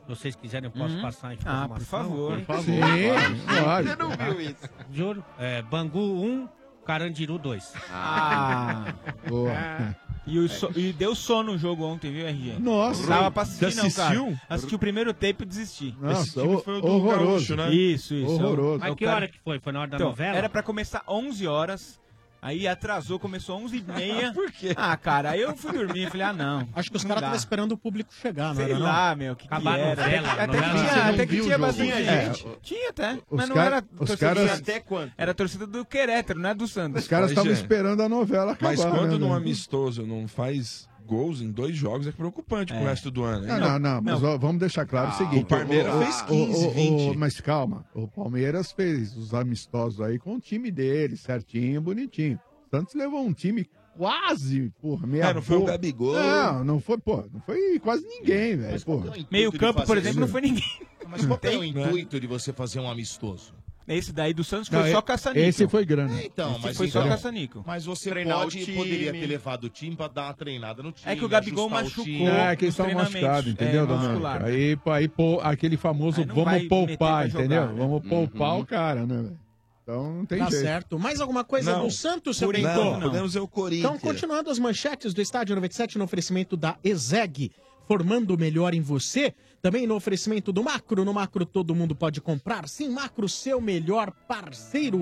Se vocês quiserem, eu posso
Hum.
passar a informação.
Ah, por favor.
ok?
Por favor. Sim,
claro.
Você não viu isso.
Juro. Ah, É, Bangu 1, Carandiru 2.
Ah.
É.
E, o so- e deu sono o jogo ontem, viu, RG?
Nossa.
Não dava pra assistir,
Você
não, cara.
assistiu?
Assisti o primeiro tempo e desisti.
Nossa, Esse time foi o do horroroso. Gaúcho, né?
Isso, isso.
Horroroso.
É o-
Mas
é o
que
cara-
hora que foi? Foi na hora da
Então,
novela?
Era pra começar 11 horas.
Aí atrasou, começou 11h30.
Por quê?
Ah, cara, aí eu fui dormir. Falei, ah, não.
Acho que os
não
caras
dá.
estavam esperando o público chegar, não
Sei
era, não?
lá, meu, que que
Acabar a
era.
novela,
Até- até
novela.
que
Você
tinha,
não
até que
viu o
tinha
jogo.
bastante
É.
gente. Tinha até,
Os
mas não
cara-
era
os
torcida
caras-
do- até quanto? Era torcida do Querétaro, não é do Santos.
Os caras estavam esperando a novela acabar.
Mas quando num
né, velho?
amistoso não faz gols em dois jogos, é preocupante pro resto do ano. hein?
Não, não, não, mas ó, vamos deixar claro
Ah,
o seguinte.
o Palmeiras
o-
fez
o-
15,
o- o-
20.
mas calma, o Palmeiras fez os amistosos aí com o time dele, certinho, bonitinho. O Santos levou um time quase, porra, meia
Ah, não foi o
boca.
Gabigol.
Não, não foi, pô, não foi quase ninguém, velho,
é
porra.
Meio campo, por exemplo, não foi ninguém.
Mas qual é o
Tem,
intuito de você fazer um amistoso?
Esse daí do Santos
Não,
foi
e-
só caçanico.
esse foi
grana.
É, então,
Esse
mas
foi só
então-
caçanico.
Mas você
Treinar o
pode,
time.
poderia ter levado o time pra dar uma treinada no time.
É que o Gabigol
ajustar o
machucou.
time.
É, que eles estavam machucados, entendeu, é,
muscular.
Aí, pô, aí pô, aquele famoso
né?
vamos
vai
poupar,
meter pra
entendeu?
jogar, né?
Vamos poupar
Uhum.
o cara, né, velho? Então não tem
tá
jeito.
certo. Mais alguma coisa
Não.
do Santos, seu
Corinthians,
Bento?
não. Podemos ver o Corinthians.
Então, continuando as manchetes do Estádio 97 no oferecimento da ESEG, formando o melhor em você. Também no oferecimento do Macro. No Macro todo mundo pode comprar. Sim, Macro, seu melhor parceiro.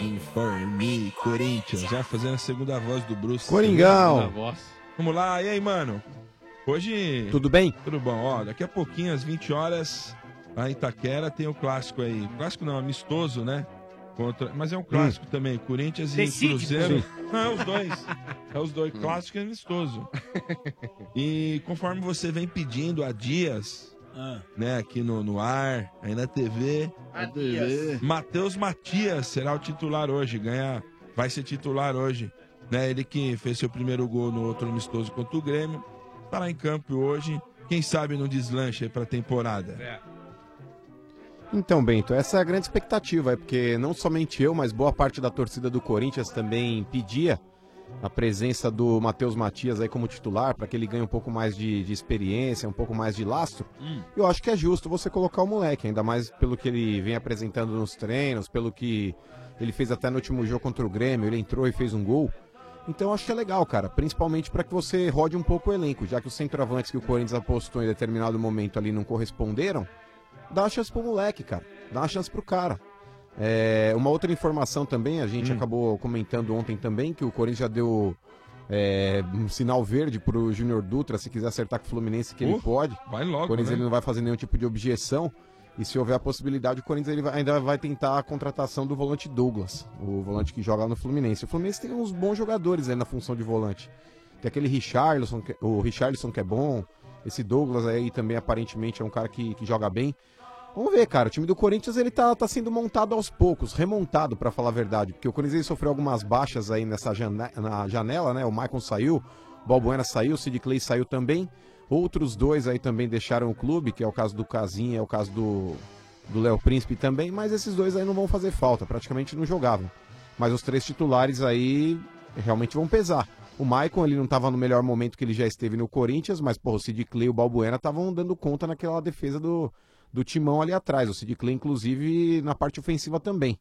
Informe Corinthians. Já fazendo a segunda voz do Bruce.
Coringão.
Segunda voz. Vamos lá, e aí, mano? Hoje.
Tudo bem?
Tudo bom. Ó, daqui a pouquinho, às 20 horas, lá em Itaquera tem o clássico aí. Clássico não, amistoso, né? Contra... Mas é um
Hum.
clássico também. Corinthians e
Decide,
Cruzeiro.
Bruno.
Não, é os dois. É os dois. Clássico e amistoso. E conforme você vem pedindo há dias,
Ah.
né, aqui no, no ar, aí na TV.
É
Na TV.
Matheus Matias será o titular hoje, ganha, vai ser titular hoje. Né? Ele que fez seu primeiro gol no outro amistoso contra o Grêmio, estará em campo hoje. Quem sabe não deslancha aí pra temporada.
Então, Bento, essa é a grande expectativa, é porque não somente eu, mas boa parte da torcida do Corinthians também pedia a presença do Matheus Matias aí como titular, para que ele ganhe um pouco mais de, de experiência, um pouco mais de lastro. Eu acho que é justo você colocar o moleque, ainda mais pelo que ele vem apresentando nos treinos, pelo que ele fez até no último jogo contra o Grêmio, ele entrou e fez um gol. Então eu acho que é legal, cara, principalmente para que você rode um pouco o elenco, já que os centroavantes que o Corinthians apostou em determinado momento ali não corresponderam, dá uma chance pro moleque, cara. Dá uma chance pro cara. É, uma outra informação também, a
Hum.
gente acabou comentando ontem também, que o Corinthians já deu é, um sinal verde pro Júnior Dutra, se quiser acertar com o Fluminense, que ele
Uh,
pode.
vai logo,
O Corinthians
né?
ele não vai fazer nenhum tipo de objeção. E se houver a possibilidade, o Corinthians ele vai- ainda vai tentar a contratação do volante Douglas, o volante que joga lá no Fluminense. O Fluminense tem uns bons jogadores aí na função de volante. Tem aquele Richarlison, que- o Richarlison que é bom. Esse Douglas aí também aparentemente é um cara que, que joga bem. Vamos ver, cara. O time do Corinthians ele tá, tá sendo montado aos poucos, remontado, pra falar a verdade. Porque o Corinthians ele sofreu algumas baixas aí nessa jane- na janela, né? O Maicon saiu, o Balbuena saiu, o Sid Clay saiu também. Outros dois aí também deixaram o clube, que é o caso do Casinha, é o caso do do Léo Príncipe também, mas esses dois aí não vão fazer falta, praticamente não jogavam. Mas os três titulares aí realmente vão pesar. O Maicon, ele não estava no melhor momento que ele já esteve no Corinthians, mas porra, o Sid Clay e o Balbuena estavam dando conta naquela defesa do, do timão ali atrás. O Sid Clay, inclusive, na parte ofensiva também.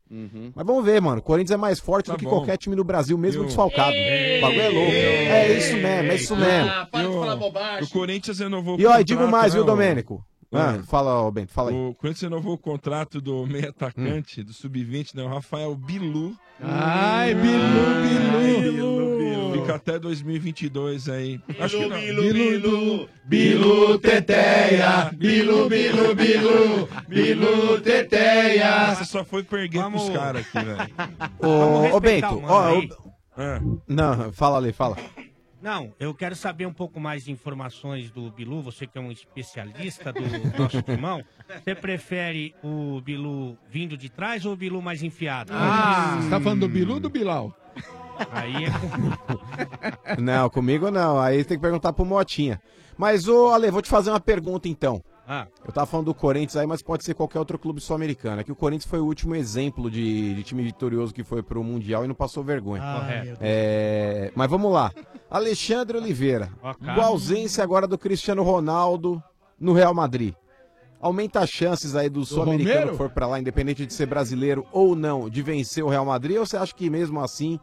Mas vamos ver, mano. O Corinthians é mais forte
Tá
do que
bom.
qualquer time do Brasil, mesmo
Eu-
desfalcado. O bagulho é louco. É isso mesmo, é isso mesmo.
de falar bobagem. O Corinthians renovou né,
E ó, e digo mais, viu,
não?
Domênico? Ah,
É.
fala, ó, Bento, fala aí.
O Corinthians renovou o contrato do meio atacante do sub-20, né? O Rafael Bilu. Ah,
Ai, Bilu,
Bilu, Fica até 2022 aí. Acho que não.
Bilu, Bilu, teteia, Bilu, Bilu, Bilu, Bilu, teteia.
Você só foi perder pros caras aqui, velho.
Ô, ô,
respeitar
Bento,
o mano
ó.
aí. Ah.
ô- Não, fala ali, fala.
Não, eu quero saber um pouco mais de informações do Bilu, você que é um especialista do nosso timão. Você prefere o Bilu vindo de trás ou o Bilu mais enfiado?
Ah.
Você tá falando do Bilu ou do Bilau?
Aí é
Não, comigo não. Aí tem que perguntar pro Motinha. Mas, ô, Ale, vou te fazer uma pergunta então.
Ah.
Eu tava falando do Corinthians aí, mas pode ser qualquer outro clube sul-americano. É que o Corinthians foi o último exemplo de, de time vitorioso que foi pro Mundial e não passou vergonha.
Ah, Correto. meu Deus.
É, mas vamos lá. Alexandre Oliveira.
Ó,
Com
cara.
a ausência agora do Cristiano Ronaldo no Real Madrid. Aumenta as chances aí do sul-americano
Romero?
que for pra lá, independente de ser brasileiro ou não, de vencer o Real Madrid? Ou você acha que mesmo assim,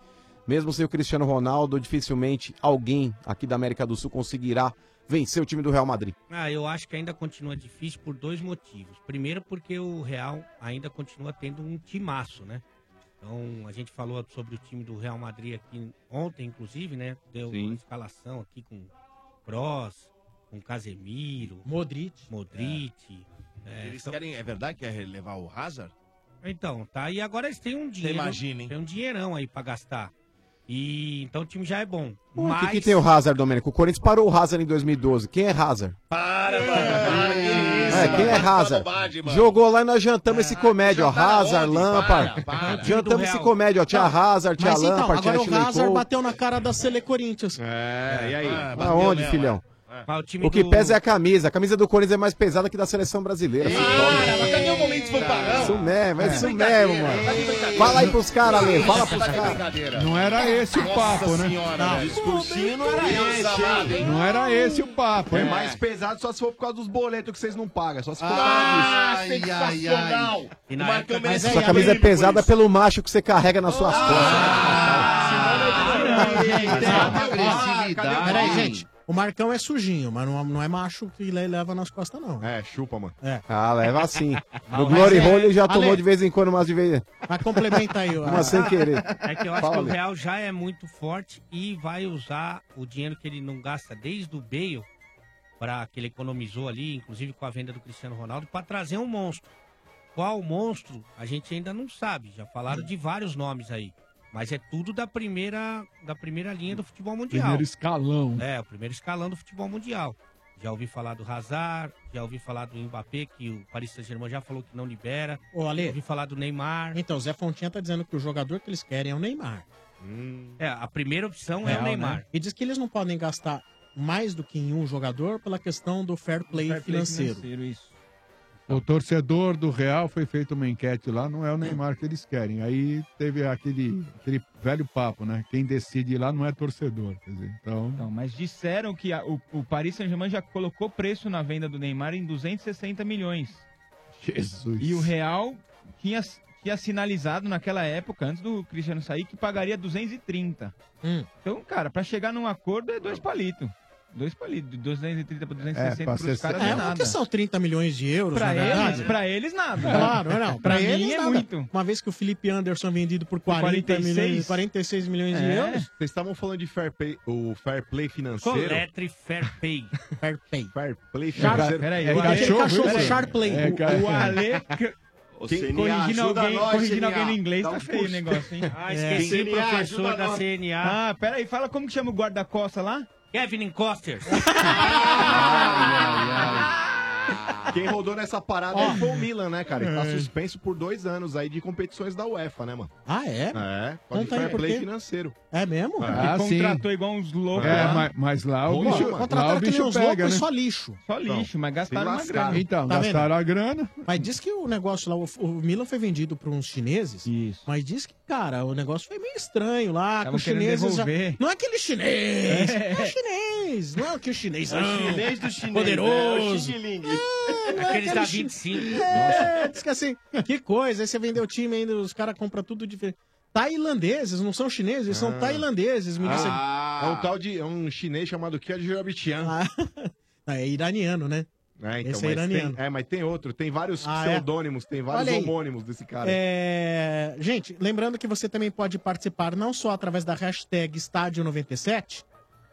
mesmo sem o Cristiano Ronaldo, dificilmente alguém aqui da América do Sul conseguirá vencer o time do Real Madrid?
Ah, eu acho que ainda continua difícil por dois motivos. Primeiro, porque o Real ainda continua tendo um timaço, né? Então, a gente falou sobre o time do Real Madrid aqui ontem, inclusive, né? Deu
Sim.
uma escalação aqui com Kroos, com Casemiro.
Modric.
Modric. É,
Eles
são-
querem, é verdade que é levar o Hazard?
Então, tá. E agora eles têm um dinheiro.
imagina,
Tem um dinheirão aí pra gastar. E então o time já é bom.
O
mas...
que, que tem o Hazard, Domênico? O Corinthians parou o Hazard em 2012. Quem é Hazard?
É.
Para, para, que isso,
É, quem é
mano?
Hazard?
Bobagem, mano.
Jogou lá e nós jantamos esse comédia, ó.
jantaram
Hazard,
É, onde?
Lampard.
Para, para.
Jantamos esse
Real.
comédia, ó. Tinha
Não,
Hazard, tinha
Mas então,
Lampard,
agora
tinha
o Hazard
Chile
bateu na cara da Sele Corinthians.
É,
e aí?
Ah,
Aonde, filhão?
Mas o time
O que
do-
pesa é a camisa. A camisa do Corinthians é mais pesada que da seleção brasileira. né?
Cadê o momento fanfarrão?
Isso mesmo, é isso mesmo,
é
mano. Fala aí pros caras, Ale. Fala pros
Tá de
caras.
brincadeira.
Não era esse o papo, né?
Não,
discursinho não
era esse, hein?
Não era esse o papo,
É
hein?
mais pesado só se for por causa dos boletos que vocês não pagam. Só se for por
Ah,
causa disso.
sensacional.
E
O
na
Marcão
época-
merece
Sua camisa é pesada pelo macho que você carrega nas suas
Ah.
Ah,
agressividade. Peraí, gente. O Marcão é sujinho, mas não, não é macho que le- leva nas costas, não.
É, chupa, mano.
É.
Ah, leva assim.
Não,
No
mas
Glory
é-
Hole ele já
Ale.
tomou de vez em quando umas de vez.
Mas complementa aí, ó.
Uma sem querer.
É que eu acho
Fala,
que o
Ale.
Real já é muito forte e vai usar o dinheiro que ele não gasta desde o Bale, pra, que ele economizou ali, inclusive com a venda do Cristiano Ronaldo, para trazer um monstro. Qual monstro, a gente ainda não sabe. Já falaram de vários nomes aí. Mas é tudo da primeira, da primeira linha do futebol mundial.
Primeiro escalão.
É, o primeiro escalão do futebol mundial. Já ouvi falar do Hazard, já ouvi falar do Mbappé, que o Paris Saint-Germain já falou que não libera.
Ô, Ale.
Ouvi falar do Neymar.
Então, o Zé Fontinha tá dizendo que o jogador que eles querem é o Neymar.
É, a primeira opção é
Real,
o Neymar.
né? E diz que eles não podem gastar mais do que em um jogador pela questão do fair play,
fair play
financeiro.
financeiro, isso.
O torcedor do Real foi feita uma enquete lá, não é o Neymar que eles querem. Aí teve aquele, aquele velho papo, né? Quem decide lá não é torcedor. Quer dizer, então.
Não, mas disseram que a- o, o Paris Saint-Germain já colocou preço na venda do Neymar em 260 milhões.
Jesus.
E o Real tinha, tinha sinalizado naquela época, antes do Cristiano sair, que pagaria 230.
Hum.
Então, cara, pra chegar num acordo é dois palitos. Dois palitos, de 230 pra 260
pra
pros caras é,
é,
nada.
porque são 30 milhões de euros,
Pra
na verdade.
eles, pra eles nada.
Claro, não. Pra,
Pra mim
eles
é
nada.
muito.
Uma vez que o Felipe Anderson é vendido por 40
46.
milhões, 46 milhões de
É.
euros.
Vocês estavam falando de fair play, o fair play financeiro.
Coletre Fair Pay.
fair Pay.
Fair play
Char-
financeiro.
Peraí, o Ale- Peraí.
É,
O- O Ale. que-
Quem-
Corrigindo alguém, corrigindo alguém no inglês,
Dá
tá
um
feio o
curso.
negócio, hein?
É.
Ah, esqueci o CNA, professor ajuda da nós. CNA.
Ah, peraí, fala como que chama o guarda-costa lá?
Kevin Costers.
Quem rodou nessa parada
Ó.
aí foi o Milan, né, cara? Ele tá
É.
suspenso por dois anos aí de competições da UEFA, né, mano?
Ah, é?
É, pode
Conta aí
fair
por
play
quê.
financeiro.
É mesmo?
Ah,
que
sim.
contratou igual uns loucos.
É,
né?
lá.
mas, mas lá o
Pô,
bicho,
mano.
lá o
que nem
bicho
uns
pega,
loucos,
né?
Só lixo. Então,
Só lixo, mas gastaram uma grana. Tá
Então, gastaram a grana.
Mas diz que o negócio lá, o, o Milan foi vendido para uns chineses.
Isso.
Mas diz que, cara, o negócio foi meio estranho lá. que
Tavam
os chineses.
querendo devolver.
Não é aquele chinês.
É.
É chinês. Não é aquele chinês.
É o
um
não.
chinês do chinês,
Poderoso.
né? É o
É, não é
Aqueles
aquele
da
chi-
25.
É, diz que assim, que coisa. Aí você vendeu o time ainda, os caras compram tudo diferente. Tailandeses, não são chineses, eles são
Ah.
tailandeses. Me disse.
Ah, é um tal de. É um chinês chamado Kia Jorabitian.
Ah, é iraniano, né?
É, então,
Esse é
mas
iraniano.
Tem, é, mas tem outro, tem vários
Ah, é?
pseudônimos, tem vários
Olha aí.
homônimos desse cara.
É, Gente, lembrando que você também pode participar não só através da hashtag Estádio97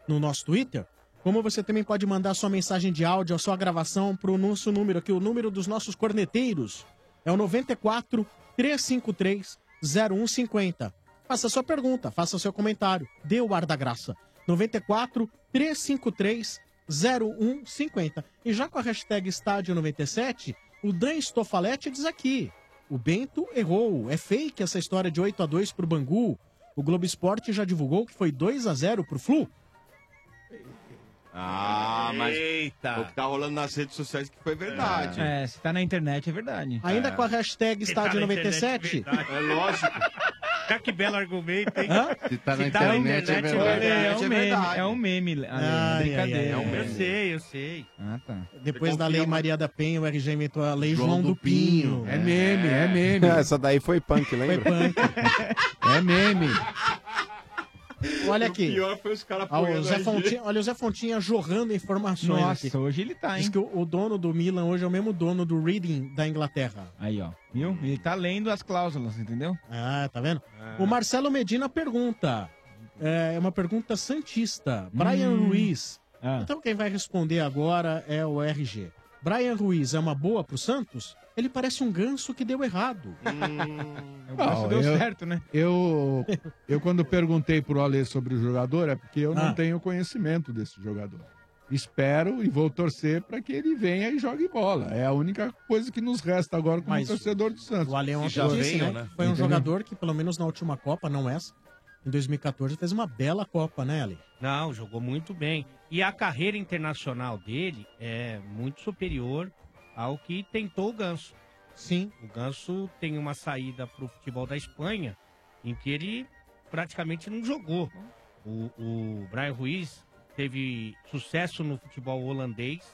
no nosso Twitter, como você também pode mandar sua mensagem de áudio, a sua gravação para o nosso número aqui, o número dos nossos corneteiros é o 94 353 0150. Faça sua pergunta, faça seu comentário, dê o ar da graça. 94 353 0150. E já com a hashtag Estádio 97, o Dan Stofalete diz aqui: o Bento errou. É fake essa história de 8 a 2 pro Bangu. O Globo Esporte já divulgou que foi 2 a 0 pro Flu.
Ah, mas o que tá rolando nas redes sociais que foi verdade. tá
É, se tá na internet é verdade.
Ainda com a hashtag
tá
Estádio 97.
É lógico.
Já que belo argumento, hein?
Hã?
Se
tá na
internet, é verdade. É um meme, é um meme. Ale,
Ai,
brincadeira.
ai, ai, ai.
Eu sei, eu sei.
Ah, tá.
Depois da Lei Maria da Penha, o RG inventou a Lei João, do Pinho.
né? É meme, é meme.
Essa daí foi punk, lembra?
Foi punk.
É meme.
Olha
E o
aqui.
pior foi os caras
Ah, o
apoiando a
Zé
RG.
Fontinha, Olha o Zé Fontinha jorrando informações
Nossa,
aqui.
hoje ele tá, hein?
Diz que o, o dono do Milan hoje é o mesmo dono do Reading da Inglaterra.
Aí, ó. Viu? Ele tá lendo as cláusulas, entendeu?
Ah, tá vendo?
Ah.
O Marcelo Medina pergunta. É é uma pergunta santista. Brian
Hum.
Ruiz.
Ah.
Então quem vai responder agora é o RG. Brian Ruiz é uma boa pro Santos? Ele parece um ganso que deu errado.
É o
Não, eu-
né?
Eu, eu quando perguntei pro Ale sobre o jogador, é porque eu não
Ah.
tenho conhecimento desse jogador. Espero e vou torcer para que ele venha e jogue bola. É a única coisa que nos resta agora como
Mas
torcedor do Santos.
O Leão já né? Foi um jogador que, pelo menos na última Copa, não essa, em 2014, fez uma bela Copa, né, Ali?
Não, jogou muito bem. E a carreira internacional dele é muito superior ao que tentou o Ganso.
Sim.
O Ganso tem uma saída para o futebol da Espanha em que ele praticamente não jogou. O, o Brian Ruiz teve sucesso no futebol holandês,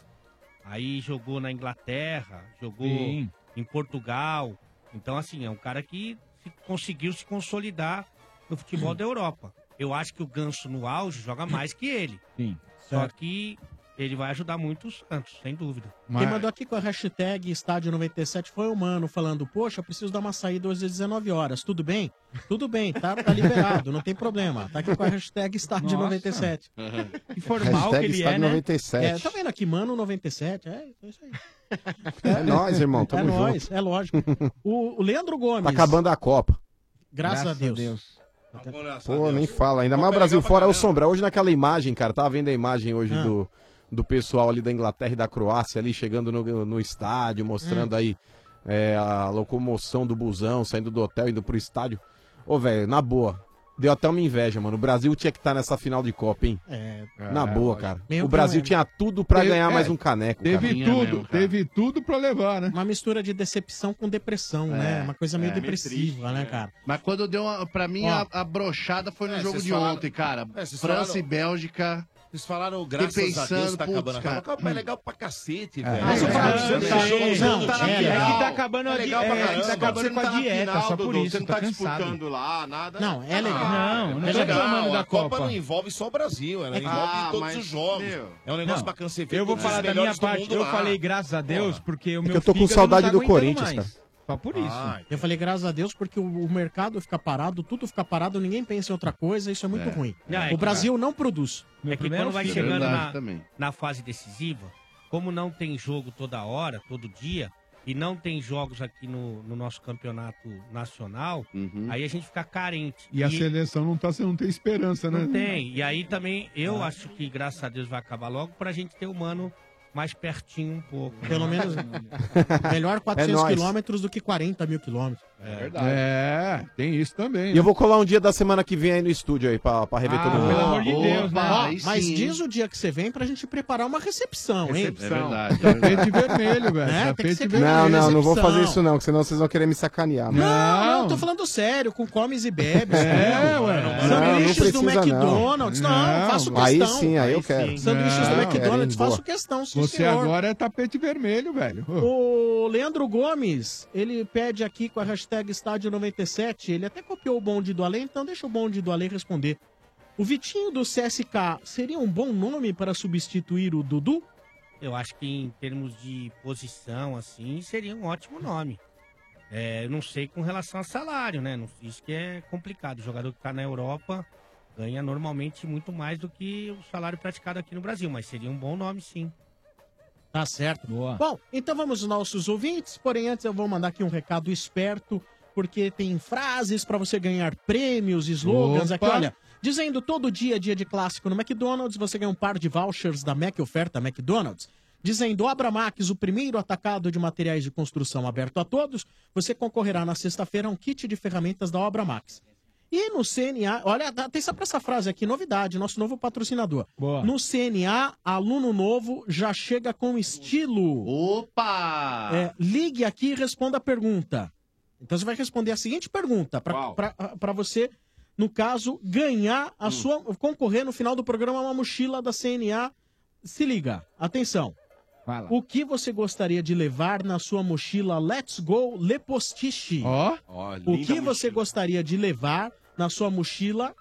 aí jogou na Inglaterra, jogou
Sim.
em Portugal. Então, assim, é um cara que se- conseguiu se consolidar no futebol da Europa. Eu acho que o Ganso no auge joga mais que ele.
Sim.
Só que ele vai ajudar muito o Santos, sem dúvida.
Quem mandou aqui com a hashtag Estádio 97 foi o Mano, falando, poxa, preciso dar uma saída hoje às 19 horas. Tudo bem? Tudo bem, tá, tá liberado, não tem problema. Tá aqui com a hashtag Estádio
Nossa.
97.
Que formal que ele é, né?
É, tá vendo aqui, Mano 97? É, é isso aí.
É nóis, irmão,
é
tamo junto.
nóis, é lógico. O, o Leandro Gomes.
Tá acabando a Copa.
Graças, a Deus.
Pô, nem fala. Ainda mais o Brasil fora é o Sombra. Hoje naquela imagem, cara, tava vendo a imagem hoje
Ah.
do, do pessoal ali da Inglaterra e da Croácia ali chegando no, no estádio, mostrando
Hum.
aí é, a locomoção do busão, saindo do hotel, indo pro estádio. Ô, velho, na boa. Deu até uma inveja, mano. O Brasil tinha que estar nessa final de Copa, hein?
É.
Na
É,
boa,
lógico.
cara.
Meio
o Brasil
que-
tinha tudo pra
Teve-
ganhar
é,
mais um caneco.
teve
cara.
tudo, teve tudo pra levar, né?
Uma mistura de decepção com depressão, né? Uma coisa meio
É, meio
depressiva,
triste,
né, cara?
Mas quando deu, uma, pra mim,
Ó.
a, a brochada foi no
É,
jogo
vocês
de
falaram-
ontem, cara.
É, vocês
França
falaram-
e Bélgica.
Vocês falaram,
Fiquei
graças a Deus,
pensando,
tá acabando
putz,
a Copa.
cara. Hum.
A Copa é legal pra cacete, velho.
Mas o
É,
Brasil
cara,
tá
tá
bem,
bem,
não,
não tá na
é,
final.
é que tá
acabando a
É
di-
legal pra
é,
caramba.
tá acabando
Você não
com a
tá na
dieta,
final,
só por
Dodô,
isso,
Você não
tá
tá
cansado.
disputando lá, nada.
Não, é legal.
Não, não
é
tô reclamando
legal.
da
A Copa
Copa.
não envolve só o Brasil, ela
É que- Ah,
envolve todos
mas,
os jogos.
meu.
É um negócio bacana ser feito.
Eu vou
com
falar da
os
minha
melhores do
parte.
mundo
Eu
lá.
falei graças a Deus, porque o meu
É eu tô com
fígado
saudade
não
do
tá aguentando
Corinthians,
mais.
cara.
Só por isso.
Eu falei, graças a Deus, porque o, o mercado fica parado, tudo fica parado, ninguém pensa em outra coisa, isso é muito
É.
ruim.
Não, é
o
que-
Brasil não produz.
É que quando vai chegando na,
também.
na fase decisiva, como não tem jogo toda hora, todo dia, e não tem jogos aqui no, no nosso campeonato nacional, aí a gente fica carente.
E a seleção não, tá, não tem esperança, né?
não
Hum.
tem. E aí também,
Ah.
eu acho que, graças a Deus, vai acabar logo pra gente ter o Mano mais pertinho um pouco. né?
Pelo menos, melhor 400
nóis.
quilômetros do que 40 mil quilômetros.
É
verdade.
É, tem isso também. Ah,
E eu vou colar um dia da semana que vem aí no estúdio aí pra, pra rever todo mundo. né?
Ó, mas diz o dia que você vem pra gente preparar uma recepção,
Recepção. É
hein?
verdade, é verdade. Tapete vermelho,
velho. Né? Tem que ser
Não, não, não vou
recepção.
fazer isso não, que senão vocês vão querer me sacanear. mano.
Não, não, tô falando sério, com comes e bebes.
É,
com
ué. Não, não
Sanduíches
precisa,
do
não.
McDonald's. Não,
Não.
faço questão.
Aí sim, aí eu quero.
Sanduíches do
Não,
McDonald's,
querem,
faço
boa.
questão, sim,
Você
senhor.
agora é tapete vermelho, velho.
O Leandro Gomes, ele pede aqui com a hashtag Estádio 97, ele até copiou o bonde do Ale, então deixa o bonde do Ale responder. O Vitinho do CSK seria um bom nome para substituir o Dudu?
Eu acho que em termos de posição, assim, seria um ótimo nome. É, eu não sei com relação a salário, né? Não- Isso que é complicado. O jogador que está na Europa ganha normalmente muito mais do que o salário praticado aqui no Brasil, mas seria um bom nome, sim.
Tá certo.
Boa.
Bom, então vamos aos nossos ouvintes, porém antes eu vou mandar aqui um recado esperto, porque tem frases para você ganhar prêmios, slogans
Opa.
aqui, olha. Dizendo todo dia dia de clássico no McDonald's, você ganha um par de vouchers da Mac Oferta McDonald's. Dizendo Obra Max, o primeiro atacado de materiais de construção aberto a todos, você concorrerá na sexta-feira a um kit de ferramentas da Obra Max. E no CNA, olha, tá atenção para essa frase aqui, novidade, nosso novo patrocinador. No CNA, aluno novo já chega com estilo. É,
Opa!
ligue aqui e responda a pergunta. Então você vai responder a seguinte pergunta para você, no caso, ganhar a sua. concorrer no final do programa a uma mochila da CNA. Se liga, atenção. O que você gostaria de levar na sua mochila Let's Go Le Postiche?
Ó.
Ó,
O
linda
que você gostaria de levar na sua mochila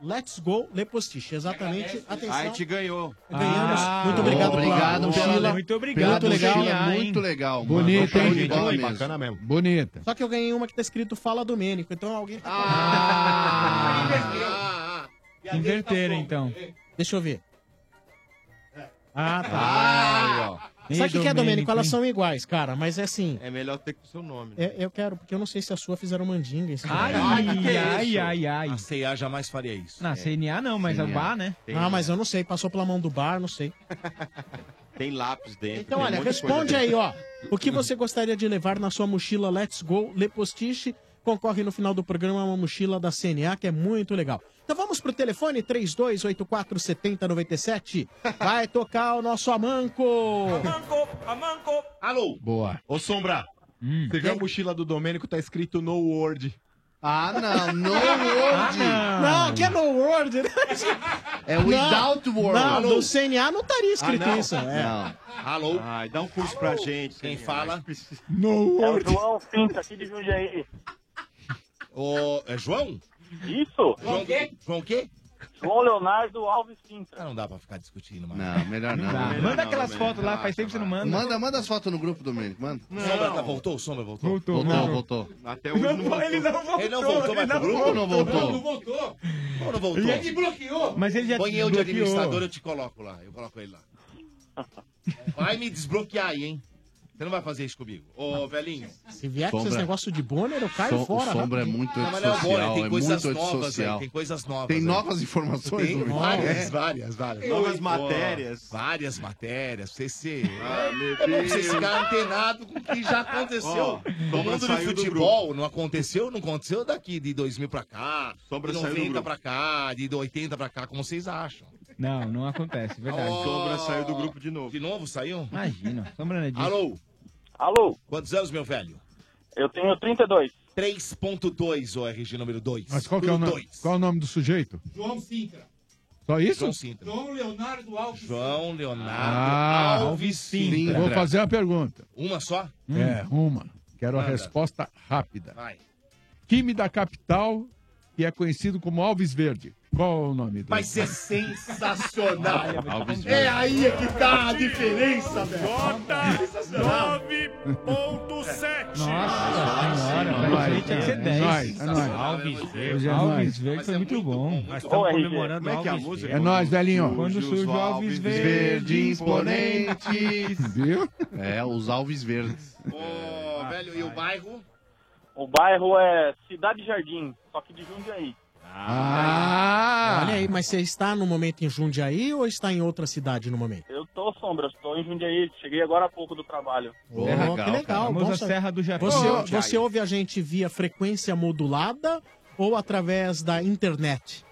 Let's Go Lepostiche. Exatamente. Atenção.
Aí te ganhou.
Ganhamos.
Ah,
muito obrigado,
Ah, obrigado
pela
pela-
mochila.
muito obrigado,
Muito legal.
mochilinha, hein? Muito legal, mano.
Bonita,
Show de
hein?
bola mesmo. Bacana mesmo.
Bonita.
Só que eu ganhei uma que tá escrito Fala Domênico. Então alguém tá.
Ah.
Ah,
Inverteram, então.
Deixa eu ver. Ah, tá.
Ah, aí, ó.
Sabe o que, que é, Domênico?
Domênico,
Elas
hein?
são iguais, cara, mas é assim.
É melhor ter com o seu nome.
é- eu quero, porque eu não sei se a sua fizeram mandinga. em cima.
Ai, ai, ai, ai.
A CA jamais faria isso.
Na CNA não, mas
é.
a bar, né?
Ah, mas eu não sei. Passou pela mão do bar, não sei.
Tem lápis dentro.
Então,
tem um
olha,
monte de coisa
responde aí,
dentro. Ah,
ó. O que você gostaria de levar na sua mochila Let's Go Lepostiche? Concorre no final do programa uma mochila da CNA, que é muito legal. Então vamos pro telefone 3284 7097. Vai tocar o nosso Amanco.
Amanco!
Alô?
Boa.
Ô, Sombra, você viu a mochila do Domênico, tá escrito no Word.
Ah, não, no
Word.
não. que é no Word. né?
É without
Não,
Word.
Não,
Alô?
do CNA não estaria escrito
Ah, não.
isso. É.
Alô? Ai, dá um curso pra gente. Quem fala?
No
É o João Cinta, aqui de Jundiaí.
Ô, é João?
Isso.
João o quê? João o quê?
João Leonardo Alves Cinta.
Ah, não dá pra ficar discutindo mais.
Não, melhor
Tá.
não.
Manda
Melhor não,
aquelas
Domênico.
fotos lá, faz
tempo que você não manda. Manda, manda as fotos no grupo, Domênico, manda.
Sombra tá- voltou? Sombra voltou?
Voltou, voltou.
Até
hoje
não voltou. Ele não voltou. Ele não voltou mais pro grupo?
Não voltou.
Não voltou. Como não voltou?
Ele te
bloqueou.
Mas ele já
Põe
te
eu de
desbloqueou.
administrador, eu te coloco lá. Eu coloco ele lá. Vai me desbloquear aí, hein? Você não vai fazer isso comigo. Ô, velhinho.
Se vier com esses
Sombra.
negócios de Bonner, eu caio
Som- o
fora.
Sombra é
rapidinho.
muito
Ah,
Não, mas não é
antissocial,
Bonner,
é muito antissocial.
Tem coisas novas.
Tem
aí.
novas informações,
Tem
Domênico?
várias,
É.
várias, várias.
Novas
Pô,
matérias.
Várias matérias. Pra Você se...
Ah, meu
pra Você
Deus.
ficar antenado com o que já aconteceu.
Ó,
no
Sombra
mundo do
saiu do
futebol, não aconteceu, não aconteceu daqui de 2000 pra cá,
Sombra
de
saiu do
90
grupo.
pra cá, de 80 pra cá, como vocês acham.
Não, não acontece, é verdade.
saiu do grupo de novo. De novo saiu?
Imagina, sombra não é disso.
Alô?
Alô?
Quantos anos, meu velho?
Eu tenho 32.
3.2, o RG número 2.
Mas qual que é o nome? Qual é o nome do sujeito?
João Sintra.
Só isso?
João Sintra. João Leonardo Alves. João Leonardo
Ah,
Alves Sintra.
Vou fazer uma pergunta.
Uma só?
É, uma. Quero a
Manda.
resposta rápida.
Vai.
Time da capital que é conhecido como Alves Verde. Qual é o nome? do-
Vai ser sensacional.
Alves
é aí é que tá a diferença, velho.
Sensacional. 9.7.
Nossa senhora,
É
pra
nóis,
gente tinha que ser
é
10.
nóis, é nóis.
Alves
Hoje
Verde.
é
Alves
nóis.
Verde foi muito bom.
Nós estamos comemorando Como é que é a Alves música? Verde. É nóis, velhinho.
Quando surge o Alves
Verde
Verde,
imponentes.
Viu?
É, os Alves Verdes.
Ô, velho, e o bairro?
O bairro é Cidade Jardim, só que de Jundiaí.
Ah!
Olha aí, mas você está no momento em Jundiaí ou está em outra cidade no momento?
Eu tô sombra, estou em Jundiaí, cheguei agora há pouco do trabalho.
Ó, que É legal.
Famosa
bom saber.
Serra do Japi.
Você, é
Jundiaí.
você ouve a gente via frequência modulada ou através da internet?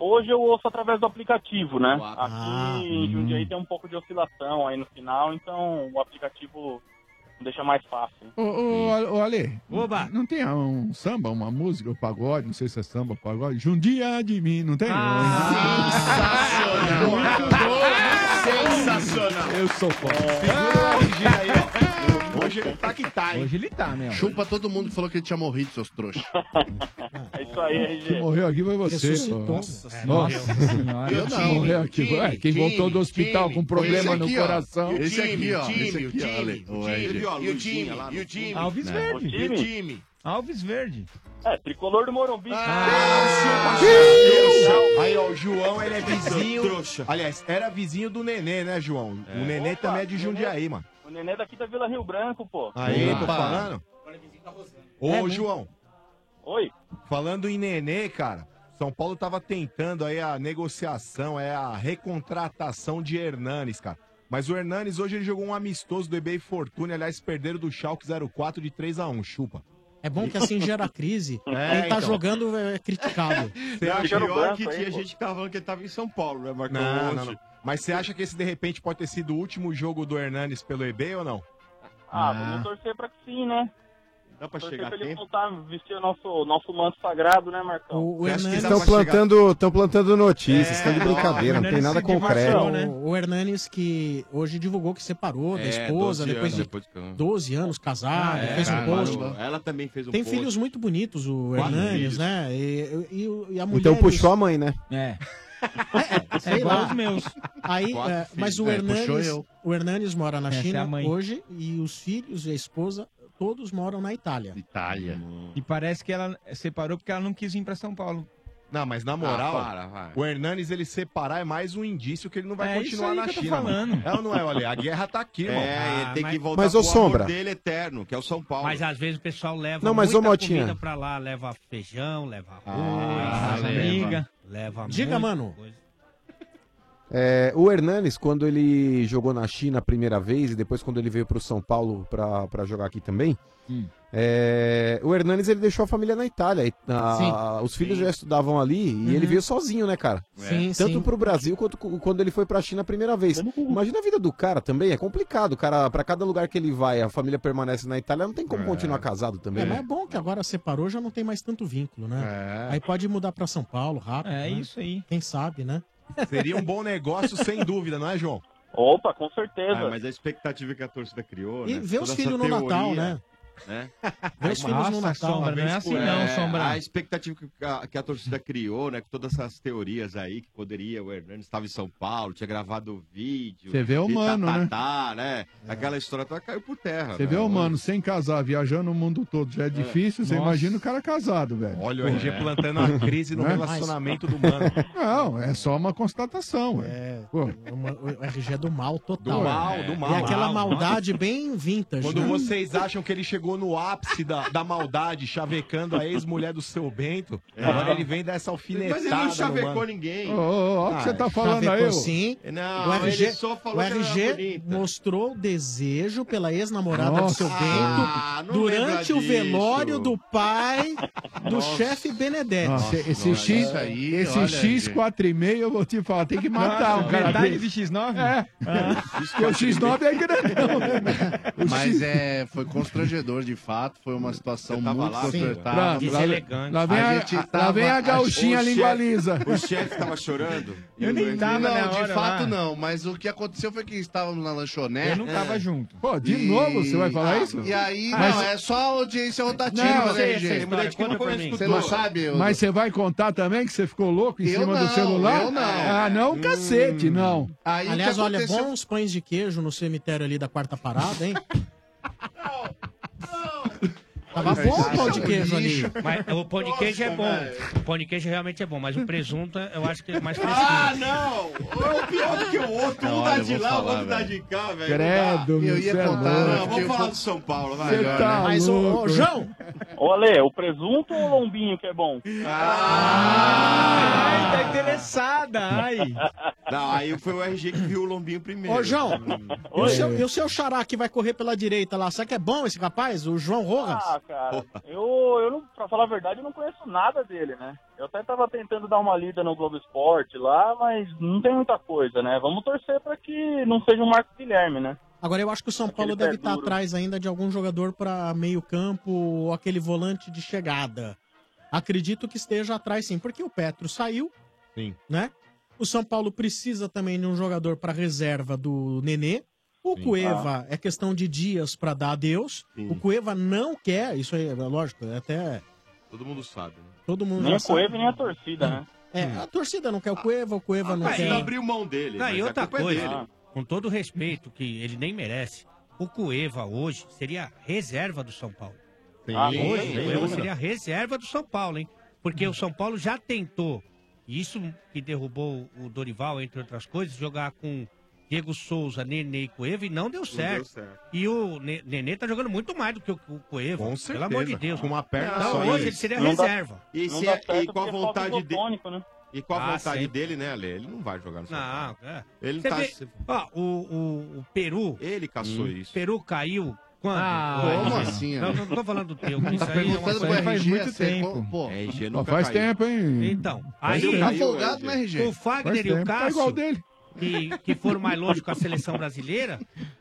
Hoje eu ouço através do aplicativo, né? Aqui em Jundiaí tem um pouco de oscilação aí no final, então o aplicativo deixa mais fácil.
Ô, ô, ô, Ale, não tem um samba, uma música, um pagode, não sei se é samba, pagode, Jundia de mim, não tem?
Ah,
Sensacional.
Sensacional.
Eu
um
sou foda.
Hoje ele tá que tá, hein? Hoje
ele tá mesmo.
Chupa todo mundo que falou que ele tinha morrido, seus trouxas.
É isso aí,
Quem morreu aqui foi você.
Ressuscitou.
pô.
Nossa
Nossa,
senhora.
senhora.
Eu
Quem
não.
morreu aqui.
Time,
Ué, quem
time,
voltou do hospital com problema
Esse
no
aqui, ó.
coração.
Esse aqui, ó.
time,
Esse
o
aqui, ó. Ale. Ô, RG.
E o time, e o time.
Alves
Né?
Verde.
E o time.
Alves Verde.
É, tricolor do Morumbi.
Ah,
Aí, ó, o João, ele é vizinho. Aliás, era vizinho do Nenê, né, João? O Nenê também é de Jundiaí, mano.
O neném daqui da Vila Rio Branco, pô.
Aí, tô falando. Ô,
É, né?
João.
Oi.
Falando em Nenê, cara, São Paulo tava tentando aí a negociação, é a recontratação de Hernanes, cara. Mas o Hernanes hoje ele jogou um amistoso do eBay Fortuna, aliás, perderam do Schalke 04 de 3 a 1 chupa.
É bom que assim gera crise.
É,
Quem tá
então.
jogando é criticado.
Você acha
Pior
pior
que tinha gente que tava falando que ele tava em São Paulo, né, Marcão?
Não,
Ontem.
não, não. Mas você acha que esse de repente pode ter sido o último jogo do Hernanes pelo eBay ou não?
Ah, vamos torcer pra que sim, né?
É. Dá pra
Torcer
chegar a
pra ele
tempo?
voltar a vestir o nosso, nosso manto sagrado, né, Marcão?
O, o Hernani...
Estão plantando, estão plantando notícias, estão de
É,
brincadeira,
o
não tem
Hernanes
nada
se divorciou,
concreto.
né? O Hernanes que hoje divulgou que separou da
É, 12
esposa, depois
anos
de
depois que-
12 anos casado,
Ah, é,
fez um
cara,
post.
mano, Ela também fez um
Tem
post.
filhos muito bonitos, o
Quatro
Hernanes,
filhos.
né? E, e, o- e a mulher... É,
Então puxou a mãe, né?
É.
Sei
igual
lá.
os meus.
Aí,
Quatro
é, mas o
filhos. É, puxou
Hernanes,
eu.
o Hernanes mora na
Essa é
China
a mãe.
hoje e os filhos e a esposa todos moram na Itália.
Itália. E parece que ela separou porque ela não quis vir pra São Paulo.
Não, mas na moral,
Ah, para, vai.
o Hernanes ele separar é mais um indício que ele não vai
É isso
continuar
aí
na
que eu tô
China. mano.
falando. Ah,
É ou não é, olha, a guerra tá aqui,
É,
irmão.
ele tem que voltar
mas, ô,
pro
Sombra.
amor dele eterno, que é o São Paulo.
Ah, Mas às vezes o pessoal leva
Não, mas, ô,
muita
Motinha.
comida pra lá, leva feijão, leva arroz,
Ah,
leva
leva.
amiga, leva
Diga,
muita
mano.
coisa.
É, o Hernanes, quando ele jogou na China a primeira vez e depois quando ele veio pro São Paulo pra, pra jogar aqui também,
Hum.
é, o Hernanes ele deixou a família na Itália. E, a-
Sim.
os filhos
Sim.
já estudavam ali e
Uhum. É.
ele veio sozinho, né, cara?
Sim,
Tanto
sim.
pro Brasil quanto cu- quando ele foi pra China a primeira vez. Imagina a vida do cara também, é complicado. O cara, pra cada lugar que ele vai, a família permanece na Itália, não tem como continuar casado também.
É, mas
né?
é bom que agora separou, já não tem mais tanto vínculo, né?
É.
Aí pode mudar pra São Paulo rápido.
É
né?
isso
aí.
Quem sabe, né?
Seria um bom negócio, sem dúvida, não é, João?
Opa, com certeza.
Ah, mas a expectativa que a torcida criou,
E
né?
ver os
Toda
filhos
essa
no Natal,
teoria,
né?
né?
Ver os filhos no Natal. né?
Sombra, não é assim
Por-
não, Sombra.
A expectativa que a, que a torcida criou, né? Com todas essas teorias aí, que poderia, o Hernandes estava em São Paulo, tinha gravado o vídeo.
Você vê o
e
mano, né?
tá, né?
É.
Aquela história toda caiu por terra.
Você
né?
vê o mano sem casar, viajando o mundo todo, já é difícil, você
Nossa.
imagina o cara casado, velho.
Olha o
Pô,
RG
é.
plantando a crise no
Né?
relacionamento do mano.
Não, é só uma constatação, é. Pô,
Uma- o RG é do mal total.
Do mal,
É.
do mal.
E aquela
Mal.
maldade bem
Tá
vintage.
Quando
né?
vocês acham que ele chegou no ápice da, da maldade, chavecando a ex-mulher do seu Bento,
É.
agora ele vem dar essa alfinetada.
Mas ele não
no
chavecou
mano.
ninguém.
Ô, ô, ó o que você tá falando aí,
Chavecou
ô.
Sim.
Ah, é. Não,
o RG,
ele só falou
o
que ela era
RG mostrou desejo pela ex-namorada do
Nossa.
seu Bento
Ah,
não
durante
lembra
o
disso.
velório do pai do
Nossa.
chefe Benedetti.
Nossa, esse X, esse X4,5 eu vou te falar, tem que matar o cara.
Metade
desse.
de X9?
É.
Ah,
Porque o X9 é grandão, né? O
Mas
X-
é, foi constrangedor de fato, foi uma situação muito tá,
lá,
desconfortável.
Sim. Lá- lá- Deselegante. lá vem a- lá vem a gauchinha
a gente-
língua lisa.
O chefe tava chorando.
Eu nem tava, não,
na
de
hora
fato
lá.
não, mas o que aconteceu foi que estávamos na lanchonete. É.
Eu não tava
junto.
Pô, de novo você vai falar isso?
E aí,
Mas-
não, é só audiência rotativa,
Não, eu
né,
sei
gente?
essa história, conta pra mim.
Você não sabe? eu-
Mas você vai contar também que você ficou louco em
Eu
cima do
não,
celular?
eu não.
Ah, não, cacete, não.
Aí o
Aliás,
que
olha, é
aconteceu-
bons pães de queijo no cemitério ali da quarta parada, hein? Tava
Olha,
bom
isso
o pão de
é um
queijo ali.
lixo. Mas o pão de queijo é
Nossa,
bom. O pão de queijo realmente é bom, mas o presunto eu acho que é mais
Ah,
fresquinho.
não! Um é pior do que o outro. Um
Não,
dá
olha,
de
eu vou
lá, o
falar,
outro dá de
velho.
cá, velho.
Credo,
Não dá.
Eu ia meu, cê é contar, louco. né,
Vamos
tipo,
falar do São Paulo, vai.
Cê
Melhor,
tá
né?
Mas, ô, ô,
louco.
João! Ô, Ale, o presunto ou o lombinho que é bom?
Ah!
Ah,
Ai, tá interessada, ai.
Não, aí foi o RG que viu o lombinho primeiro. Hum.
Ô, João, e o
Oi.
é.
seu, e o seu xará que vai correr pela direita lá, será que é bom esse rapaz? O João Rojas?
Ah, cara, eu, eu não, pra falar a verdade, eu não conheço nada dele, né? Eu até tava tentando dar uma lida no Globo Esporte lá, mas não tem muita coisa, né? Vamos torcer pra que não seja o Marcos Guilherme, né?
Agora eu acho que o São
é
Paulo
Aquele pé
deve tá estar
duro.
atrás ainda de algum jogador para meio campo ou aquele volante de chegada. Acredito que esteja atrás sim, porque o Petro saiu,
Sim.
né? O São Paulo precisa também de um jogador para reserva do Nenê. O
Sim.
Cueva é questão de dias para dar adeus.
Sim.
O Cueva não quer, isso aí é lógico, é até
Todo mundo sabe. né?
todo mundo
Nem
já
o
sabe.
Coelho, nem a torcida, né?
É, a torcida não quer o Cueva, o Cueva não
Ah, Mas
quer.
ele abriu mão dele.
Não,
mas
e
a
outra
culpa é
coisa,
dele.
com todo o respeito que ele nem merece, o Cueva hoje seria reserva do São Paulo. Ah,
Sim,
hoje
sem
o Cueva
dúvida.
seria reserva do São Paulo, hein? Porque o São Paulo já tentou, e isso que derrubou o Dorival, entre outras coisas, jogar com Diego Souza, Nenê e Cueva e não deu certo.
deu certo.
E o Ne- Nenê tá jogando muito mais do que o o Cueva.
Com
Pelo
certeza.
amor de Deus.
Com uma perna
então,
só.
hoje
isso.
ele seria reserva.
E,
Não
se- é,
dá
e
certo
com a
porque falta um
vontade dele.
é né?
E com a
Ah,
vontade
sempre.
dele, né, Ale? Ele não vai jogar no São
Não,
Paulo.
é.
Ele
Você
tá.
vê- Ó, o, o, o Peru. Hum.
Ele caçou isso.
Peru caiu quando?
Ah,
Quando?
como assim,
Não,
né?
não tô falando do teu.
Tá
Isso aí é uma
perguntando
coisa
pro
faz
RG,
muito
você- é
tempo.
Pô,
É,
RG
Pô,
nunca
faz
caiu.
tempo, hein?
Então,
Faz
aí-
tempo.
Tá folgado, né, RG? O Fagner
Faz
e o
tempo, Tá
Cássio-
igual dele.
Que, que foram mais longe com a seleção brasileira,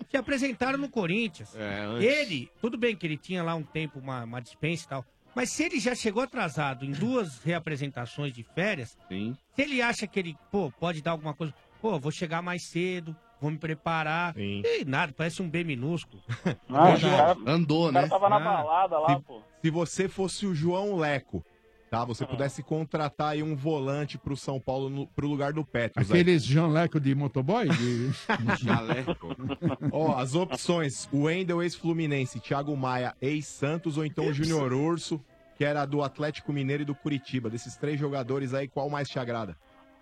Se apresentaram no Corinthians.
É, antes.
Ele, tudo bem que ele tinha lá um tempo, uma, uma dispensa e tal, mas se ele já chegou atrasado em duas reapresentações de férias,
Sim.
se ele acha que ele, pô, pode dar alguma coisa, pô, vou chegar mais cedo, vou me preparar, e nada, parece um B minúsculo.
Ah, o cara-
Andou,
o cara
né?
tava
Ah.
na
balada
lá,
se,
pô.
Se você fosse o João Leco, tá? Você pudesse contratar aí um volante pro São Paulo, no, pro lugar do Petros. aí.
Aqueles jaleco de motoboy? De...
Jaleco.
Ó, as opções: o Wendel, ex-Fluminense, Thiago Maia, ex-Santos, ou então o Júnior Urso, que era do Atlético Mineiro e do Curitiba. Desses três jogadores aí, qual mais te agrada?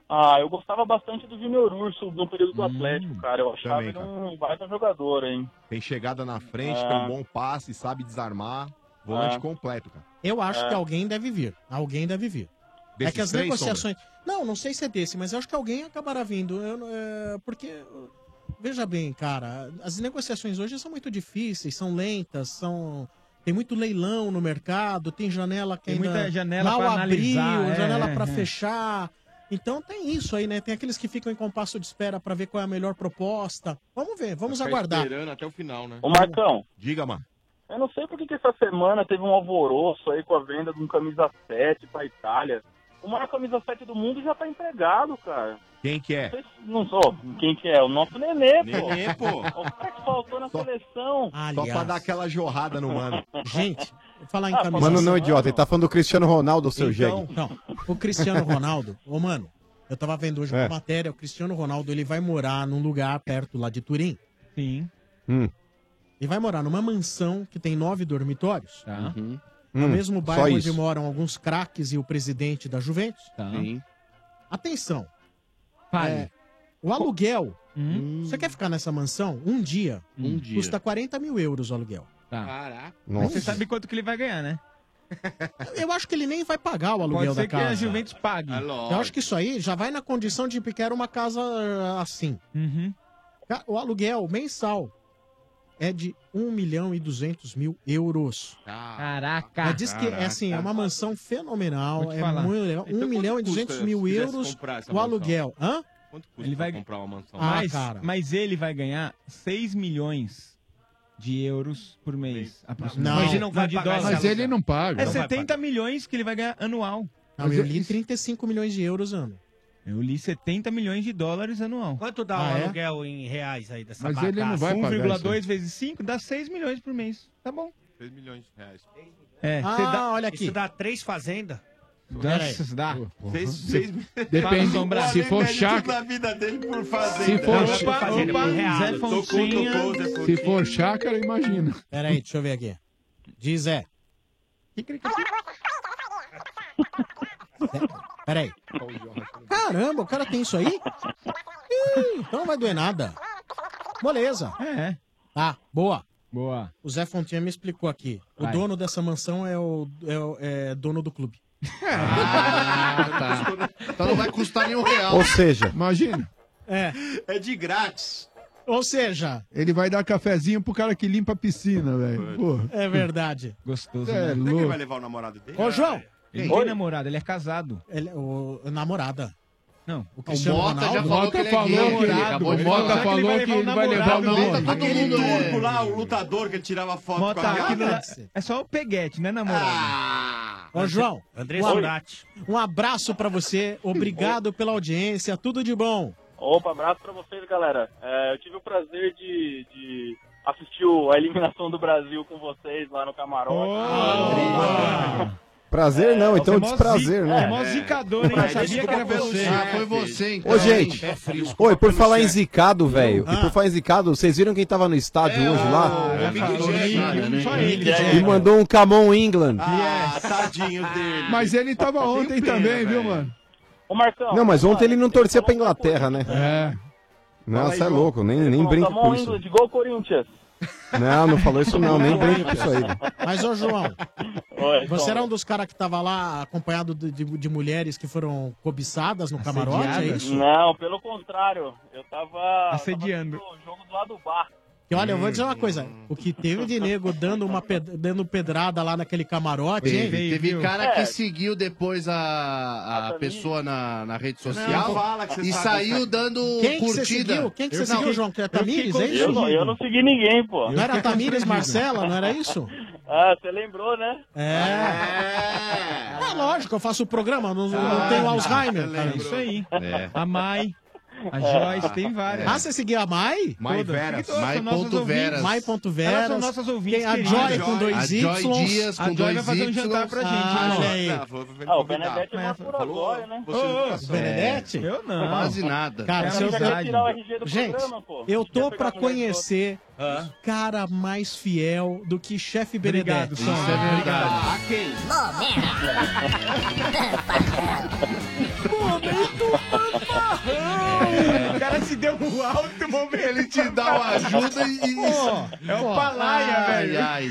Ah, eu gostava bastante do Junior Urso no período do Atlético, cara. Eu achava
Hum, também,
ele
cara.
um baita jogador, hein?
Tem chegada na frente,
É.
tem um bom passe, sabe desarmar. Volante
Ah.
É.
completo, cara.
Eu acho
É.
que alguém deve vir. Alguém deve vir.
Desses
é que as
três,
negociações. Não, não sei se é desse, mas eu acho que alguém acabará vindo. Eu não- é, porque. eu- Veja bem, cara, as negociações hoje são muito difíceis, são lentas, são. Tem muito leilão no mercado, tem janela que
Tem
ainda
muita janela
mal
pra
abriu,
analisar, é,
janela
é,
pra
é.
fechar. Então tem isso aí, né? Tem aqueles que ficam em compasso de espera pra ver qual é a melhor proposta. Vamos ver, vamos
Ficar
aguardar.
esperando até o final, né?
Ô, Marcão.
Diga, mano.
Eu não sei por que que essa semana teve um alvoroço aí com a venda de um camisa 7 pra Itália. O maior camisa 7 do mundo já tá empregado, cara.
Quem que é?
Não sou. Quem que é? O nosso Nenê, pô.
Nenê, é, pô.
O cara que faltou na seleção.
Só pra dar aquela jorrada no mano.
Gente, vou falar em
Ah,
camisa.
Mano, não, idiota, ele tá falando do Cristiano Ronaldo, seu
Então,
jegue.
não, o Cristiano Ronaldo, ô mano, eu tava vendo hoje
É.
uma matéria, o Cristiano Ronaldo ele vai morar num lugar perto lá de Turim.
Sim.
Hum.
Ele vai morar numa mansão que tem nove dormitórios.
Tá.
No
Hum,
mesmo
só
bairro onde
isso.
moram alguns craques e o presidente da Juventus.
Tá.
Sim.
Atenção. É,
Fale. Hum?
o aluguel. Você quer ficar nessa mansão? Um dia.
Um dia.
Custa 40 mil euros o aluguel.
Caraca.
Nossa.
Você sabe quanto que ele vai ganhar, né?
Eu acho que ele nem vai pagar o aluguel
Pode ser
da
que a
casa.
Juventus pague.
Eu acho que isso aí já vai na condição de quero uma casa ah, assim.
Uhum.
Ca- O aluguel mensal é de 1 milhão e 200 mil euros.
Caraca.
Mas diz que é assim, é uma mansão fenomenal,
Vou te
é
falar.
muito legal.
Então,
1 milhão e
quanto
200
custa
mil
se quisesse
euros
comprar essa
o aluguel. Hã?
Ele vai
comprar uma mansão?
Ah,
mas,
cara.
mas ele vai ganhar 6 milhões de euros por mês.
Não. Mas ele não vai
de
pagar
dólar.
esse Mas aluguel. ele não um paga.
É
Não vai
70 milhões que ele vai ganhar anual.
Não, eu li 35 milhões de euros ano.
Eu li 70 milhões de dólares anual.
Quanto dá
Ah,
o
é?
um aluguel em reais aí dessa
Mas
bagaça?
ele não vai pagar 1,2 vezes 5 dá 6 milhões por mês. Tá bom.
3 milhões de reais.
É,
ah,
você dá-
olha aqui.
Isso
dá três fazendas.
Dá, isso dá.
Seis- seis-
Depende, se for
da
chácara-
vida dele por fazer.
Se for,
opa, opa, Zé Fontinha.
se for chácara, imagina.
Pera aí, deixa eu ver aqui. Diz é. Zé. Pera aí. Caramba, o cara tem isso aí? Ih, então não vai doer nada. Moleza.
É.
Tá, boa.
Boa.
O Zé Fontinha me explicou aqui. O
Vai.
dono dessa mansão é o, é o- é dono do clube.
É.
Ah, Então não vai custar nenhum real.
Ou seja-
Imagina.
É.
É de grátis.
Ou seja,
Ele vai dar cafezinho pro cara que limpa a piscina, velho. Porra.
é verdade.
Gostoso. né?
É
Será que
louco.
vai levar o namorado dele?
Ô, João.
Ele
Oi?
tem namorado, ele é casado.
Ele, o, a namorada.
Não.
O Cristiano
Mota já
Ronaldo.
falou Mota que ele é falou gay, que ele- acabou de o Mota falar. falou que ele vai levar o
tá
namorado.
Aquele
Todo mundo é-
turco lá, Ah, o lutador que ele tirava foto
Mota,
com a
aquilo
gata.
tá, lá é só o peguete, né, namorado? é
Ô, João.
André
um ab-
Sonati.
Um abraço pra você. Obrigado pela audiência. Tudo de bom.
Opa, abraço pra vocês, galera. É, eu tive o prazer de, de assistir o- a eliminação do Brasil com vocês lá no camarote.
Prazer não, então
Você é mó
desprazer,
zica-
né?
É mó zicador, hein? Eu sabia que era você. é,
Ah, foi você, então.
Ô, gente,
tá
É frio.
oi, por falar em zicado, velho, e por falar em zicado, vocês viram quem tava no estádio hoje lá?
Tá
É, Mick Jagger, né?
Só ele.
E mandou um Camon England.
Ah, tadinho dele.
Mas ele tava ontem também, viu, mano?
Ô, Marcão.
Não, mas ontem ele não torcia pra Inglaterra, né?
É.
Não, você é louco, nem, nem brinca
Tomou
com
um
isso.
England, gol Corinthians.
Não, não falou isso não, nem brinca com isso aí. velho.
Mas, ô, João.
Oi,
Você
Tom.
era um dos caras que tava lá acompanhado de, de- de mulheres que foram cobiçadas no camarote, é isso?
Não, pelo contrário. Eu tava
Assediando.
tava assistindo o jogo do lado do bar.
Que olha, eu vou dizer
Hum.
uma coisa. O que teve de nego dando uma ped- dando pedrada lá naquele camarote, hein?
Teve, teve cara
É.
que seguiu depois a, a pessoa na, na rede social
Não, fala que você
e
sabe,
saiu
sabe.
dando
Quem que você
curtida.
seguiu? Quem que
Eu
você seguiu,
segui-
João? Que é
eu fiquei
Tamires, é isso?
constrangido.
Não, eu não segui ninguém, pô.
Não era Tamires Marcela, não era isso?
Ah, você lembrou, né?
É.
Ah.
É lógico, eu faço o programa, não, não tenho Alzheimer. cara.
É isso aí.
É.
A Mai, a
É.
Joyce, tem várias.
Ah, você seguia a Mai?
Mai
Todas.
Veras,
Todas
Mai
são nossas
ponto
ouvintes.
Veras.
Mai ponto Veras.
Elas são nossas ouvintes
Tem a
queridas.
Joy com
A
dois
Joy
Y.
Dias com A Joy dois vai fazer um Y. jantar pra gente, hein,
Ah,
João?
olha aí.
Ah, vou- vou- Ah, o Benedetti é uma Falou,
agora, né?
vocês nunca
O
É.
Benedetti?
Eu não.
Quase
nada.
Cara,
É
se eu...
amizade. Tirar o RG
do
Gente,
programa, pô.
eu
Quer
tô
pegar
pra
a mulher de
conhecer
Hã?
cara mais fiel do que chefe Benedetti.
Obrigado, Sam. Isso é verdade.
Ah,
quem? O cara se deu um alto momento. Ele te
dá uma ajuda e-
Pô, é o
Pô,
Palaia,
ai,
velho.
ai.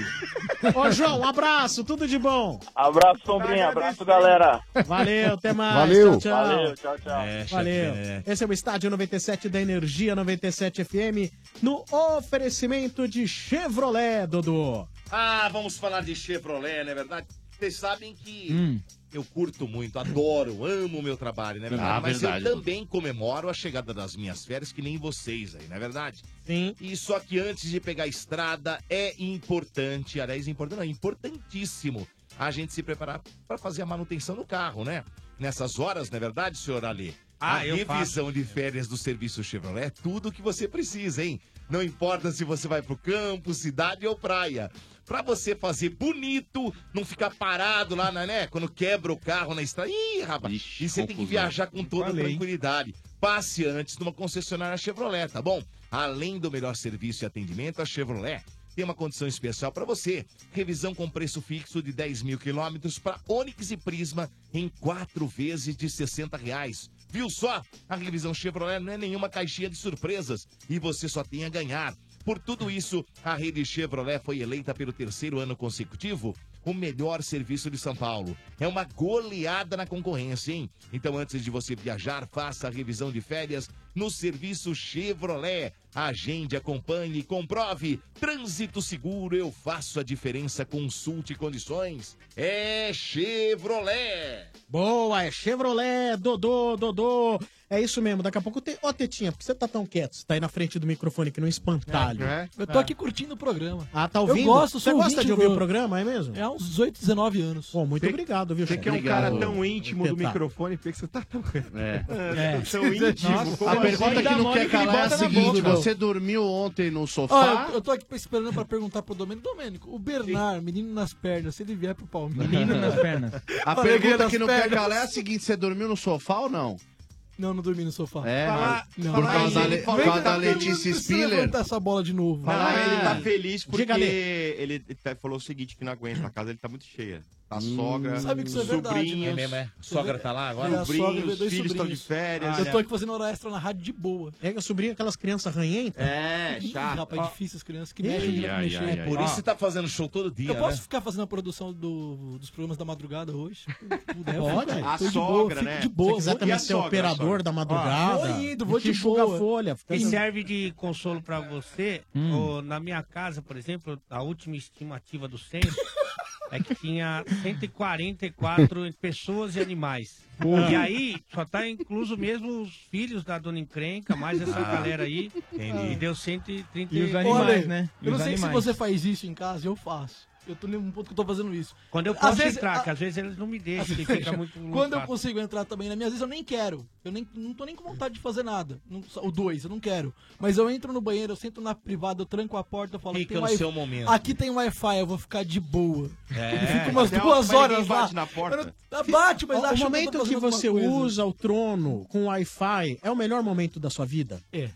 Ô, João, um abraço, tudo de bom.
Abraço, Sombrinha. Abraço, galera.
Valeu, até mais.
Valeu.
Tchau, tchau.
Valeu, tchau, tchau. É, chefe
Valeu.
Benedetti.
Esse é o Estádio 97 da Energia 97 FM no oferecimento de Chevrolet, Dodô.
Ah, vamos falar de Chevrolet, não é verdade? Vocês sabem que
Hum.
eu curto muito, adoro, amo o meu trabalho, não é verdade?
Ah,
Mas
verdade.
eu também comemoro a chegada das minhas férias, que nem vocês aí, não é verdade?
Sim.
E só que antes de pegar a estrada, é importante, aliás, importante, não, é importantíssimo a gente se preparar para fazer a manutenção no carro, né? Nessas horas, não é verdade, senhor Ali?
Ah,
a
eu faço.
revisão promoção de férias do serviço Chevrolet é tudo o que você precisa, hein? Não importa se você vai pro campo, cidade ou praia. Pra você fazer bonito, não ficar parado lá, na, né? Quando quebra o carro na estrada. Ih, rapaz! e você tem que viajar com toda
Falei, hein?
tranquilidade. Passe antes numa concessionária Chevrolet, tá bom? Além do melhor serviço e atendimento, a Chevrolet tem uma condição especial para você. Revisão com preço fixo de 10 mil quilômetros para Onix e Prisma em quatro vezes de 60 reais. Viu só? A revisão Chevrolet não é nenhuma caixinha de surpresas e você só tem a ganhar. Por tudo isso, a rede Chevrolet foi eleita pelo terceiro ano consecutivo o melhor serviço de São Paulo. É uma goleada na concorrência, hein? Então, antes de você viajar, faça a revisão de férias no serviço Chevrolet. Agende, acompanhe, comprove. Trânsito seguro, eu faço a diferença. Consulte condições. É Chevrolet.
Boa, é Chevrolet, Dodô, Dodô. É isso mesmo, daqui a pouco tem. Ó, Tetinha, por que você tá tão quieto? Você tá aí na frente do microfone que não
É,
espantalho.
Eu tô aqui curtindo o programa.
Ah, tá ouvindo?
Eu gosto,
Você
sou
gosta
ouvinte
de ouvir
do-
o programa, é mesmo?
É há uns 18, 19 anos.
Pô, muito obrigado, viu,
Você
chefe?
que é um
Obrigado.
cara tão
íntimo do
Tetar.
microfone, por que que você tá tão.
É.
Tão íntimo.
Nossa,
como
a
assim?
pergunta que não quer calar é a seguinte: você dormiu ontem no
Ó,
sofá?
eu, eu tô aqui esperando pra perguntar pro Domênico. Domênico, o Bernard, menino nas pernas, se ele vier pro Palmeiras.
A
Alegria
pergunta
nas
que não quer
pernas.
calar é a seguinte: você dormiu no sofá ou não?
Não, não dormi no sofá.
É,
Falar-
mas-
falar
por causa
aí,
da Le-
ele-
por
vem
causa
cá,
da
porque eu
Letícia
não preciso
Spiller.
levantar essa bola de novo.
Não, ele tá feliz porque
Diga, Lê.
ele tá- falou o seguinte, que não aguenta, a casa ele tá muito cheia. A sogra,
Sabe que isso é verdade,
sobrinhos...
né? É mesmo, é? Sogra tá lá agora? É, a sogra
Sobrinhos,
veio dois
filhos estão de
sobrinhos.
férias.
eu tô aqui fazendo hora extra na rádio de boa.
É que eu sobrinho aquelas crianças ranhentas.
É,
Ih,
chato.
Rapaz, é difícil as crianças que mexem
Ih,
direto
ai,
mexer.
ai, ai, Por ai. isso você
tá fazendo show todo dia,
Ah. Eu posso
né?
ficar fazendo a produção do- dos programas da madrugada hoje? Puder,
Pode.
fico-
A
tô de
sogra,
fico
né?
De boa,
Se quiser
vou-
também
E a
ser
sogra,
operador
a sogra?
tá
da madrugada,
Vou indo,
e
vou
te
de
enxuga
boa.
a folha, fica-
E
Mas
E
eu-
serve de consolo pra você,
Hum.
ô, na minha casa, por exemplo, a última estimativa do censo é que tinha 144 pessoas e animais.
Porra.
E aí, só tá incluso mesmo os filhos da dona encrenca, mais essa
Ah,
galera aí. E deu 130
E os
Olha
animais,
aí,
né? E
Eu não
os
sei se
animais.
você faz isso em casa, eu faço. Eu tô num ponto que eu tô fazendo isso.
Quando eu
Às
posso
vezes-
entrar,
a-
que às vezes eles não me deixam, que fica muito
Quando eu
lotado.
consigo entrar também, na minha vez eu nem quero. Eu nem, não tô nem com vontade de fazer nada. Não- só- o dois, eu não quero. Mas eu entro no banheiro, eu sento na privada, eu tranco a porta, eu falo
Fica
tem
no
wi-
seu momento.
Aqui tem Wi-Fi, eu vou ficar de boa.
É.
Eu fico umas
Até
duas
ninguém
horas lá.
bate na porta.
Eu não- Tá, Bate, mas
O-
acho
o momento que você usa o trono com Wi-Fi é o melhor momento da sua vida?
É.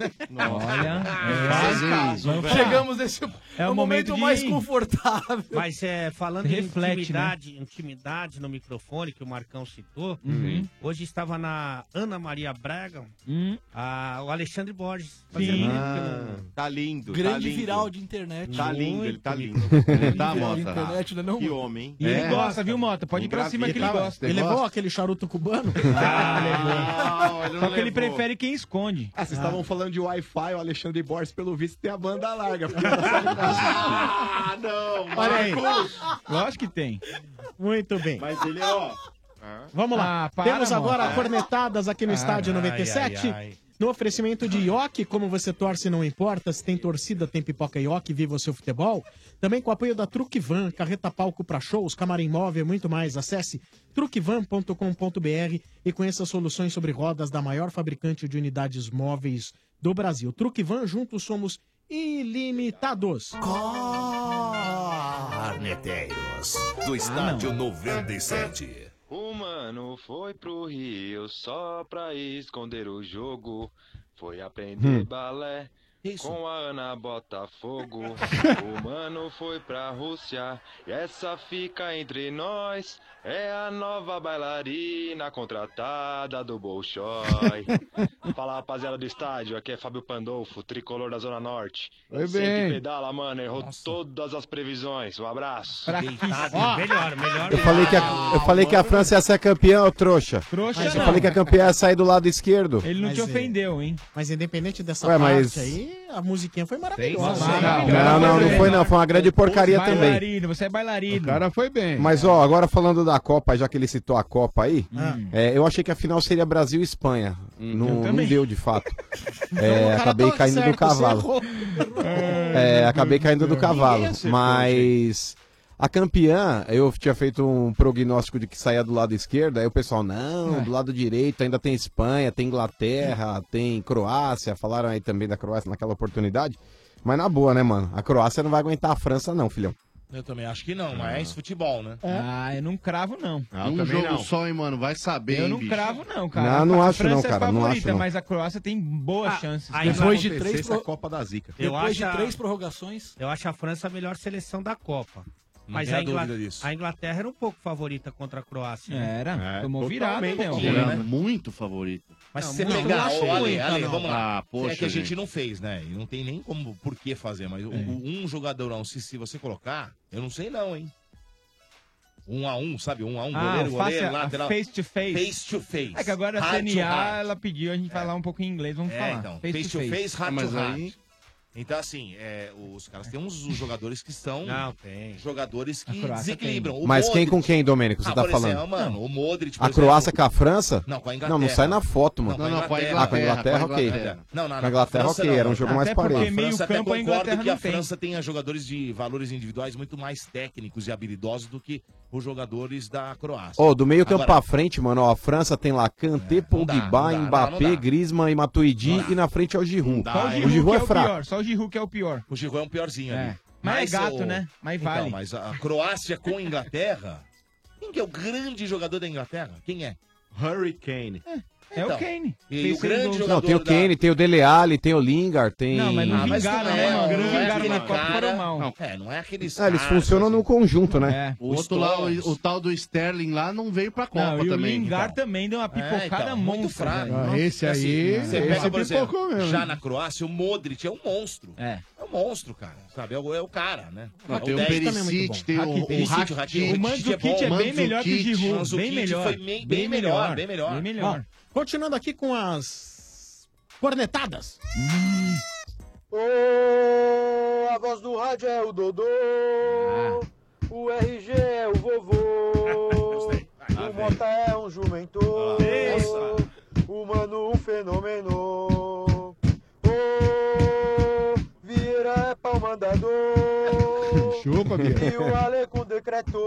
Olha,
Faz caso, velho. Chegamos nesse
É
um
o momento
mais
de-
confortável.
Mas é, falando
Reflete,
em intimidade, intimidade no microfone que o Marcão citou,
Uhum.
hoje estava na Ana Maria Braga, a- o Alexandre Borges. um Fazia
Sim.
tempo que
Ah,
não-
tá lindo, tá
Grande
lindo.
viral de internet.
Tá lindo, ele tá lindo.
Ele
tá,
viral
Mota?
de internet, não é não?
Que homem, hein?
E ele gosta,
viu, Mota? Pode ir pra cima que ele gosta.
Ele
Ele
levou
gosta.
aquele charuto cubano?
Ah, levou.
Só
que ele prefere quem esconde.
Ah, vocês estavam falando de Wi-Fi, o Alexandre Borges, pelo visto, tem a banda larga.
Ah, não,
Olha aí.
Marcos.
Lógico que tem.
Muito bem.
Mas ele, ó.
Vamos lá.
Ah, para,
Temos agora
moça.
cornetadas aqui no
Ah,
estádio
ai,
97.
ai, ai.
No oferecimento de Ioki, como você torce, não importa. Se tem torcida, tem pipoca Ioki, viva o seu futebol. Também com o apoio da Truquivan, carreta palco para shows, camarim móvel e muito mais. Acesse truquivan.com.br e conheça soluções sobre rodas da maior fabricante de unidades móveis do Brasil. Truquivan, juntos somos ilimitados.
Ah,
Arneteiros, do estádio 97.
O mano foi pro Rio só pra esconder o jogo. Foi aprender
Hum.
balé
Isso.
com a Ana Botafogo. o mano foi pra Rússia e essa fica entre nós. É a nova bailarina contratada do Bolshoi. Fala rapaziada do estádio, aqui é Fábio Pandolfo, tricolor da Zona Norte.
Foi
Sempre
bem.
pedala, mano, errou todas as previsões. Um abraço.
Fraquíssimo.
Ó,
Melhor, melhor.
Eu falei que a, eu falei que a França ia ser campeã, ô trouxa.
Trouxa
eu
não.
falei que a campeã ia sair do lado esquerdo.
Ele não te ofendeu, hein?
é. Mas independente dessa
Ué,
parte
mas-
aí, a musiquinha foi maravilhosa.
Não, não, não foi não. Foi uma grande porcaria também.
Bailarino, você é bailarino. O
cara foi bem.
Mas, ó, agora falando da Copa, já que ele citou a Copa aí,
Ah. Uhum.
é, eu achei que a final seria Brasil e Espanha.
eu
não, não
também.
deu, de fato.
O
Então
É,
cara
acabei
tá
caindo do
certo,
cavalo. É, acabei caindo do cavalo. Mas a campeã, eu tinha feito um prognóstico de que saía do lado esquerdo, aí o pessoal,
É.
não, do lado direito ainda tem Espanha, tem Inglaterra, tem Croácia, falaram aí também da Croácia naquela oportunidade. Mas na boa, né, mano? A Croácia não vai aguentar a França, não, filhão.
Eu também acho que não, mas é isso futebol, né?
Ah, eu não cravo, não.
Ah, eu
um
também
jogo
não.
só, hein, mano? Vai saber,
Eu
hein,
não
bicho?
cravo, não, cara.
Não, não
a
acho
França
não, cara,
é
não
favorita,
acho não.
mas a Croácia tem boas chances.
Depois de três pro-
Eu
Depois
acho
de três
prorrogações. Eu acho a França a melhor seleção da Copa.
Não
Mas
tenha
a, Ingla-
dúvida disso.
a Inglaterra era um pouco favorita contra a Croácia. né?
Era, É, tomou
virada,
Totalmente
meu.
favorita,
Era
né?
muito favorito.
Mas
Não,
se você
muito, eu
pegar,
acho
olha,
muito,
olha,
tá,
não.
vamos lá.
Ah, poxa,
é que a então. gente,
gente.
não fez, né? E não tem nem como por que fazer, mas
É.
o- um jogadorão, se, se você colocar, eu não sei não, hein? Um a um, sabe? Um a um,
Ah,
goleiro,
face a-
goleiro, lateral.
face to face.
Face to face.
É que agora a
Heart to
CNA,
heart.
ela pediu a gente falar um pouco em inglês, vamos
É,
falar.
então. Face to face, heart
Mas
to heart.
aí-
Então, assim, é, os caras têm uns uns jogadores que são
Não,
jogadores que
Croácia
desequilibram. O
Mas quem
Modric-
com quem, Domênico, você
Ah,
tá
por
falando?
exemplo, mano, o Modric, por
a Croácia
exemplo-
com a França?
Não, com a
Não, não
Inglaterra.
sai na foto, mano.
Não, com a
Ah, com a Inglaterra,
Inglaterra,
ok.
com a Inglaterra. Não, não,
com a
não,
Inglaterra,
França
ok.
não,
era um
não.
jogo mais parelho.
França até
meio-campo a
concordo
Inglaterra
que a
não tem.
França tem. a jogadores de valores individuais muito mais técnicos e habilidosos do que os jogadores da Croácia.
Ó, do meio campo
Agora,
pra frente, mano, ó, a França tem lá Kanté,
não dá,
Pogba,
não dá,
Mbappé,
não dá.
Griezmann e Matuidi e na frente é o Giroud.
dá, hein?
o Giroud é
que
fraco.
pior, só o Giroud que é o pior.
O Giroud é um piorzinho
É.
ali.
Mas é gato, né? Mas
Então,
vale.
mas a Croácia com a Inglaterra... Quem que é o grande jogador da Inglaterra? Quem é?
Hurricane.
É,
o Kane.
E
Fez
o grande
seis gols.
jogador
Não, tem o
da-
Kane, tem o Dele Alli, tem o Lingard, tem... Ah,
Não, mas não vingaram,
não
né,
é,
mano?
grande,
Não vingaram na
aquele
Copa,
cara-
foram mal.
Não, É, não é aqueles
Ah, eles
caras,
funcionam no conjunto, né?
É, O outro lá, o, o tal do Sterling lá, não veio pra Copa
Não, e o
também. então. É,
Lingard também deu uma pipocada
muito
monstra.
fraco.
velho.
Nossa,
Esse
assim,
aí-
você
esse
pega, por exemplo,
pipocou mesmo.
já na Croácia, o Modric é um monstro.
É.
É um monstro, cara. Sabe? É o, é o cara, né?
Não,
É
tem o
dez.
Perisic também é muito bom. tem o- o
Perisic,
Rakitic.
Rakitic.
O Mandzukic é bem
Mandzukic.
melhor que o Giroud,
Mandzukic
bem melhor.
foi bem, bem
Bem
melhor,
melhor.
bem melhor.
Bem melhor.
Ó, continuando aqui com as cornetadas.
Ô, a voz do rádio é o Dodô.
Ah.
O RG é o vovô. o Mota é um jumento. O Mano um fenômeno. Ô, Vieira é pau mandador.
Chupa, Bia.
E o Ale com decreto.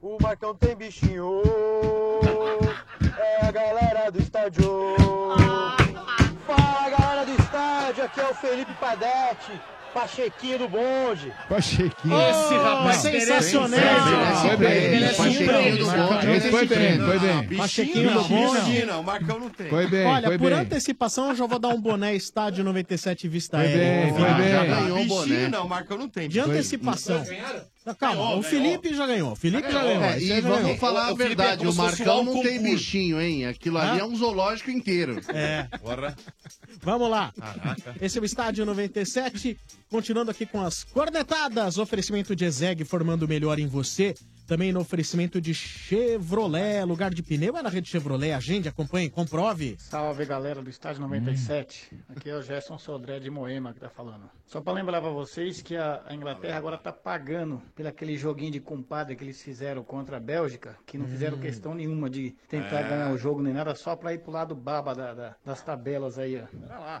O Marcão tem bichinho. É a galera do estádio. Fala, galera do estádio. Aqui é o Felipe Padetti. Pachequinho do bonde.
Pachequinho.
Esse rapaz sensacional.
Foi bem.
Pachequinho do bonde.
Esse assim,
um
Foi bem, foi
Ah, Bichinho
bem.
Pachequinho é
não,
do bonde.
bichinho não, o Marcão não tem.
Foi bem,
Olha,
foi
por
bem.
antecipação, eu já vou dar um boné estádio 97 Vista
Foi
Aérea.
bem, foi bem.
Já ganhou o boné. Bichinho não, o Marcão não tem.
De antecipação. Não, Calma,
Ganhou,
o
ganhou.
assim, Felipe já ganhou. O Felipe já ganhou.
É,
esse
e
já
vamos
ganhou.
falar
é
a verdade, o Marcão não tem
concurso.
bichinho, hein? Aquilo ali
Hã?
é um zoológico inteiro.
É. Vamos lá. Esse é o Estádio 97. Continuando aqui com as cornetadas. Oferecimento de Ezeg formando o melhor em você. Também no oferecimento de Chevrolet, lugar de pneu é na rede Chevrolet. Agende, acompanhe, comprove.
Salve galera do Estádio 97. Aqui é o Gerson Sodré de Moema que tá falando. Só pra lembrar pra vocês que a a Inglaterra agora tá pagando pelo aquele joguinho de compadre que eles fizeram contra a Bélgica, que não fizeram
Hum.
questão nenhuma de tentar
É.
ganhar o jogo nem nada, só pra ir pro lado baba da- da- das tabelas aí, ó.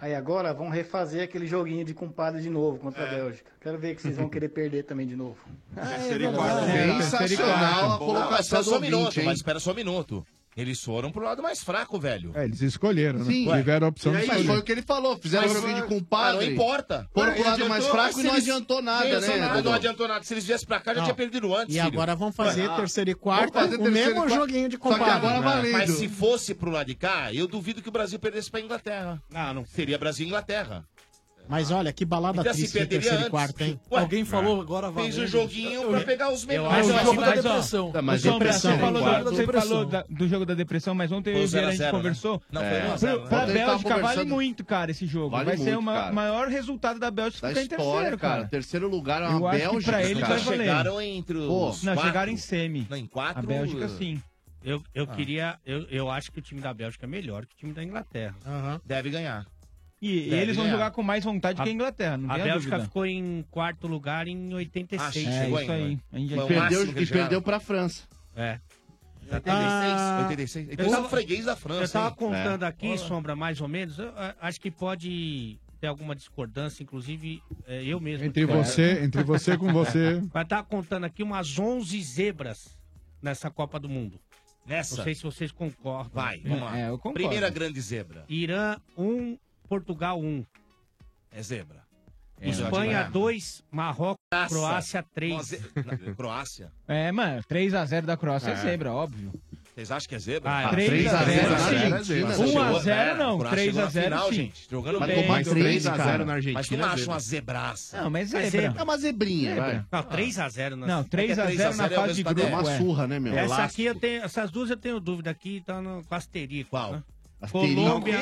Aí agora vão refazer aquele joguinho de compadre de novo contra a
É.
Bélgica. Quero ver que vocês vão querer perder também de novo.
Ah, é
Terceiro e quarto. Não, mas espera só um minuto, mas espera só um minuto. Eles foram pro lado mais fraco, velho.
É, eles escolheram, né?
Sim.
Tiveram a opção
E
de
aí,
escolher.
foi o
que ele falou, fizeram
Mas,
um joguinho de
Cara,
compadre.
não importa.
Foram pro lado mais
Adiantou,
fraco
mas
e não
eles-
adiantou nada,
Não adiantou
né,
nada,
Dodô?
Não adiantou nada. Se eles viessem pra cá, já
Não.
tinha perdido antes.
E
filho.
agora vão fazer
Ah.
terceiro e quarta,
Vamos fazer
o
terceiro e
mesmo né?
quarta.
joguinho de
Só que
compadre.
agora valendo. Mas se fosse pro lado de cá, eu duvido que o Brasil perdesse pra Inglaterra. Não, não. Seria Brasil e Inglaterra.
Mas olha, que balada
Então, se
Tá triste de
perderia
terceiro e
antes.
quarta, hein?
Ué, Alguém falou
Ah. agora
Fez o
valendo.
joguinho pra pegar os melhores.
acho
Mas
que
o jogo da
faz, ó.
depressão.
Tá,
Mas
mas
você
depressão,
falou,
guarda.
você
Depressão.
falou da- do jogo da depressão, mas ontem eu e
Foi
o Vieira a
0 a
gente
0, né?
conversou.
Não, foi 1 a 0,
Pro-
né?
Pra
Ontem ele tava
Bélgica vale
conversando-
muito, cara, esse jogo.
Vale
vai ser
muito,
o
cara.
maior resultado da
Tá
Bélgica
Da
ficar em
história,
terceiro,
cara.
cara.
Terceiro lugar é
Eu
uma
acho que
Bélgica.
pra eles
cara.
vai valer. Chegaram
entre
os
Não,
quatro.
chegaram em semi.
Não, em quatro.
A Bélgica, sim.
Eu, eu
Ah.
queria. Eu, eu acho que o time da Bélgica é melhor que o time da Inglaterra.
Deve ganhar.
E
Deve
eles vão
ganhar.
jogar com mais vontade que a Inglaterra, não
A
tem
Bélgica
dúvida.
ficou em quarto lugar em 86.
Ah, É, chegou isso ainda. aí. A gente- Foi o
Perdeu,
máximo que
e
eles chegaram.
perdeu pra França.
É.
86. Então são freguês da França.
Eu Ah. tava
hein?
contando
É.
aqui, Sombra, mais ou menos. Eu, eh, acho que pode ter alguma discordância, inclusive eh, eu mesmo.
Entre
discordo.
você- entre você com você.
Mas tava contando aqui umas 11 zebras nessa Copa do Mundo.
Nessa?
Não sei se vocês concordam.
Vai, vamos
É,
lá. Primeira grande zebra.
Irã 1, Portugal 1.
É zebra.
Espanha 2, Marrocos,
é. Nossa.
Croácia 3.
Nossa, na- Croácia?
É, mano, 3x0 da Croácia é
É.
zebra, óbvio.
Vocês acham que é zebra?
Ah, 3 a
né?
0 sim. 1 a 0 não, 3 a 0
final,
sim.
gente. Jogando
Mas
bem.
tomar
Mas
três,
três,
cara.
cara.
na
Mas tu
Argentina é
não acha
zebra.
uma zebraça.
Não, mas é zebra.
É uma zebrinha,
Zebra.
vai.
Não, 3x0 na
Não, 3 a 0 na fase de grupo.
É uma surra, né, meu?
Essa
Elástico.
aqui eu tenho, essas duas eu tenho dúvida aqui, tá no, com asterisco. Qual?
Asterisco?
Colômbia.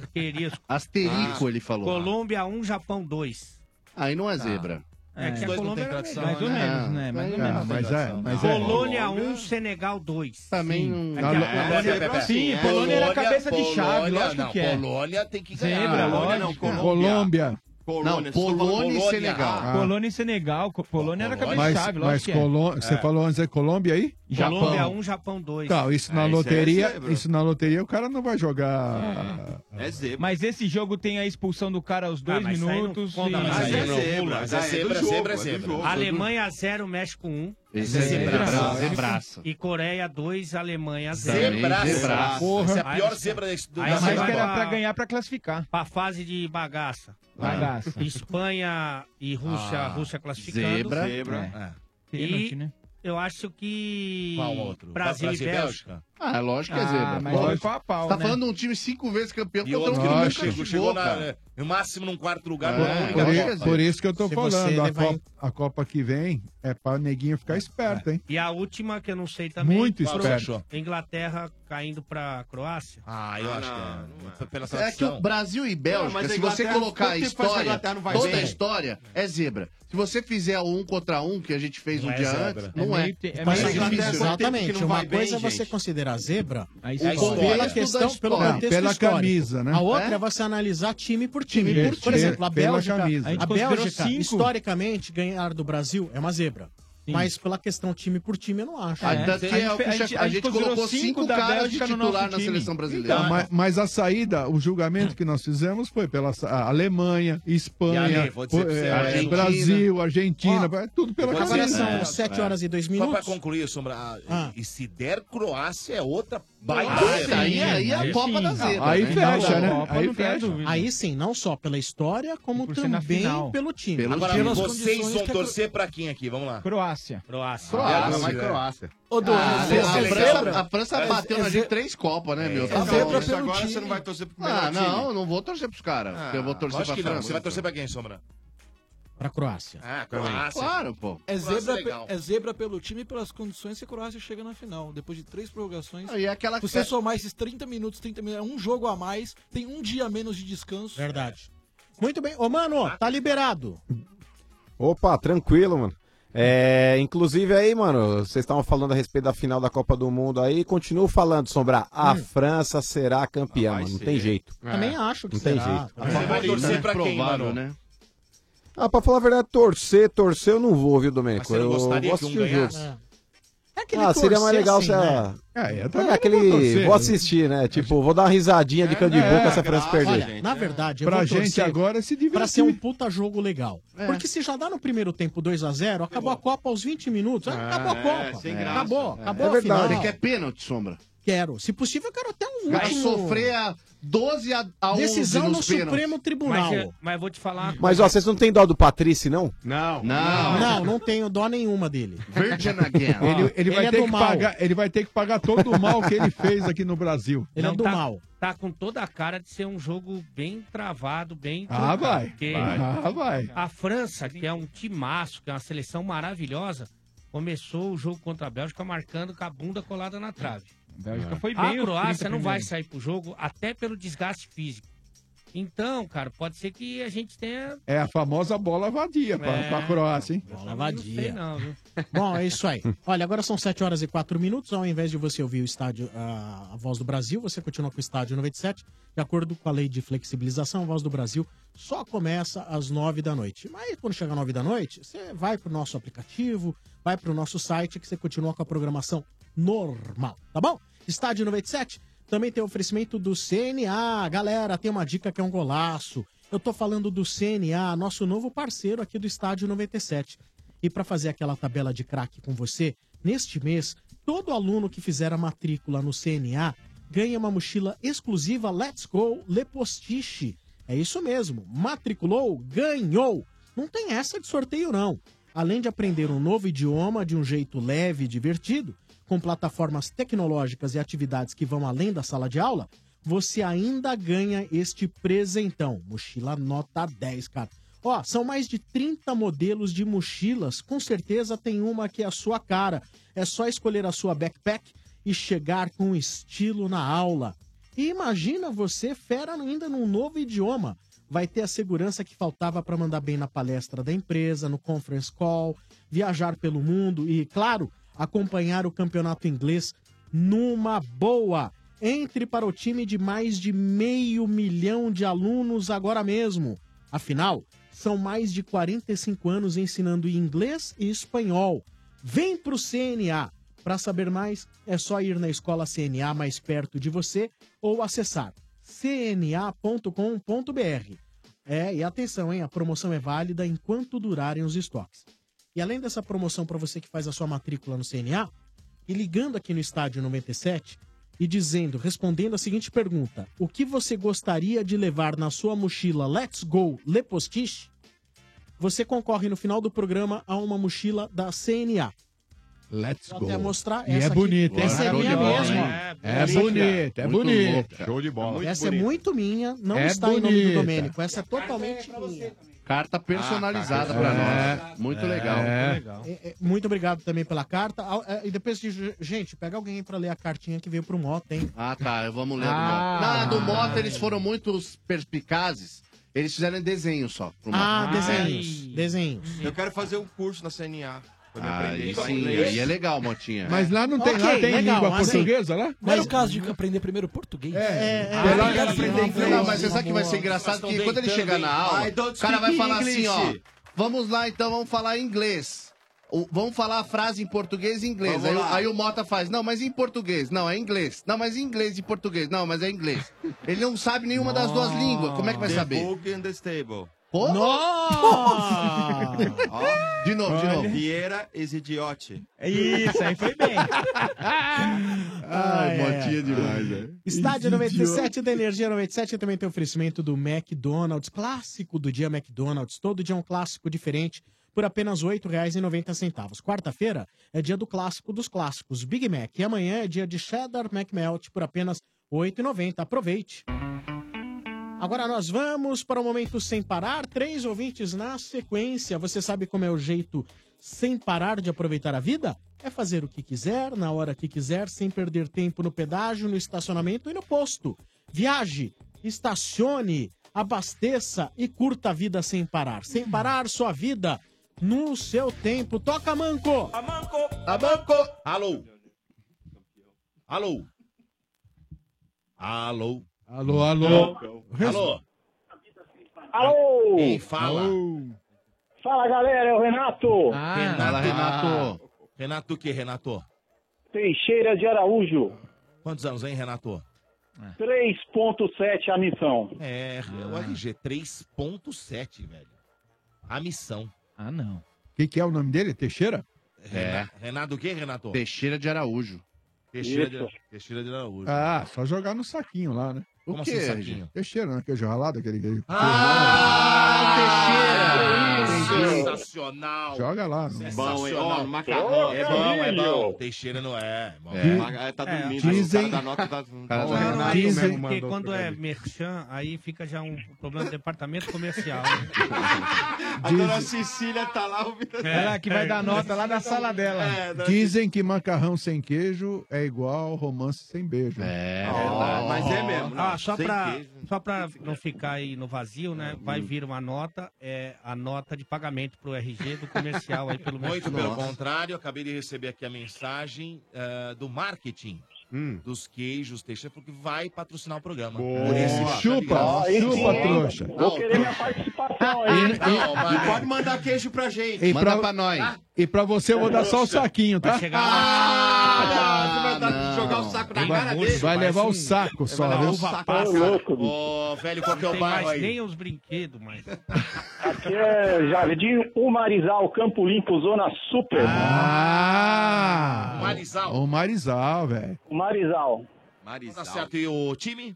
Asterisco. Ah,
Ah.
Asterisco, ele falou.
Colômbia 1, Japão 2.
Aí não é zebra.
É, que a Colômbia era melhor.
Mais ou menos, né? Mais ou menos.
Mas é, mas é.
Colônia 1, Senegal 2.
Também
não.
Não, não,
Colônia
é,
era
é, é.
assim,
Sim,
é.
Polônia era cabeça de
Polônia,
chave, lógico
não,
que é.
Polônia tem que ganhar.
Zebra,
Polônia não,
lógico.
Colômbia.
Colônia,
Não, Polônia e
Colônia.
Senegal.
Ah. Polônia e Senegal. Co- Polônia era cabeça de
Mas,
chave,
mas
lógico que é. É,
Colô- você falou antes é Colômbia aí?
Colômbia 1, Japão 2.
Tá, isso
É
na loteria, isso na loteria o cara não vai jogar.
É zebra.
Mas esse jogo tem a expulsão do cara aos dois
Ah, mas isso aí não
minutos.
conta, mas
aí não pula, mas é zebra, zebra, zebra.
Alemanha 0, México 1.
Isso é zebraça.
Zebraça. E Coreia 2, Alemanha 0.
Zebraça. Porra. Essa é a pior zebra da
Aí
história.
você vai pra-
Pra ganhar, pra classificar.
Pra fase de bagaça.
Bagaça.
Espanha e Rússia,
Ah,
Rússia classificando.
zebra. Zebra. É. Pênalti,
E
né?
eu acho que.
Qual outro?
Brasil,
Brasil
e
e
Bélgica.
Bélgica? Ah, é lógico que é zebra.
Ah, mas
Lógico.
foi pau a pau,
Você tá
né?
falando de um time cinco vezes campeão
E
contra
outro
um
que
time
não
que
chegou, chegou na, no máximo num quarto lugar. né?
É.
na única
Por, i-
Copa.
por isso que eu tô
Se você
falando, a
levar em-
Copa, a Copa que vem é pra neguinho ficar esperto, hein?
E a última, que eu não sei também.
Muito
Qual
esperto.
você achou? Inglaterra caindo pra Croácia.
Ah, eu acho que é. Pela
É que o Brasil e Bélgica, se você colocar a história, toda a história, é zebra. Se você fizer o um contra um, que a gente fez
Não
um
é
dia
zebra.
antes,
É
não é.
meio te- é meio difícil. Exatamente. Uma coisa é você considerar zebra
Aí
por-
sim. História.
pela
Tudo da
questão, pelo
história.
contexto
Pela
histórico.
camisa, né?
A outra
É?
é você analisar time por time.
Time
por,
por
por
time.
exemplo, a
Pela
Bélgica,
camisa. A gente
a
considerou
Bélgica
cinco.
historicamente, ganhar do Brasil é uma zebra. Mas pela questão time por time, eu não acho.
Ah, É. tanto que é o que A gente- já- a a gente gente colocou considerou cinco cinco da caras de Bélgica no titular nosso na time. seleção brasileira.
Então, mas, mas a saída, o julgamento que nós fizemos foi pela sa- a Alemanha,
E
Espanha,
ali, vou dizer
pô-
pra você,
é,
Argentina.
Brasil, Argentina, vai- tudo pela
Agora
camisa.
são
É.
assim, sete
assim, horas e dois
Só pra concluir, Sombra, a- e se der Croácia é outra baita.
Ah,
zebra.
sim,
é
sim.
Aí fecha, né?
Copa
Aí
não tem
fecha.
dúvida. Aí sim, não só pela história, como
ser na
também
final.
pelo time.
Agora,
Pelas
vocês
condições
vão
que a-
torcer pra quem aqui? Vamos lá.
Croácia.
Croácia. né?
Croácia,
Vai,
vai Croácia.
Ô, Duane,
Ah,
você-
a
você
França-
lembra?
A França
É,
bateu
é
na gente
ze-
três Copas, né,
É,
meu? Tá
é
bom.
zebra pelo Agora time. você não vai torcer pro melhor
Ah, não,
time.
não vou torcer pros caras.
Ah,
porque eu vou torcer
lógico
pra
que não.
França. então.
Você vai torcer pra quem, Sombra?
Pra Croácia.
Ah, Croácia.
Claro, pô.
É
Croácia
zebra,
legal.
pe- é zebra pelo time e pelas condições que a Croácia chega na final. Depois de três prorrogações.
Ah, e aquela-
Você
é-
somar esses 30 minutos, 30 minutos, é um jogo a mais, tem um dia a menos de descanso.
Verdade. Muito bem. Ô, mano, tá liberado.
Opa, tranquilo, mano. É, inclusive aí, mano, vocês estavam falando a respeito da final da Copa do Mundo aí, continuo falando, Sombra, a França será campeã, mano, não
ser.
tem jeito.
Também acho que
Não tem
será.
jeito.
Mas você vai torcer pra quem, mano?
né?
Ah, pra falar a verdade, torcer, torcer eu não vou, viu, Domênico?
você não
eu
gostaria
vou
que um
assistir o
ganhasse?
jogo.
É
Ah, seria mais legal se a...
né?
É, eu
É,
também
aquele.
não
Vou,
vou torcer, né?
assistir, né? Tipo, vou dar uma risadinha
É,
É,
de canto de boca se a França perder.
Olha, na verdade, eu
Pra
vou
gente
torcer
agora é se divertir.
Pra ser um puta jogo legal.
É.
Porque se já dá no primeiro tempo 2x0, acabou a Copa aos 20 minutos. Ah, acabou a
É,
Copa.
sem graça.
Acabou,
É.
acabou
É
a
verdade.
final.
Você quer pênalti, Sombra?
Quero. Se possível, eu quero até um
Vai
último.
sofrer a 12 a, a 11
Decisão
nos
no
pênaltis.
Supremo Tribunal.
Mas,
mas vou te falar.
Mas,
é-
ó, vocês não têm dó do Patrício, não?
Não.
Não, não, não tenho dó nenhuma dele.
Virgin
Ele, ele vai
é
ter
do
que
mal.
pagar, ele vai ter que pagar todo o mal que ele fez aqui no Brasil.
Não, tá, Tá com toda a cara de ser um jogo bem travado, bem.
Ah,
truncado,
vai.
porque
Vai. Ah, vai.
A França, que é um timaço, que é uma seleção maravilhosa, começou o jogo contra a Bélgica marcando com a bunda colada na trave. É.
A Bélgica foi
a
bem os
Croácia
30
não vai
primeiros.
sair pro jogo, até pelo desgaste físico. Então, cara, pode ser que a gente tenha.
É a famosa bola vadia pra,
É.
pra Croácia, hein?
Bola
Não sei
vadia.
não, viu?
Bom, é isso aí. Olha, agora são 7 horas e 4 minutos. Ao invés de você ouvir o estádio, a, a Voz do Brasil, você continua com o estádio 97. De acordo com a lei de flexibilização, a Voz do Brasil só começa às 9 da noite. Mas quando chegar 9 da noite, você vai pro nosso aplicativo, vai pro nosso site que você continua com a programação normal, tá bom? Estádio 97 também tem oferecimento do CNA. Galera, tem uma dica que é um golaço. Eu tô falando do CNA, nosso novo parceiro aqui do Estádio 97. E para fazer aquela tabela de craque com você, neste mês, todo aluno que fizer a matrícula no CNA ganha uma mochila exclusiva Let's Go Lepostiche. É isso mesmo, matriculou, ganhou. Não tem essa de sorteio não. Além de aprender um novo idioma de um jeito leve e divertido, com plataformas tecnológicas e atividades que vão além da sala de aula, você ainda ganha este presentão, mochila nota 10, cara. Ó, são mais de 30 modelos de mochilas, com certeza tem uma que é a sua cara. É só escolher a sua backpack e chegar com estilo na aula. E imagina você fera ainda num novo idioma. Vai ter a segurança que faltava para mandar bem na palestra da empresa, no conference call, viajar pelo mundo e, claro, acompanhar o campeonato inglês numa boa. Entre para o time de mais de meio milhão de alunos agora mesmo. Afinal, são mais de 45 anos ensinando inglês e espanhol. Vem pro CNA. Para saber mais, é só ir na escola CNA mais perto de você ou acessar cna.com.br. É, e atenção, hein? A promoção é válida enquanto durarem os estoques. E além dessa promoção para você que faz a sua matrícula no CNA, e ligando aqui no estádio 97 e dizendo, respondendo a seguinte pergunta: O que você gostaria de levar na sua mochila Let's Go Lepostiche? Você concorre no final do programa a uma mochila da CNA.
Let's
Vou
go.
até mostrar
e
essa
é
aqui.
bonito, hein?
Essa é
Show de
minha
bola,
mesmo,
hein?
ó.
É
Essa aqui, ó.
bonita, é
Muito
bonita.
Show de bola.
essa é muito minha, não
É
está em nome do
bonita.
Domênico. Essa é totalmente minha.
Carta personalizada pra nós. É. Muito legal.
É, é, muito obrigado também pela carta. Ah, é, E depois, de- gente, pega alguém para ler a cartinha que veio pro Mota, hein?
Ah, tá. Vamos ler
Ah.
a do Mota. Na do Mota, eles foram muito perspicazes. Eles fizeram desenho só. pro Mota. É.
Ah, desenhos. Desenhos.
Eu quero fazer um curso na CNA. pra me
Ah,
aprender
aí
inglês.
sim, aí é legal, Motinha.
Mas lá não tem,
Ok,
lá tem
legal,
língua
mas assim,
portuguesa lá?
Mas era é o caso de aprender primeiro português.
É,
Ah, ele quer aprender inglês. Não, mas você sabe que vai ser engraçado que quando ele chegar na aula, o cara vai falar assim, ó. Vamos lá, então, vamos falar inglês. O- vamos falar a frase em português e inglês.
Vamos
Aí, o-
lá.
aí o Mota faz, não, mas em português. Não, é inglês. Não, mas em inglês e português. Não, mas é inglês. Ele não sabe nenhuma das duas línguas. Como é que vai
The
saber?
Book and the Stable.
Pô?
Nossa!
de novo, de novo.
Vieira is idiote.
É
Isso, aí foi bem. Ai, Motinha demais, velho.
é. Estádio 97 da Energia 97 também tem oferecimento do McDonald's, clássico do dia McDonald's. Todo dia é um clássico diferente por apenas R$ 8,90. Quarta-feira é dia do clássico dos clássicos, Big Mac. E amanhã é dia de Cheddar McMelt por apenas R$ 8,90. Aproveite! Agora nós vamos para o momento sem parar. Três ouvintes na sequência. Você sabe como é o jeito sem parar de aproveitar a vida? É fazer o que quiser, na hora que quiser, sem perder tempo no pedágio, no estacionamento e no posto. Viaje, estacione, abasteça e curta a vida sem parar. Sem parar sua vida. no seu tempo. Toca, Manco!
A Manco! A Manco! Alô! Alô! Alô!
Alô, alô.
Alô!
Alô!
Quem fala?
Fala galera, é o Renato
Renato. Fala, Renato. Renato o que, Renato?
Teixeira de Araújo,
Quantos anos, hein, Renato?
3.7 a missão.
É,
Ah.
o RG 3.7, velho. A missão.
Ah, não. O que, que é o nome dele? Teixeira?
É.
Rena- Renato o que, Renato?
É. Teixeira de Araújo.
Teixeira
Isso.
de, Teixeira de Araújo.
Ah, só jogar no saquinho lá, né?
O Como quê? assim, saquinho?
Teixeira, né? Queijo ralado, aquele queijo.
Ah,
Teixeira!
Sensacional!
Joga lá. não.
Bom, hein? Ó, no
Ô,
macarrão. É bom, é
Danilo.
bom.
Teixeira não é. bom.
É. É, tá
É,
dormindo.
dizem-
O cara da nota tá...
Cara,
Bom,
tá-
Renato.
Renato mesmo
Dizem que
mandou
quando
pra
é
ele.
merchan, aí fica já um problema do departamento comercial. né?
A dona Cecília tá lá ouvindo. É.
Ela que vai dar nota lá na sala dela.
É,
né?
Dizem que macarrão sem queijo é igual romance sem beijo. É,
mas é mesmo,
Ah, só
Sem
pra,
queijo.
só pra não ficar aí no vazio, né? Vai vir uma nota, é a nota de pagamento pro RG do comercial aí pelo
Muito
merchan.
pelo contrário, acabei de receber aqui a mensagem ah, do marketing
Hum.
dos queijos Teixeira, porque vai patrocinar o programa. Por isso,
Chupa,
tá ligado?
chupa, trouxa.
Não,
E- e-
Tá pode mandar queijo pra gente.
E pra, E pra você eu vou dar só o saquinho, tá?
Ah, não.
jogar o saco
Vai- vai levar o saco só,
Vai levar
viu?
o saco.
Ô, louco, bicho.
Ô, velho, qual que é
Não
o
tem
bairro
mais
aí?
nem os brinquedos, mas...
Ah.
Aqui é Jardim Umarizal, Campo Limpo, Zona Super.
Ah!
Marizal.
O Marizal, velho.
Umarizal.
Tá certo, e o time?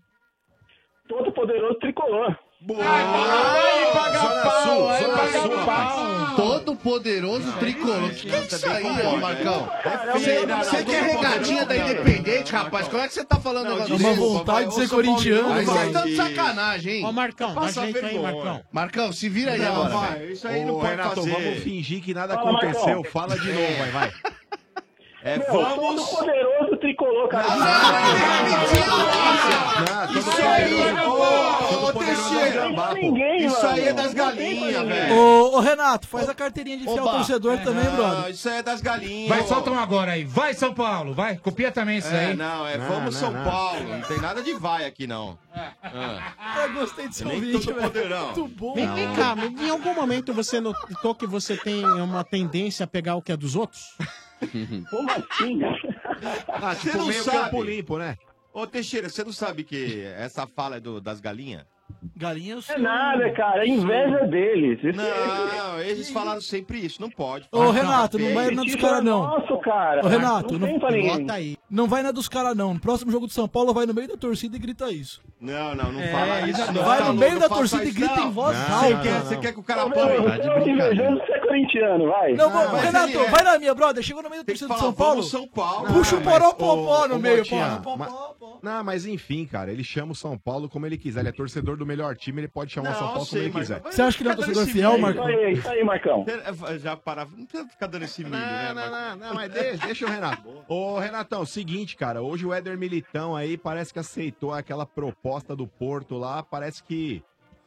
Todo poderoso tricolor.
Boa!
Ai,
paga
pau,
ai, paga
pau. Todo poderoso tricolor. Que que é isso aí, ô Marcão? Você você que é regatinha da Independente, rapaz. Como é que você tá falando agora?
Uma vontade de ser corintiano,
Aí
vai.
você tá de sacanagem, hein?
Ó, Marcão, dá
Passa
jeito aí,
vergonha.
Marcão.
Marcão, se vira aí
Não,
agora.
vai,
velho.
isso aí não
Ô,
pode
Renato,
fazer.
vamos fingir.
que nada
Fala,
aconteceu.
Marcão.
Fala de novo, vai, vai.
É,
Meu, todo poderoso tricolor, cara.
Isso aí, ô
Ninguém,
Isso
mano.
aí é das galinhas, velho.
Ô, ô, Renato, faz a carteirinha de fiel
Oba.
torcedor
É,
também,
não,
brother.
Isso aí é das galinhas.
Vai,
ô.
solta um agora aí. Vai, São Paulo, vai. Copia também isso
É,
aí.
não, é vamos São Paulo. Não tem nada de vai aqui, não. Ah.
Eu gostei
desse ouvinte, velho. Muito
bom.
Vem, vem cá, mas em algum momento você notou que você tem uma tendência a pegar o que é dos outros?
Como assim,
Ah,
tipo,
você não
meio
sabe.
campo
limpo, né? Ô, Teixeira, você não sabe que essa fala é do- das galinhas?
Galinha
É nada, cara. É inveja deles. é Isso
Não, eles falaram sempre isso. Não pode.
Ah,
Ô, Renato, não vai na dos caras, não.
Nosso, tá. cara.
Ô, Renato, não,
pra ninguém.
bota aí. não vai na dos caras, não. No próximo jogo do São Paulo, vai no meio da torcida e grita isso.
Não, não, não
É,
fala isso. não.
vai no
Tá
meio
louco,
da
não
torcida
faça
e grita
isso, não.
em voz
Não,
alta.
Você quer, você quer que o cara
Ô, meu,
apanhe?
você é outro invejoso, você é corintiano, vai.
Não, vou- Renato,
ele é.
vai na minha, brother. Chegou no meio da
Tem que
torcida do
falar,
São Paulo.
vamos São Paulo.
Puxa o
Ah,
mas,
poropopó
ô,
no
ô,
meio,
Motinha,
porra.
ma-
Não,
mas enfim, cara, ele chama o São Paulo como ele quiser. Ele é torcedor do melhor time, ele pode chamar o
Não,
São Paulo
sei,
como ele
Marcão.
quiser.
Mas fica dando esse milho. Pera- Já parava. Não precisa ficar dando esse milho, né?
Não, não, não, não, mas deixa, deixa o Renato. Ô, Renatão, seguinte, cara, hoje o Éder Militão aí parece que aceitou aquela proposta do Porto lá, parece que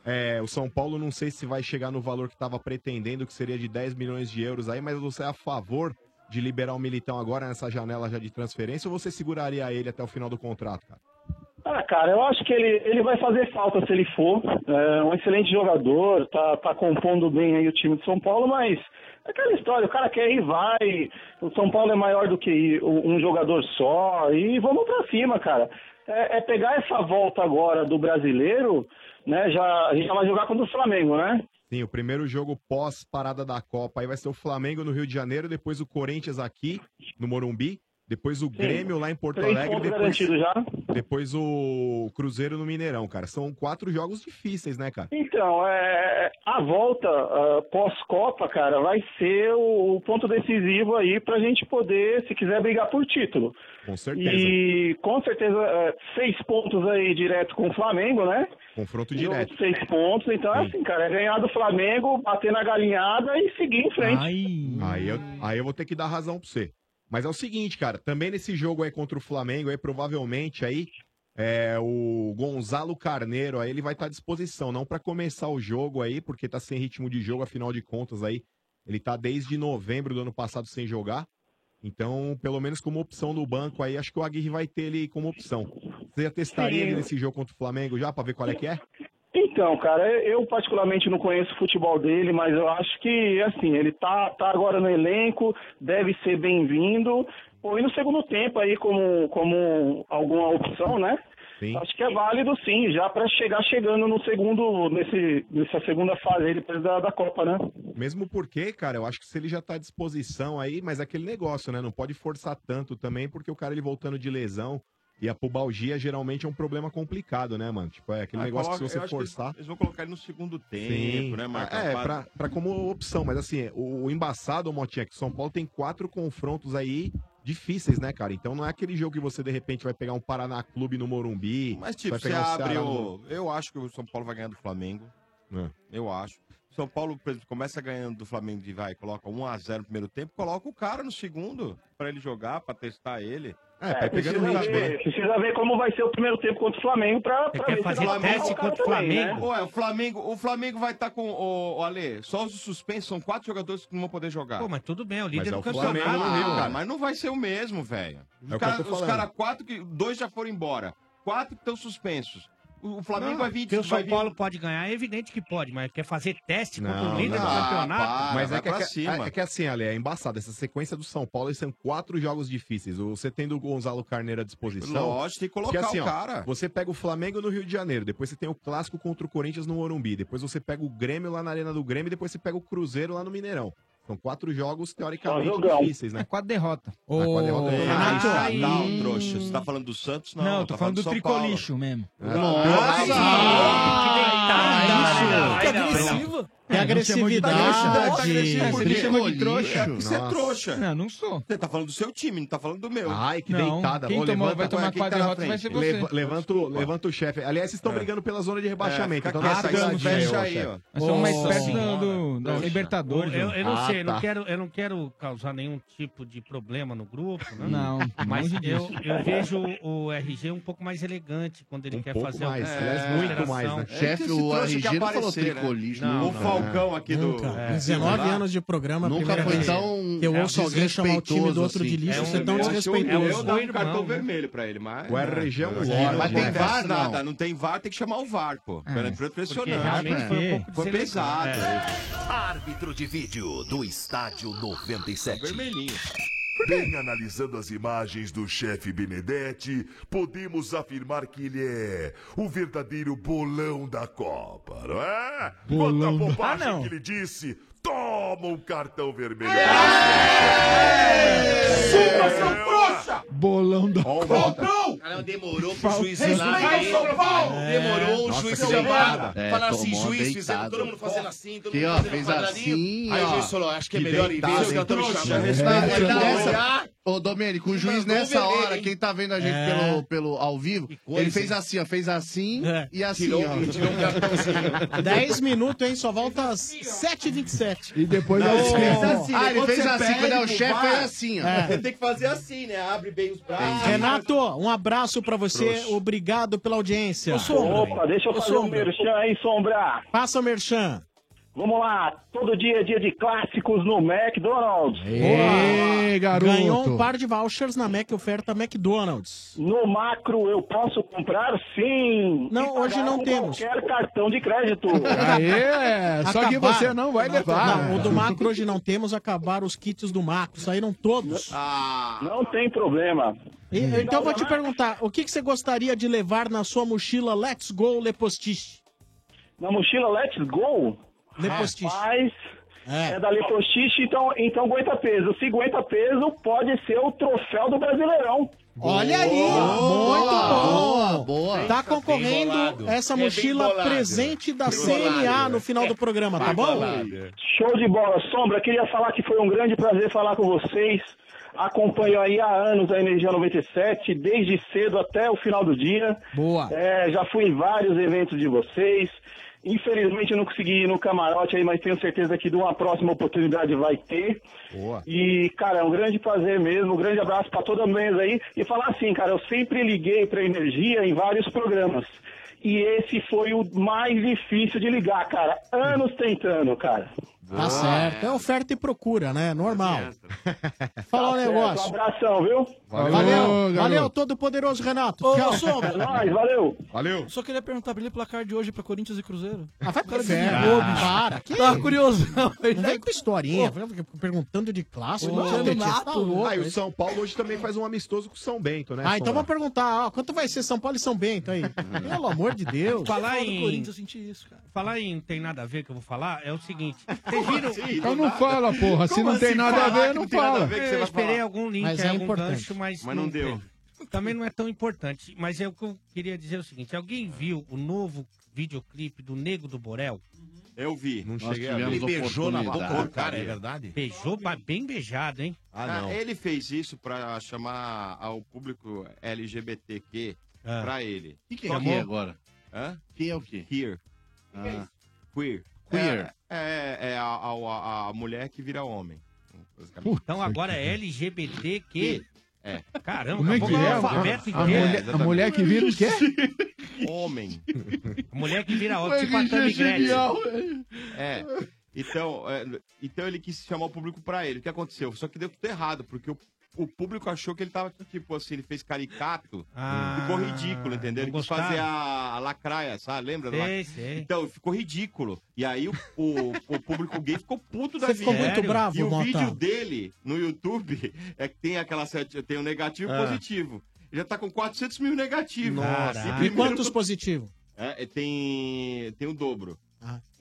é, o São Paulo não sei se vai chegar no valor que estava pretendendo, que seria de 10 milhões de euros aí, mas você é a favor de liberar o Militão agora nessa janela já de transferência ou você seguraria ele até o final do contrato, cara?
Ah, cara, eu acho que ele, ele vai fazer falta se ele for. É um excelente jogador, tá, tá compondo bem aí o time de São Paulo, mas é aquela história, o cara quer ir, vai. O São Paulo é maior do que um jogador só e vamos pra cima, cara. É, é pegar essa volta agora do brasileiro, né? Já, a gente já vai jogar contra o Flamengo, né?
Sim, o primeiro jogo pós-parada da Copa aí vai ser o Flamengo no Rio de Janeiro, depois o Corinthians aqui no Morumbi, depois o Grêmio lá em Porto
Três
Alegre,
pontos
depois,
garantidos já.
depois o Cruzeiro no Mineirão, cara. São quatro jogos difíceis, né, cara?
Então, é, a volta ah, pós-Copa, cara, vai ser o, o ponto decisivo aí pra gente poder, se quiser, brigar por título.
Com certeza.
E com certeza, é, seis pontos aí direto com o Flamengo, né?
Confronto
Jogo
direto.
de Seis pontos, então é assim, cara, é ganhar do Flamengo, bater na galinhada e seguir em frente.
Aí eu, aí eu vou ter que dar razão pra você. Mas é o seguinte, cara, também nesse jogo aí contra o Flamengo, aí provavelmente aí é, o Gonzalo Carneiro tá aí ele vai estar à disposição, não pra começar o jogo aí, porque tá sem ritmo de jogo, afinal de contas aí Ele tá desde novembro do ano passado sem jogar. Então, pelo menos como opção do banco aí, acho que o Aguirre vai ter ele como opção. Você já testaria
Sim.
ele nesse jogo contra o Flamengo já, pra ver qual é que é?
Então, cara, eu particularmente não conheço o futebol dele, mas eu acho que, assim, ele tá, tá agora no elenco, deve ser bem-vindo. Pô, E no segundo tempo aí, como, como alguma opção, né? Acho que é válido sim, já pra chegar chegando no segundo, nesse, nessa segunda fase aí depois da, da Copa, né?
Mesmo porque, cara, eu acho que se ele já tá à disposição aí, mas é aquele negócio, né? Não pode forçar tanto também, porque o cara ele voltando de lesão e a pubalgia geralmente é um problema complicado, né, mano? Tipo, é aquele
Ah,
negócio
coloca-
que se
eu
você
acho que eles-
forçar.
Eles, vão colocar ele no segundo tempo, né, Marcos?
É, pra, pra como opção, mas assim, o, o embaçado, Motinha, é que São Paulo tem quatro confrontos aí difíceis, né, cara? Então não é aquele jogo que você, de repente, vai pegar um Paraná Clube no Morumbi.
Mas, tipo,
vai
você
pegar um
abre
Ceará
o.
no-
Eu acho que o São Paulo vai ganhar do Flamengo.
É.
Eu acho. São Paulo por exemplo, começa ganhando do Flamengo e vai, coloca 1x0 no primeiro tempo, coloca o cara no segundo pra ele jogar, pra testar ele.
É,
tá
precisa,
um
né?
ver, precisa ver como vai ser o primeiro tempo contra o Flamengo pra, pra ver se dá pra colocar também, né?
Ué, o Flamengo, o Flamengo vai estar com. O, Ale, só os suspensos são quatro jogadores que não vão poder jogar.
Pô, mas tudo bem, o
Mas
líder
é
do
o Flamengo
campeonato. né?
no Rio, cara. Mas não vai ser o mesmo, velho.
É o
Os
que eu tô
caras
falando.
quatro, que, dois já foram embora. Quatro que estão suspensos. O, o Flamengo
Não,
vai vir
que o
vai
São
vir-
Paulo pode ganhar, é evidente que pode, mas quer fazer teste contra
Não,
o líder
não.
do campeonato.
Ah,
mas é que, é, que- é que assim, Ale, é embaçado. Essa sequência do São Paulo, eles são quatro jogos difíceis. Você tendo o Gonzalo Carneiro à disposição.
Lógico, tem que colocar
Porque, assim,
o
ó,
cara.
você pega o Flamengo no Rio de Janeiro, depois você tem o Clássico contra o Corinthians no Morumbi, depois você pega o Grêmio lá na Arena do Grêmio, e depois você pega o Cruzeiro lá no Mineirão. São quatro jogos,
Tá
é
teoricamente,
Só jogão.
difíceis, né?
Quatro derrotas.
Ah, quatro derrotas.
Ah,
Renato.
tá, não, trouxa. Você tá falando do Santos? Não,
Não, tô
tá
falando do
São
tricolixo mesmo.
Paulo.
Nossa!
Ah,
Ah, isso!
Que agressivo.
Que agressividade.
Tá agressivo
É,
por
você
quê?
me chamou de trouxa?
É porque você é
Nossa.
trouxa.
Não, não sou.
Você tá falando do seu time, não tá falando do meu.
Ai, que deitada. Ô, levanta- Ué, quem tá na frente? Leva- levanta, o, levanta o chefe. Aliás, vocês estão brigando pela zona de rebaixamento.
É,
então
fica
dá essa
quieto,
engraçadinha
fecha
ô,
aí,
chefe.
ó.
Eu
um
sou uma
Nossa
espécie
senhora.
do, do, da Libertadores.
Eu,
né?
eu não
Ah,
sei, eu não
tá.
quero, eu não quero causar nenhum tipo de problema no grupo, né?
Não,
Mas
longe
eu,
disso.
eu vejo o RG um pouco mais elegante quando ele quer
Um pouco
fazer
mais,
alguma
aliás, muito
alteração.
mais, né? Chefe, o
trouxa
RG
quer
não falou
aparecer, né?
tricolista,
Não,
não,
não.
o Falcão
aqui É.
Nunca. Em 19 anos de programa,
Nunca
primeira
foi
vez
tão assim.
que eu ouço alguém chamar o time do outro de lixo, você é tão desrespeitoso.
um Eu dou um cartão vermelho pra ele, mas.
O RG é um
Não,
ótimo.
não
Mas tem
acontece
VAR, não?
nada. Não tem VAR, tem que chamar o VAR, pô.
É.
Pera,
Porque
impressionante.
realmente foi um
É.
pouco
Foi pesado.
deselegante.
É.
É.
Árbitro de vídeo do Estádio 97.
Vermelhinho.
Bem analisando as imagens do chefe Benedetti, podemos afirmar que ele é o verdadeiro bolão da Copa, não é?
Bolão
Quanta
da-
bobagem
Ah, não.
que ele disse, toma um cartão vermelho.
É. Chupa, seu trouxa!
Bolão da Copa.
Caramba, demorou pro
Falcão.
juiz ir lá.
Respeita
ver.
o São Paulo!
Demorou, o
Nossa,
juiz
que
foi lá.
deitada. É,
Falaram assim,
tomou uma
juiz, fizeram
deitada.
todo mundo fazendo assim, todo
Aqui,
mundo
ó,
fazendo
fez
quadradinho.
assim,
Aí
ó.
o juiz falou, acho que é
Que
melhor ir ver,
deitada,
os gatões
hein,
chamando.
trouxa? Respeita,
Aí,
trouxa.
olhar,
Ô, Domênico, o juiz
mandou
nessa
vermelho,
hora,
hein?
quem tá vendo a gente
É.
pelo, pelo ao vivo,
coisa,
ele fez
hein? É.
assim, ó, fez assim e assim,
Tirou-
ó.
tirou um
cartãozinho.
10 minutos, hein? Só volta às 7h27.
E depois
Não,
eu
ele fez
esqueço.
assim, Ah, ele quando fez você assim, pede quando é o pro chefe, VAR, é assim, ó.
É.
Tem que fazer assim, né? Abre bem os braços.
Renato, um abraço pra você. Obrigado pela audiência.
Eu sou Opa, Sombra. deixa eu fazer um merchan aí, Sombra.
Passa o merchan.
Vamos lá, todo dia é dia de clássicos no McDonald's.
Boa.
garoto.
Ganhou um par de vouchers na Mac Oferta McDonald's.
No macro eu posso comprar sim.
Não, hoje não temos.
Qualquer cartão de crédito.
Aê, só que você não vai levar.
Não, o do macro hoje não temos. Acabaram os kits do macro. Saíram todos.
Não tem problema.
E- então eu vou te perguntar, o que, que você gostaria de levar na sua mochila Let's Go Lepostiche?
Na mochila Let's Go?
Lepostiche.
Rapaz, é, da Lepostiche, então, então aguenta peso. Se aguenta peso, pode ser o troféu do Brasileirão.
Olha aí, muito bom.
boa.
Tá concorrendo
Bem bolado.
essa
É bem
mochila
bolado.
presente da
Bem bolado,
CNA
é.
no final do programa, tá bom?
Show de bola, Sombra. Queria falar que foi um grande prazer falar com vocês. Acompanho aí há anos a Energia 97, desde cedo até o final do dia.
Boa.
É, já fui em vários eventos de vocês. Infelizmente eu não consegui ir no camarote aí, mas tenho certeza que de uma próxima oportunidade vai ter.
assim.
Boa.
E, cara, é um grande prazer mesmo, um grande abraço pra toda a mesa aí. E falar assim, cara, eu sempre liguei pra energia em vários programas. E esse foi o mais difícil de ligar, cara. Anos tentando, cara.
Tá certo. É oferta e procura, né? Normal. Falar um
certo,
negócio.
um abração, viu?
Valeu,
Valeu,
valeu,
garoto.
todo poderoso Renato.
Ô,
Tchau.
É
Sombra.
Valeu.
Só queria perguntar pra ele o placar de hoje pra Corinthians e Cruzeiro.
Ah, vai pro
Cara,
inferno.
desligou,
Ah,
bicho.
para, que
Tava
isso?
curioso.
Não vem com historinha.
Ô.
fica Perguntando de clássico.
Ô,
Não, Tietê, tá louco,
Ah, e o
hein?
São Paulo hoje também faz um amistoso com o São Bento, né?
Ah, então
Sombra?
vamos perguntar, ó, quanto vai ser São Paulo e São Bento aí? Pelo amor de Deus.
Falar em.
eu senti isso, cara.
Falar em não tem nada a ver que eu vou falar é o seguinte. Vocês viram.
Então não fala, porra. Se não tem nada a ver, não fala.
Eu esperei algum link,
Mas é
algum
importante.
gancho, mas.
Mas não deu.
teve. Também não é tão importante. Mas é o que eu queria dizer o seguinte: alguém viu o novo videoclipe do Nego do Borel?
Eu vi. Não
Nós
tivemos Ele beijou na boca do oportunidade. cara, é verdade?
Beijou ba- bem beijado, hein?
Ah, ele fez isso pra chamar ao público LGBTQ
Ah.
pra ele.
Que que é
Só
aqui agora?
Hã?
Que é o quê?
Queer.
Ah. Que é isso?
Queer.
Queer.
É, é, é a, a- a mulher que vira homem.
Então agora é LGBTQ.
É.
Caramba,
Como é
acabou
que é?
o alfabeto
A
inteiro.
mulher- a mulher que
vira o quê?
Homem.
A mulher que vira homem, tipo a Tammy Gretchen.
É. Então, é, então ele quis chamar o público pra ele. O que aconteceu? Só que deu tudo errado, porque o, o público achou que ele tava, tipo assim, ele fez caricato,
Ah,
ficou ridículo, entendeu? Ele
não
quis
gostaram?
fazer a, a lacraia, sabe? Lembra? da
Sei,
lac-
sei.
Então, ficou ridículo. E aí o, o- o público gay ficou puto da
Você ficou
vida.
muito Sério? bravo,
E o
Mota?
vídeo dele no YouTube é que tem aquela sete- tem o negativo e
Ah.
o positivo. Já tá com 400 mil negativos.
Nossa. E quantos positivos?
É, é, tem, tem o dobro.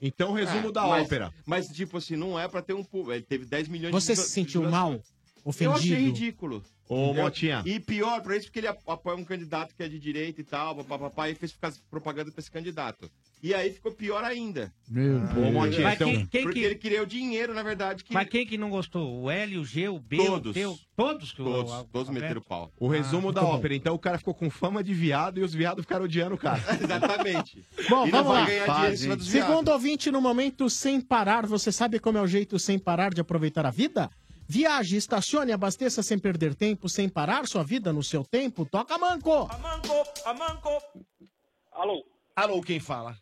Então, resumo
É,
da
mas-
ópera.
Mas, tipo assim, não é pra ter um público. Ele teve 10 milhões
Você
de
se
visua-
sentiu mal?
visualizações.
Ofendido?
Eu achei ridículo.
Ô,
Entendeu?
Motinha.
E pior pra isso, porque ele apoia um candidato que é de direita e tal, papapá, e fez ficar propaganda pra esse candidato. E aí ficou pior ainda.
Meu
Ô, Motinha,
Mas
então...
quem- quem
porque
que-
ele queria o dinheiro, na verdade. Que...
Mas quem que não gostou? O L, o G, o B, o
Todos.
T, o... Todos? que o-
Todos,
o-
Tá
todos meteram o pau.
O resumo
Ah,
da
tá bom.
ópera. Então o cara ficou com fama de viado e os viados ficaram odiando o cara.
Exatamente.
Bom, vamos lá.
Segundo...
Segundo ouvinte, no momento sem parar, você sabe como é o jeito sem parar de aproveitar a vida? Viaje, estacione, abasteça sem perder tempo, sem parar sua vida no seu tempo. Toca manco!
Amanco, Amanco. Alô? Alô, quem fala?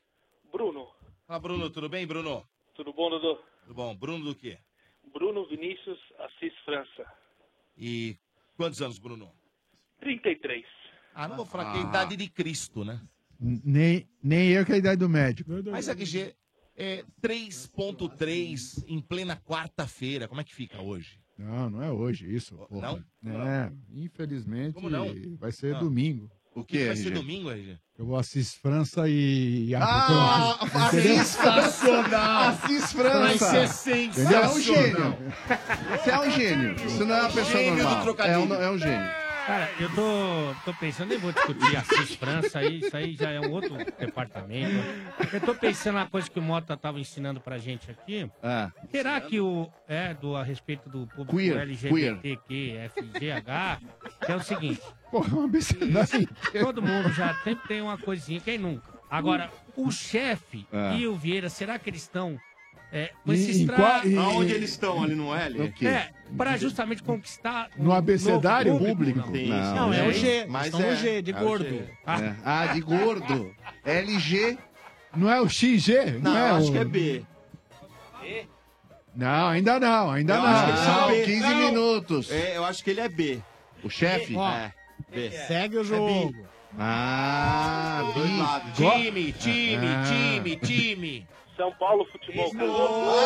Bruno,
Fala, Bruno, tudo bem, Bruno?
tudo bom, Dudu?
Tudo bom. Bruno do quê?
Bruno Vinícius Assis França,
E quantos anos, Bruno?
33.
Ah, não vou falar que é a idade de Cristo, né?
Nem, nem eu que é a idade do médico.
Mas aqui, G, é 3.3 em plena quarta-feira. Como é que fica hoje?
Não, não é hoje isso, porra.
Não?
É, infelizmente
Como não?
vai ser
Ah.
domingo.
O que Vai ser domingo, RG?
Eu vou assistir França e...
Ah,
Entendeu?
Assis Sensacional.
Assis é França.
Vai ser
Você é um
sensacional.
gênio. Você é um gênio. Isso não é uma pessoa
Gênio do
normal. É
trocadilho.
um, é um gênio.
Cara, eu tô, tô pensando, nem vou discutir Assis França, aí, isso aí já é um outro departamento. Eu tô pensando na coisa que o Mota tava ensinando pra gente aqui.
É.
Ah.
Será que o. É, do, a respeito do público
Queer,
LGBTQ, FGH, que é o seguinte.
Porra, uma absurdidade.
Todo mundo já sempre tem uma coisinha, quem nunca? Agora, o chefe
É.
e o Vieira, será que eles estão é, com
E-
esses
em qual-
traços?
e- Aonde
eles estão, ali no L?
É,
O quê?
para justamente conquistar. um
No abecedário
novo
público?
Não,
Não,
é o G.
Mas
Mas é,
é.
o G, de
É o
gordo.
G.
Ah.
Ah, de gordo. LG.
Não é o XG? Não, é o-
B.
Não, ainda não, ainda
Eu
não.
acho que ele é B. Não.
minutos.
É, eu acho que ele é B.
O chefe?
Ó, B.
Segue o jogo.
Ah,
dois lados.
Time, time, time, time.
São Paulo Futebol Clube.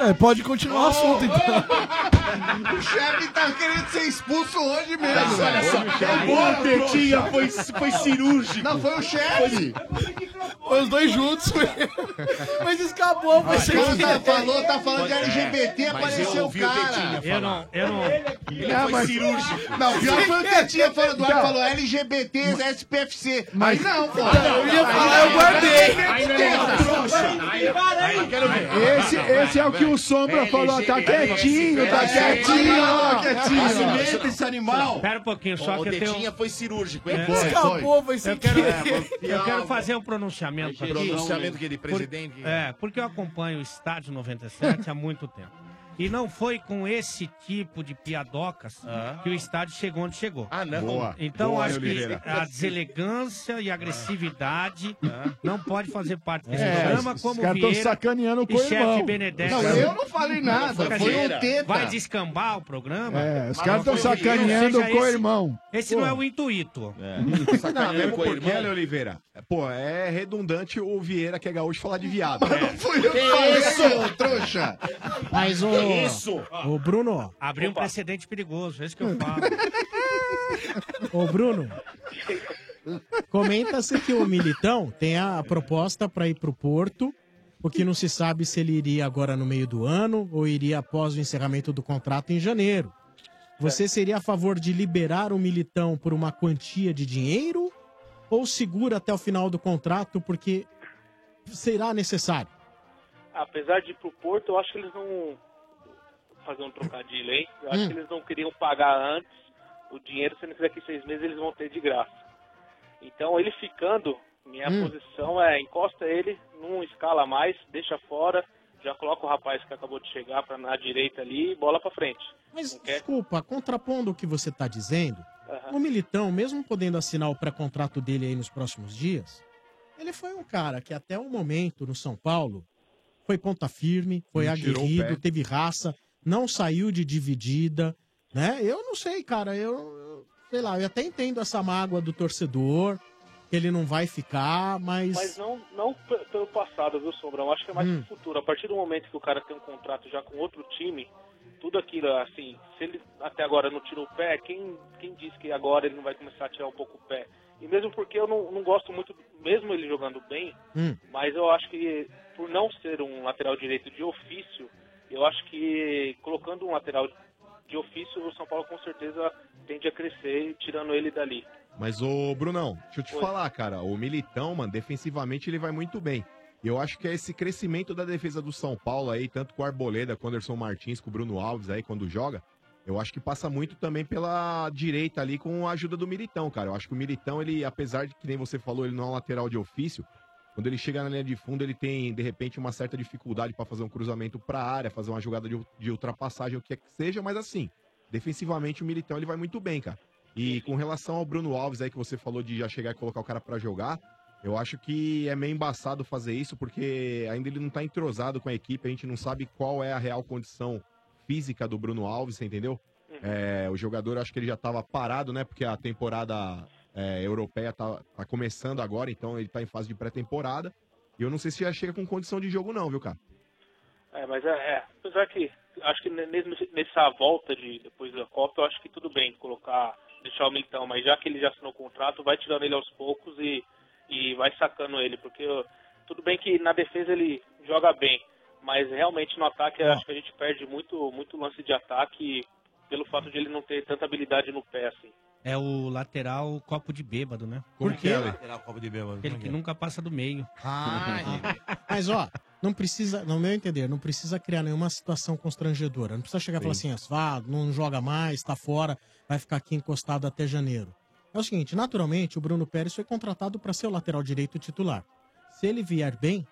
É, pode continuar o assunto, então.
O chefe tá querendo ser expulso hoje mesmo.
Tá, olha só,
Agora,
o Tetinha
trouxa.
foi- foi cirúrgico.
Não, foi o chefe.
Foi os dois juntos. Mas escapou, foi
Mas
sem
quando tá,
querer.
falou, tá falando de LGBT,
Mas
apareceu o
ouvi Tetinha
cara.
falar.
Ele foi cirúrgico. Não, pior foi o Tetinha falando do ar, falou LGBT, SPFC. Mas Ah, não, pô.
Ah,
eu ia falar, eu
é
guardei. Esse, esse é o que o Sombra falou, tá quietinho, tá quietinho, ó, quietinho.
Alimenta esse animal.
Pera um pouquinho, só
Ó,
que
o
eu tenho-
Tetinha foi cirúrgico, hein?
É. eu quero, é, eu quero fazer um pronunciamento aqui.
Pronunciamento aqui de presidente.
Por, é, porque eu acompanho o Estádio 97 há muito tempo. E não foi com esse tipo de piadocas que o estádio chegou onde chegou. Ah,
não? Boa.
Então
Boa,
acho
hein,
que
Oliveira?
a deselegância e a agressividade não pode fazer parte desse
É,
programa,
os
como
caras tão
Vieira
sacaneando
e
com o
chefe
irmão.
Benedetti.
Não, eu não
falei nada,
Quer
foi
dizer,
um teta.
Vai descambar o programa?
É, os
Mas não
caras tão
foi que-
sacaneando
ou seja,
com o
esse-
irmão.
Esse
Pô.
não é o intuito.
Hum, tá
Sacanagem,
Não,
mesmo
com o
porque,
irmão.
Ale Oliveira, pô, é redundante o Vieira, que é gaúcho, falar de viado. Mas não
fui eu
que falei,
ô trouxa.
Mas
Que
o.
isso?
O Bruno.
Abriu um precedente perigoso, é isso que eu falo.
Ô, Bruno. Comenta-se que o Militão tem a proposta para ir pro Porto, o que não se sabe se ele iria agora no meio do ano ou iria após o encerramento do contrato em janeiro. Você seria a favor de liberar o Militão por uma quantia de dinheiro ou segura até o final do contrato porque será necessário?
Apesar de ir pro Porto, eu acho que eles não. Vou fazer um trocadilho, hein? Eu acho
Hum.
que eles não queriam pagar antes o dinheiro, sendo que daqui seis meses eles vão ter de graça. Então, ele ficando, minha
Hum.
posição é encosta ele, não escala mais, deixa fora, já coloca o rapaz que acabou de chegar pra, na direita ali e bola pra frente.
Mas,
não quer?
desculpa, contrapondo o que você está dizendo,
Aham.
o Militão, mesmo podendo assinar o pré-contrato dele aí nos próximos dias, ele foi um cara que até o momento no São Paulo foi ponta firme, foi
Não tirou o pé.
aguerrido, teve raça, não saiu de dividida, né? Eu não sei, cara, eu, eu- sei lá, eu até entendo essa mágoa do torcedor, que ele não vai ficar, mas...
Mas não, não p- pelo passado, viu, Sombrão? Acho que é mais
Hum.
pro futuro. A partir do momento que o cara tem um contrato já com outro time, tudo aquilo, assim, se ele até agora não tirou o pé, quem, quem diz que agora ele não vai começar a tirar um pouco o pé? E mesmo porque eu não, não gosto muito, mesmo ele jogando bem,
Hum.
mas eu acho que por não ser um lateral direito de ofício, eu acho que colocando um lateral de ofício, o São Paulo com certeza tende a crescer, tirando ele dali.
Mas, ô, Brunão, deixa eu te
Oi.
falar, cara. O Militão, mano, defensivamente ele vai muito bem. E eu acho que é esse crescimento da defesa do São Paulo aí, tanto com o Arboleda, com o Anderson Martins, com o Bruno Alves aí, quando joga, eu acho que passa muito também pela direita ali com a ajuda do Militão, cara. Eu acho que o Militão, ele, apesar de que nem você falou, ele não é um lateral de ofício, quando ele chega na linha de fundo, ele tem, de repente, uma certa dificuldade pra fazer um cruzamento pra área, fazer uma jogada de, de ultrapassagem, o que é que seja, mas assim, defensivamente o Militão ele vai muito bem, cara. E com relação ao Bruno Alves aí que você falou de já chegar e colocar o cara pra jogar, eu acho que é meio embaçado fazer isso porque ainda ele não tá entrosado com a equipe, a gente não sabe qual é a real condição física do Bruno Alves, você entendeu? É, o jogador, acho que ele já estava parado, né? Porque a temporada é, europeia tá, tá começando agora, então ele tá em fase de pré-temporada. E eu não sei se já chega com condição de jogo, não, viu, cara?
É, mas é, é. apesar que acho que ne- mesmo se- nessa volta de depois da Copa, eu acho que tudo bem colocar, deixar o Militão, mas já que ele já assinou o contrato, vai tirando ele aos poucos e, e vai sacando ele, porque ó, tudo bem que na defesa ele joga bem, mas realmente no ataque eu acho que a gente perde muito, muito lance de ataque pelo fato de ele não ter tanta habilidade no pé, assim.
É o lateral copo de bêbado, né?
Como que é, Ale?
lateral copo de bêbado? Aquele que nunca passa do meio.
Ah,
Mas ó, não precisa, no meu entender, não precisa criar nenhuma situação constrangedora. Não precisa chegar e falar assim, asfalto, não joga mais, tá fora, vai ficar aqui encostado até janeiro. É o seguinte, naturalmente, o Bruno Pérez foi contratado para ser o lateral direito titular. Se ele vier bem,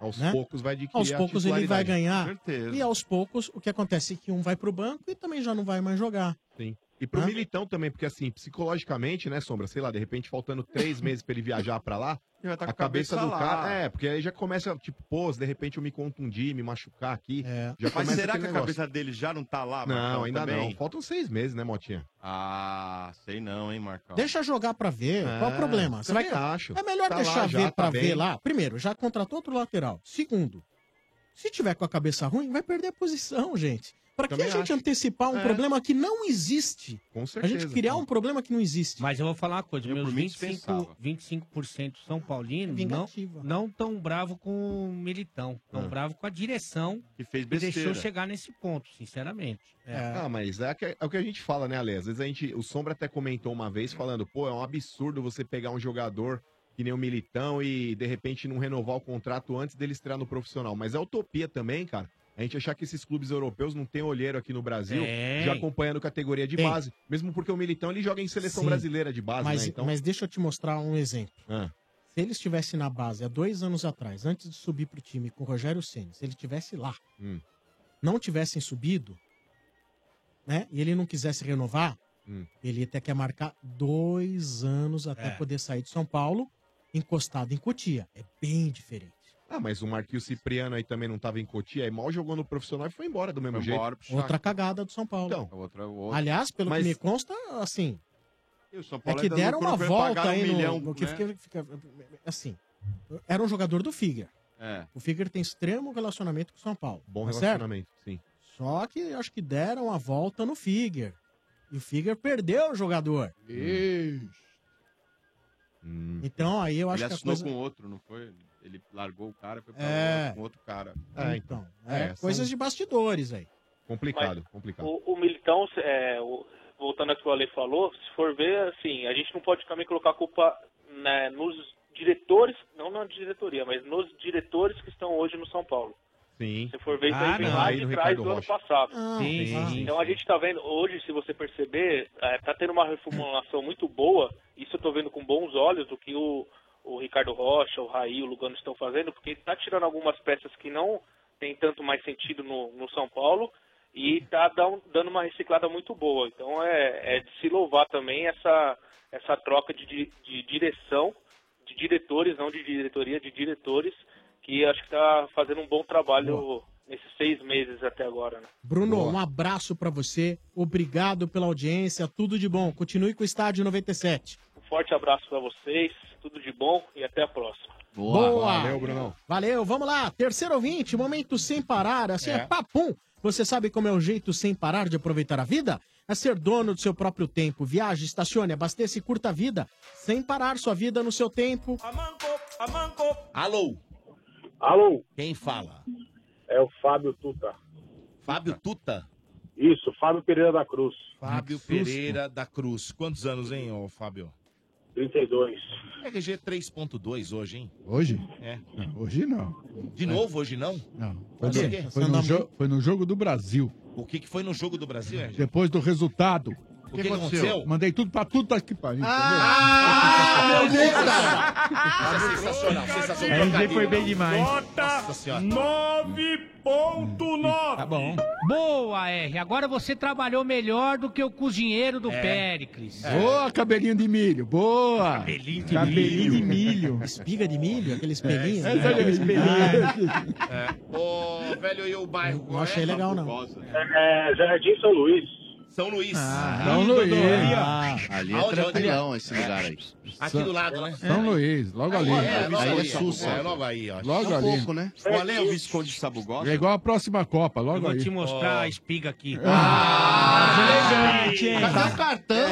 Aos
né?
poucos vai adquirir
aos
a
poucos ele vai
titularidade.
ganhar.
Certeza.
E aos poucos, o que acontece é que um vai pro banco e também já não vai mais jogar.
Sim. E pro Militão também, porque assim, psicologicamente, né, Sombra, sei lá, de repente faltando três meses pra ele viajar pra lá,
Ele vai tá com
a cabeça,
cabeça
do
lá.
cara. É, porque aí já começa, tipo, pô, se de repente eu me contundir, me machucar aqui.
É.
Já
Mas
começa
será que
aquele
a
negócio.
cabeça dele já não tá lá,
Não,
Marcão,
ainda
também?
não. Faltam seis meses, né, Motinha?
Ah, sei não, hein, Marcão.
Deixa jogar pra ver.
É,
Qual o problema? Você vai...
também acho.
É melhor
Tá lá
deixar
já,
ver
tá
pra
bem.
ver lá. Primeiro, já contratou outro lateral. Segundo, se tiver com a cabeça ruim, vai perder a posição, gente. Pra que a
Também
gente
acho.
antecipar um
É.
problema que não existe?
Com
a gente criar um problema que não existe.
Mas eu vou falar uma coisa, meus
por mim,
25,
dispensava.
25% são paulinos
É
não,
vingativa.
não tão bravo com o Militão, tão
Ah.
bravo com a direção
que fez
deixou
besteira.
chegar nesse ponto, sinceramente.
Ah, mas é, que- é o que a gente fala, né, Ale? Às vezes a gente. O Sombra até comentou uma
Hum.
vez falando, pô, é um absurdo você pegar um jogador que nem o Militão e de repente não renovar o contrato antes dele estrear no profissional. Mas é utopia também, cara. A gente achar que esses clubes europeus não tem olheiro aqui no Brasil,
Tem.
já acompanhando categoria de
Tem.
base. Mesmo porque o Militão ele joga em seleção
Sim.
brasileira de base,
mas,
né? Então.
mas deixa eu te mostrar um exemplo.
Ah.
Se ele estivesse na base há dois anos atrás, antes de subir pro time com o Rogério Ceni, se ele estivesse lá,
Hum.
não tivessem subido, né? E ele não quisesse renovar,
Hum.
ele ia ter que marcar dois anos até
É.
poder sair de São Paulo, encostado em Cotia. É bem diferente.
Ah, mas o Marquinhos Cipriano aí também não tava em Cotia, aí mal jogou no profissional e foi embora do mesmo
Foi
jeito.
embora pro É Outra saco. cagada do São Paulo.
Então,
Aliás, pelo
Mas É,
que me consta, assim,
E o São
é
Paulo
que
ainda
deram
lucrou
uma
pra
volta
pagar um
aí no,
milhão,
no que
né?
fica, fica- assim, era um jogador do Figuer.
É.
O Figuer tem extremo relacionamento com o São Paulo.
Bom
tá certo?
relacionamento, sim.
Só que eu acho que deram a volta no Figuer. E o Figuer perdeu o jogador. Então aí eu acho
ele
que a
assinou
coisa...
com outro, não foi? Ele largou o cara, foi pra
É.
outro, com outro cara.
então, é, coisas de bastidores aí.
Complicado, complicado.
O, o Militão, é, o- voltando ao que o Ale falou, se for ver, assim, a gente não pode também colocar a culpa né, nos diretores, não na diretoria, mas nos diretores que estão hoje no São Paulo.
Sim.
Se for ver, isso
Ah,
aí vem
não.
lá
Aí
de
no
trás
Ricardo
do ano
Rocha.
passado.
Ah, Sim, sim, sim.
Então a gente tá vendo, hoje, se você perceber, é, tá tendo uma reformulação muito boa, isso eu tô vendo com bons olhos, o que o, o Ricardo Rocha, o Raí, o Lugano estão fazendo, porque tá tirando algumas peças que não tem tanto mais sentido no, no São Paulo e tá dão- dando uma reciclada muito boa. Então é, é de se louvar também essa, essa troca de, di- de direção, de diretores, não de diretoria, de diretores, que acho que tá fazendo um bom trabalho nesses seis meses até agora. Né?
Bruno, um abraço pra você. Obrigado pela audiência. Tudo de bom. Continue com o Estádio 97.
Um forte abraço para vocês, tudo de bom e até a próxima.
Valeu, vamos lá. Terceiro ouvinte, momento sem parar. Assim é,
É.
papum. Você sabe como é o jeito sem parar de aproveitar a vida? É ser dono do seu próprio tempo. Viaje, estacione, abasteça e curta a vida. Sem parar sua vida no seu tempo.
Alô?
Alô?
Quem fala?
É o Fábio Tuta.
Fábio Tuta?
Isso, Fábio Pereira da Cruz.
Fábio
Que susto.
Pereira da Cruz. Quantos anos, hein, ô Fábio?
32.
É
RG 3.2 hoje, hein?
Hoje?
É.
Não, hoje não.
De novo hoje não?
Não. Foi
Por
no,
quê?
foi no
Andamos-
jo- foi no jogo do Brasil.
O que, que foi no jogo do Brasil, RG?
Depois do resultado.
O que, que aconteceu?
Mandei tudo pra tudo tá daqui pra mim.
Ah,
meu Deus,
Sensacional, sensacional.
RG foi bem demais.
Nossa senhora.
9.9. Tá bom. Boa, R. Agora você trabalhou melhor do que o cozinheiro do
É.
Péricles.
Boa, cabelinho de milho. Boa. Cabelinho de milho.
Espiga de milho, aquele espelhinho. Ah,
É, sabe aquele espelhinho?
É. Ô, velho, e o bairro? Não
achei legal, não.
né?
É, Jardim São Luís.
São Luís.
São
Dodô,
Luís.
ali, ó.
Ah,
ali é tranquilão
esse lugar aí.
Aqui do lado, né?
São Luís, logo ali.
É, logo
Aí é
ali,
Sussa.
É, logo aí, ó.
um
um
Logo ali.
né?
né?
O Ale é o Visconde de Sabugosa?
É igual a próxima Copa, logo
Eu vou
aí.
te mostrar a espiga aqui.
Ah,
elegante, hein?
Cadê o
cartão?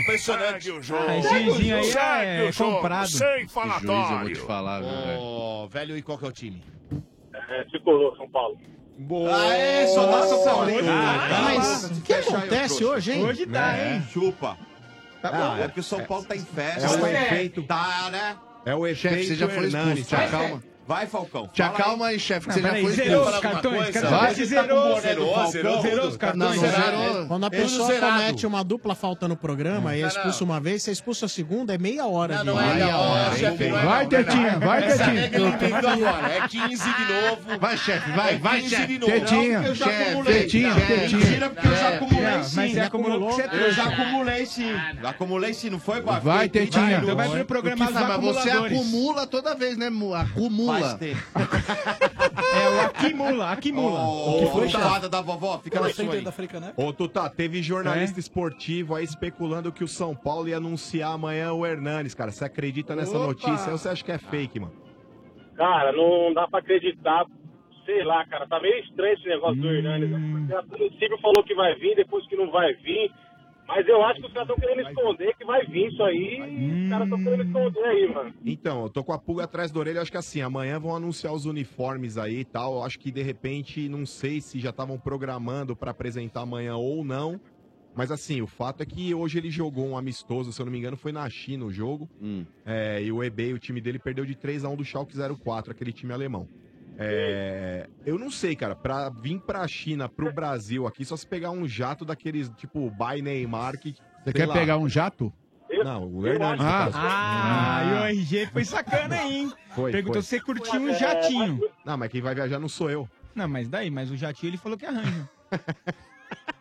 Impressionante. o jogo.
Ah, esse vizinho aí é comprado.
falar, velho. Ô, velho, e qual que é o time?
É, Tricolor, São Paulo.
Boa!
Aê, só dá São Paulo, hein?
Ah,
Mas
lá.
o que
Fecha aí,
acontece
ô trouxa.
hoje, hein?
Hoje tá, hein? Chupa. Tá
bom.
é porque o São Paulo tá em festa.
É um
né?
efeito.
Tá, né?
É o efeito.
Chefe, você já foi expulso, te acalma. Vai, Falcão.
Te
Fala aí.
acalma aí, chefe, que
Não,
você já
peraí,
foi
zerou
expulso.
os cartões,
Alguma
cara.
coisa?
Vai. Você tá com
Zerou,
o boné do
zerou,
Falcão,
zerou,
tudo.
zerou os cartões.
Não,
Zerou.
zerou.
Quando a
Ele
pessoa
zerado.
comete uma dupla falta no programa e é
Não,
expulso uma vez, você é expulso a segunda, é meia hora.
Não, não
de-
é da hora, chefe. não é
Vai,
não, não é
Tetinha,
não.
vai,
Essa
Tetinha.
regra não tem agora. É 15 de novo.
Vai, chefe,
é
vai, vai,
15
chefe.
de novo. Não, porque eu já acumulei. Não, é Mentira, porque
É,
eu já
É.
acumulei sim.
Mas
acumulou
Eu já acumulei sim. Já acumulei sim, não foi, Bafo?
Vai, Tetinha. Então vai pro
programa
programa dos
mas você
acumuladores.
acumula toda vez, né? mu- Acumula.
É o Akimula,
Akimula.
Ô,
Que foi,
Tuta.
chefe?
na
Foi
sua aí.
dentro da
né?
Africaneca?
Ô, Tuta, teve
É?
jornalista esportivo aí especulando que o São Paulo ia anunciar amanhã o Hernanes, cara. Você acredita nessa
Opa!
notícia ou você acha que é fake, mano?
Cara, não dá pra acreditar. Sei lá, cara, tá meio estranho esse negócio do Hernandes.
Hum.
né? Porque a princípio falou que vai vir, depois que não vai vir. Mas eu acho que os caras estão querendo esconder que vai vir isso aí. E os caras estão querendo esconder aí, mano.
Então, eu tô com a pulga atrás da orelha. eu Acho que assim, amanhã vão anunciar os uniformes aí e tal. eu Acho que de repente, não sei se já estavam programando pra apresentar amanhã ou não. Mas assim, o fato é que hoje ele jogou um amistoso, se eu não me engano, foi na China o jogo. É, e o EB, o time dele, perdeu de 3 a 1 do Schalke 04, aquele time alemão. É, eu não sei, cara, pra vir pra China, pro Brasil aqui, só se pegar um jato daqueles, tipo, by Neymar que.
Você quer pegar um jato?
Não, o Hernandes. tá assim. no caso.
Ah,
Aí
ah,
o RG foi sacana, hein? Perguntou se você curtiu um jatinho.
Não, mas quem vai viajar não sou eu.
Não, mas daí, mas o Jatinho ele falou que é arranja.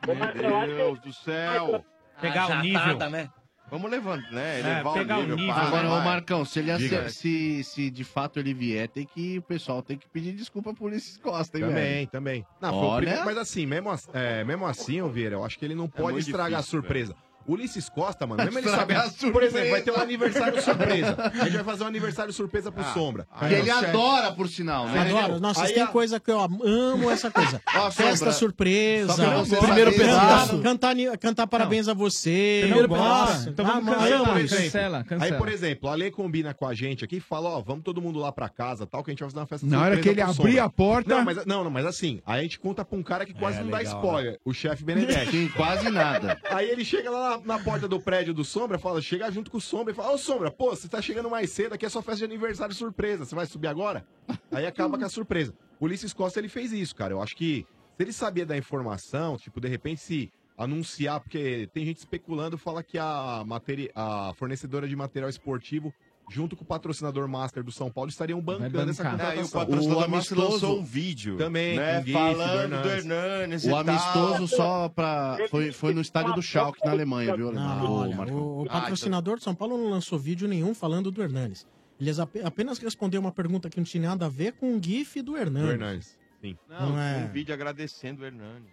Meu Deus do céu.
Pegar o nível.
né? Vamos levando, né?
É,
Elevar
pegar
o
o
nível. né?
nível.
pá,
Agora,
vai.
ô Marcão, se ele
Diga.
acer- se, se de fato ele vier, tem que, o pessoal tem que pedir desculpa por esses costas, hein,
Também,
velho?
também.
Não,
Não,
foi
foi
o
o
Olha. É
primeiro, mas assim, mesmo, as- é, mesmo assim, ô Vieira, eu acho que ele não pode
muito
estragar
difícil,
a surpresa. Ulisses Costa, mano,
Vai
mesmo ele
estragar
sabendo-
a surpresa.
Por exemplo, vai ter um aniversário surpresa. A gente vai fazer um aniversário surpresa pro
Ah,
Sombra.
que ele adora, por sinal, né?
Adoro. Nossa,
Aí
tem
a-
coisa que eu am- amo essa coisa.
Ó,
Festa
Sombra,
surpresa.
só pra você
primeiro
saber,
pedaço.
Sombra.
Cantar, ni- cantar parabéns a você.
Primeiro
Nossa,
pedaço. Então
ah,
vamos
mano,
cancelar,
amo
por
isso.
exemplo. Aí, por exemplo, a lei combina com a gente aqui e fala, ó, vamos todo mundo lá pra casa, tal, que a gente vai fazer uma festa
Na hora
surpresa
que ele
pro
abrir
Sombra.
a porta-
Não, mas, não, não, mas assim, aí a gente conta pra um cara que quase
É,
não dá
legal,
spoiler,
né?
o chefe Benedetti.
Sim, quase nada.
Aí ele chega lá na, na porta do prédio do Sombra, fala, chega junto com o Sombra e fala, ô Sombra, pô, você tá chegando mais cedo, aqui é sua festa de aniversário surpresa, você vai subir agora? Aí acaba com a surpresa. O Ulisses Costa, ele fez isso, cara. Eu acho que se ele sabia da informação, tipo, de repente se anunciar, porque tem gente especulando, fala que a, materi- a fornecedora de material esportivo junto com o patrocinador master do São Paulo estariam bancando essa
bancar.
contratação.
Ah, e o patrocinador master lançou um vídeo,
também,
né,
com o Guice,
falando do Hernanes e
O
tal.
amistoso só pra. Foi, foi no estádio do Schalke, na Alemanha, viu, Alemão?
Não,
Ô,
olha,
Marcão.
o, o
Ah,
patrocinador de São Paulo não lançou vídeo nenhum falando do Hernanes. Ele ape- apenas respondeu uma pergunta que não tinha nada a ver com o GIF do Hernanes.
Do Hernanes,
sim.
Não,
Não é.
um vídeo agradecendo o Hernani.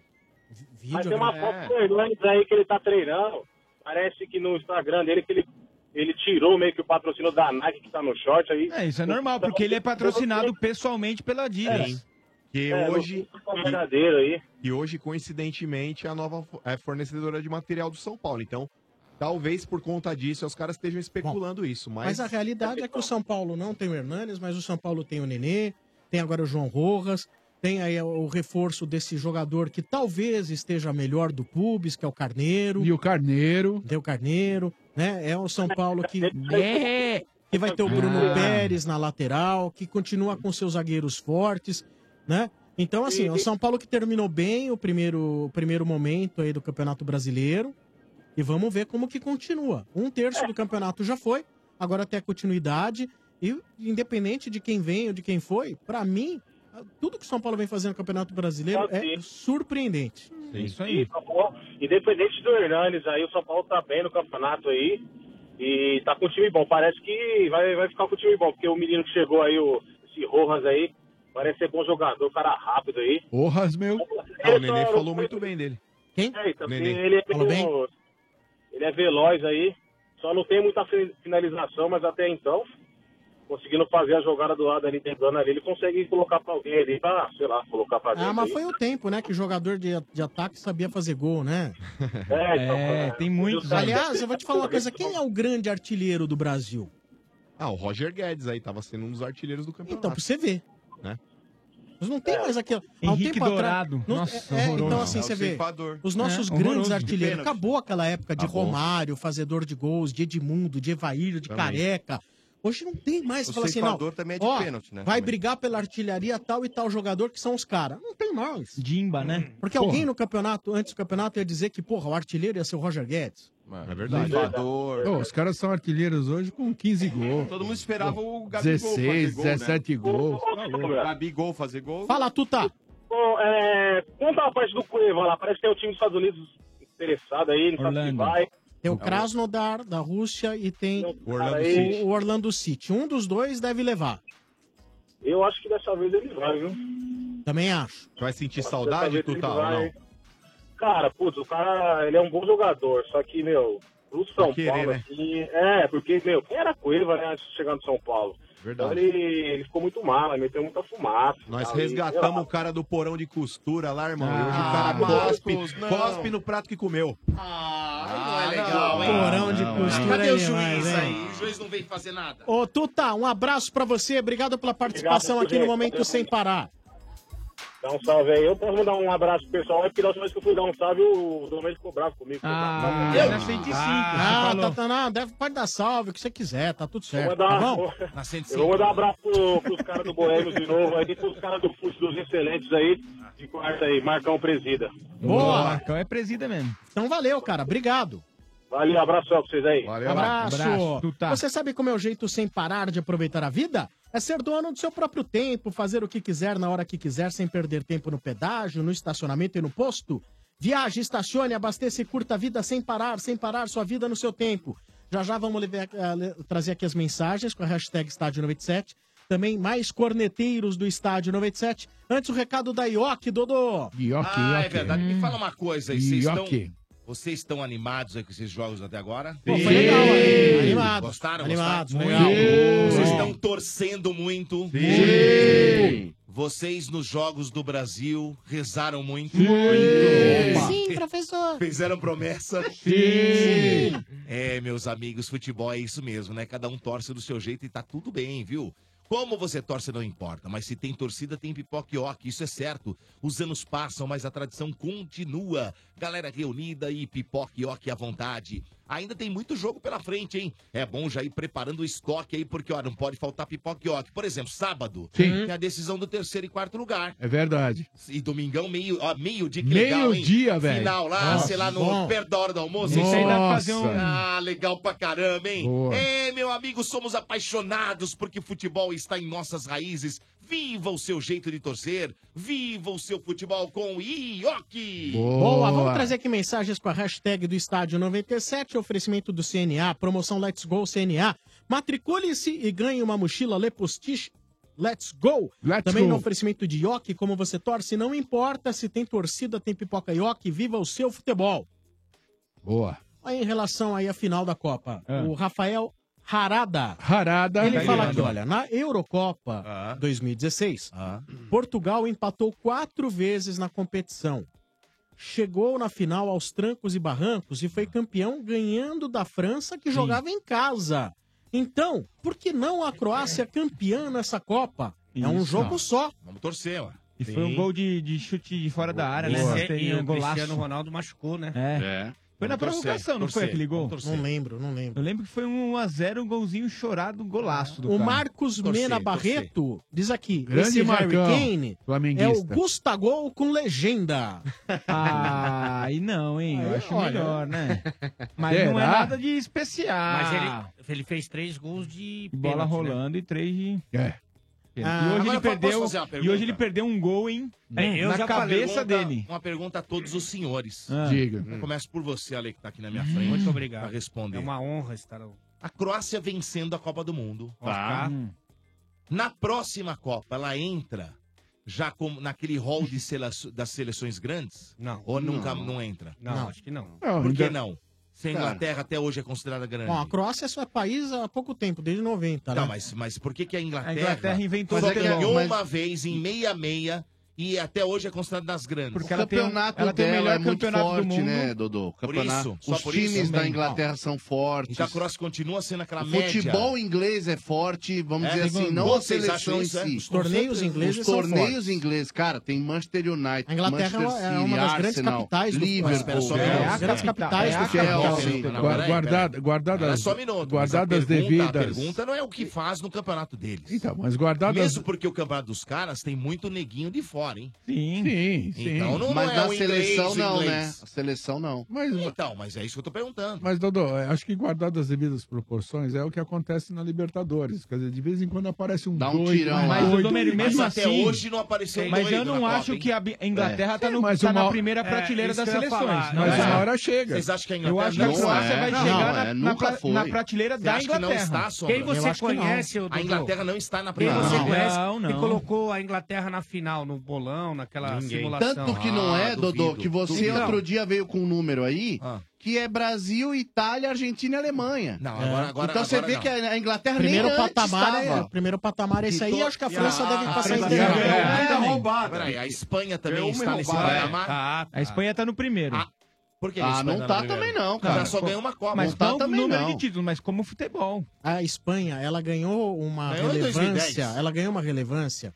Vídeo
Mas tem uma foto
agora.
do Hernandes aí que ele tá treinando. Parece que no Instagram dele que ele, ele tirou meio que o patrocínio da Nike que tá no short aí. Então,
É, isso é normal, porque ele é patrocinado pessoalmente pela
Sim.
Adidas.
Que
É,
hoje.
não-
que-
verdadeiro aí.
E hoje, coincidentemente, é a nova fo- é fornecedora de material do São Paulo. Então, talvez por conta disso, os caras estejam especulando isso. Mas,
Mas a realidade é que o São Paulo não tem o Hernanes, mas o São Paulo tem o Nenê, tem agora o João Rojas, tem aí o reforço desse jogador que talvez esteja melhor do Pubis, que é o Carneiro. E
o Carneiro.
Tem o Carneiro, né? É o São Paulo que. que vai ter o Bruno
Ah.
Pérez na lateral, que continua com seus zagueiros fortes, né? Então, assim, é o São Paulo que terminou bem o primeiro, o primeiro momento aí do Campeonato Brasileiro. E vamos ver como que continua. Um terço do campeonato já foi, agora tem a continuidade. E independente de quem vem ou de quem foi, pra mim, tudo que o São Paulo vem fazendo no Campeonato Brasileiro é surpreendente. Tá
Isso
aí. Independente do Hernanes aí, o São Paulo tá bem no campeonato aí. E tá com um time bom. Parece que vai, vai ficar com um time bom, porque o menino que chegou aí, o, esse Rojas aí, parece ser bom jogador, cara rápido aí.
Porras, meu.
Ah, o Nenê falou muito bem dele.
Quem?
É, então,
Nenê.
Ele é
Falou
meio- Ele é veloz aí. Só não tem muita fi- finalização, mas até então, conseguindo fazer a jogada do lado ali, driblando ali, ele consegue colocar pra alguém ali pra, sei lá, colocar pra dentro.
Ah, mas
aí.
foi o tempo, né? Que jogador de, de ataque sabia fazer gol, né?
É, tem muitos. aí.
Aliás, eu vou te falar uma coisa: quem é o grande artilheiro do Brasil?
Ah, o Roger Guedes aí tava sendo um dos artilheiros do campeonato.
Então, pra você ver.
Né?
Mas não
É.
tem mais aquilo.
Henrique Dourado.
Não,
Nossa,
é, é,
horroroso.
então, assim,
É, o
você vê.
ceifador.
Os nossos
É,
grandes
horroroso.
artilheiros.
De pênalti.
Acabou aquela época de
Tá bom.
Romário, fazedor de gols, de Edmundo, de Evaílio, de
Também.
Careca. Hoje não tem mais.
O
Fala assim, não.
ceifador também é de
ó,
pênalti, né?
Vai
Também.
brigar pela artilharia tal e tal jogador que são os caras. Não tem mais.
Dimba, né?
Porque
Porra.
alguém no campeonato, antes do campeonato, ia dizer que, porra, o artilheiro ia ser o Roger Guedes.
É
verdade. Ô, os caras são artilheiros hoje com 15 gols.
Todo mundo esperava o Gabigol
16,
fazer gol, né?
17 gols.
Gabigol fazer gol.
Fala, Tuta!
Bom, é, conta a parte do Cueva lá. Parece que tem um time dos Estados Unidos interessado aí, não sabe se
Orlando.
vai.
Tem
É
o Krasnodar, da Rússia, e tem o
Orlando
o
City.
Orlando City. Um dos dois deve levar.
Eu acho que dessa vez ele vai, viu?
Também acho.
Vai sentir
Dessa
saudade,
vez ele
Tuta, ou
vai.
não?
Cara, putz, o cara, ele é um bom jogador, só que, meu, pro São
querer,
Paulo,
né?
assim, é, porque, meu, quem era Cueva, né, antes de chegar no São Paulo?
Verdade.
Então ele, ele ficou muito mal, ele meteu muita fumaça.
Nós
tal, e, sei
resgatamos
lá.
o cara do porão de costura lá, irmão.
Ah,
e hoje o cara
Marcos,
cospe,
não.
cospe no prato que comeu.
Ah, legal,
hein? Porão de costura
Cadê o
aí,
juiz
mas,
aí?
hein?
O juiz não veio fazer nada.
Ô, Tuta, um abraço pra você. Obrigado pela participação
Obrigado,
aqui no
gente.
Momento Sem Parar.
Dá um salve aí. Eu posso mandar um abraço pro pessoal, é porque da última vez que eu fui dar um salve, o Domênio ficou bravo comigo.
Ah,
eu?
na 105,
Ah,
você
tá,
falou.
tá, não, deve, pode dar salve, o que você quiser, tá tudo certo.
Vou
Tá
mandar-
bom?
Eu vou mandar um abraço pro, pros caras do Boêmios de novo aí, pros caras do Fute dos Excelentes aí, de quarta aí, Marcão Presida.
Boa! Marcão é presida mesmo.
Então valeu, cara, obrigado.
Valeu, abraço pra vocês aí.
Abraço. Você sabe como é o jeito sem parar de aproveitar a vida? É ser dono do seu próprio tempo, fazer o que quiser na hora que quiser, sem perder tempo no pedágio, no estacionamento e no posto. Viaje, estacione, abasteça e curta a vida sem parar, sem parar sua vida no seu tempo. Já já vamos levar- eh, le- trazer aqui as mensagens com a hashtag Estádio 97. Também mais corneteiros do Estádio 97. Antes o recado da Ioki, Dodô.
Ioki,
ah, é verdade. Me fala uma coisa aí. Vocês estão,
Gnocchi.
vocês estão animados aí com esses jogos até agora?
Pô, foi legal, hein? Animados.
Gostaram?
Animados,
gostaram?
legal. Sim.
Vocês estão torcendo muito.
Sim.
Vocês nos Jogos do Brasil rezaram muito. Opa.
Sim, professor.
Fizeram promessa?
Sim.
É, meus amigos, futebol é isso mesmo, né? Cada um torce do seu jeito e tá tudo bem, viu? Como você torce não importa, mas se tem torcida tem pipoquioque, isso é certo. Os anos passam, mas a tradição continua. Galera reunida e pipoquioque à vontade. Ainda tem muito jogo pela frente, hein? É bom já ir preparando o estoque aí, porque ó, não pode faltar pipoquioque. Por exemplo, sábado
Sim.
tem a decisão do terceiro e quarto lugar.
É verdade.
E domingão, meio, ó, meio dia, que legal, hein?
Meio-dia, velho.
Final lá,
Nossa,
sei lá, no,
bom.
perto da hora do almoço.
Isso aí dá pra fazer um-
Ah, legal pra caramba, hein?
Boa.
É, meu amigo, somos apaixonados porque futebol está em nossas raízes. Viva o seu jeito de torcer. Viva o seu futebol com Ioki.
Boa, vamos trazer aqui mensagens com a hashtag do Estádio 97, oferecimento do CNA, promoção Let's Go CNA. Matricule-se e ganhe uma mochila Lepostich Let's Go. Também
go.
no oferecimento de Yoki, como você torce, não importa se tem torcida, tem pipoca Yoki, viva o seu futebol.
Boa.
Aí, em relação aí à final da Copa, o Rafael Harada.
Harada.
Ele fala
Italiano.
aqui, olha, na Eurocopa 2016, Portugal empatou quatro vezes na competição. Chegou na final aos trancos e barrancos e foi campeão ganhando da França que jogava em casa. Então, por que não a Croácia campeã nessa Copa? É um
Isso.
jogo só.
Vamos torcer, ó.
E foi um gol de, de chute de fora da área,
Boa.
né?
E- e o
um golaço.
Cristiano Ronaldo machucou, né?
É.
É.
Foi na
Vamos torcer,
prorrogação, não foi
torcer,
aquele gol?
vamos torcer. Não
lembro, não lembro. É.
Eu lembro que foi um 1x0, um golzinho chorado, golaço do
O
cara.
Marcos Mena Barreto diz aqui:
Grande
esse
Marcão,
Harry Kane é o
flamenguista.
Gustagol com legenda.
Ah, e não, hein? Eu acho melhor, né? Mas não é
Será?
nada de especial.
Mas ele, ele fez três gols de
Bola
pênalti, né?
rolando e três de.
É.
Ah,
e, hoje ele
agora eu posso
perdeu,
fazer uma
e hoje
pergunta?
ele perdeu um gol, hein?
É,
Né?
na cabeça dele.
Uma pergunta a todos os senhores.
Ah.
Diga.
Hum.
Eu começo por você, Ale, que tá aqui na minha frente.
Muito obrigado.
Pra responder.
É uma honra estar
A Croácia vencendo a Copa do Mundo.
Tá.
Na próxima Copa, ela entra já como naquele hall de sele- das seleções grandes?
Não.
Ou nunca
Não.
não, entra?
Não, acho que não.
Por que
ainda-
não? Se a
Cara.
Inglaterra até hoje é considerada grande.
Bom, a Croácia é só país há pouco tempo, desde
Tá,
90, né?
Não, mas, mas por que, que a Inglaterra,
A Inglaterra inventou
só
o futebol,
ganhou
mas-
uma vez em 66 e até hoje é considerada das grandes?
Porque ela tem um- campeonato ela tem o dela melhor é muito campeonato do forte, mundo. né, Dodô? O campeonato-
Por isso, só
os
por
times
isso
da
também.
Inglaterra são fortes.
Então a Croácia continua sendo aquela
O
média.
futebol inglês é forte, vamos
É,
dizer assim,
Rigoni,
não a
vocês acham
seleção em
isso, é?
si.
Os torneios ingleses
Os
são
torneios
fortes.
ingleses, cara, tem Manchester United,
A Inglaterra
Manchester City,
é uma das grandes
Arsenal,
capitais do
Liverpool,
futebol. É a grandes capitais do futebol.
Guar- guardada- guardadas-
Olha só um minuto, mas
guardadas
a pergunta,
devidas.
A pergunta não é o que faz no campeonato deles.
Então, mas guardadas-
Mesmo porque o campeonato dos caras tem muito neguinho de fora, hein?
Sim.
Sim, sim.
Então não,
Mas
não é
na
o
seleção
inglês,
não,
inglês.
né? A seleção não.
Então, mas é isso que eu tô perguntando.
Mas, Dodô, é, acho que guardado as devidas proporções é o que acontece na Libertadores. Quer dizer, de vez em quando aparece um Dá um
tirão, mas,
doido,
Dodô, mesmo
Mas
assim,
um
Mas eu não acho que a Bi- a Inglaterra
É.
tá, no,
Sim, mas
tá
uma-
na primeira
É,
prateleira
isso
das
que eu ia
seleções.
falar.
não
Mas
é?
uma hora chega.
Vocês acham que a
Eu
Inglaterra
acho que a
não
Croácia
é?
vai
Não,
chegar
é,
na, na,
nunca
pra-
foi.
na prateleira
Você
da
acha que não
Inglaterra.
está, Sombra?
Quem você conhece, ô
A
Dodô?
Inglaterra não está na
Quem
primeira.
você
Não.
conhece
Não, não.
que colocou a Inglaterra na final, no bolão, naquela
Ninguém.
simulação?
Tanto que
Ah,
não é, Dodô, que você outro dia veio com um número aí, que é Brasil, Itália, Argentina e Alemanha.
Não,
agora- agora-
Então você
agora
vê
não.
que a Inglaterra
Primeiro
nem antes
patamar,
estava.
é, primeiro patamar é esse aí,
Vitor-
acho que a França
Ah,
deve passar
França
inteira.
ganhou.
É,
Ainda
também.
roubada.
Peraí, a Espanha também
Ganhou uma
está nesse
roubada.
É,
patamar?
Ah, A Espanha tá no primeiro.
por que a Ah, Espanha não tá tá no primeiro? também não, cara. Ela só ganhou uma Copa.
Mas
Não tá
não
também
o número
não.
de títulos, mas como futebol.
A Espanha, ela ganhou uma
Ganhou em
relevância,
2010.
ela ganhou uma relevância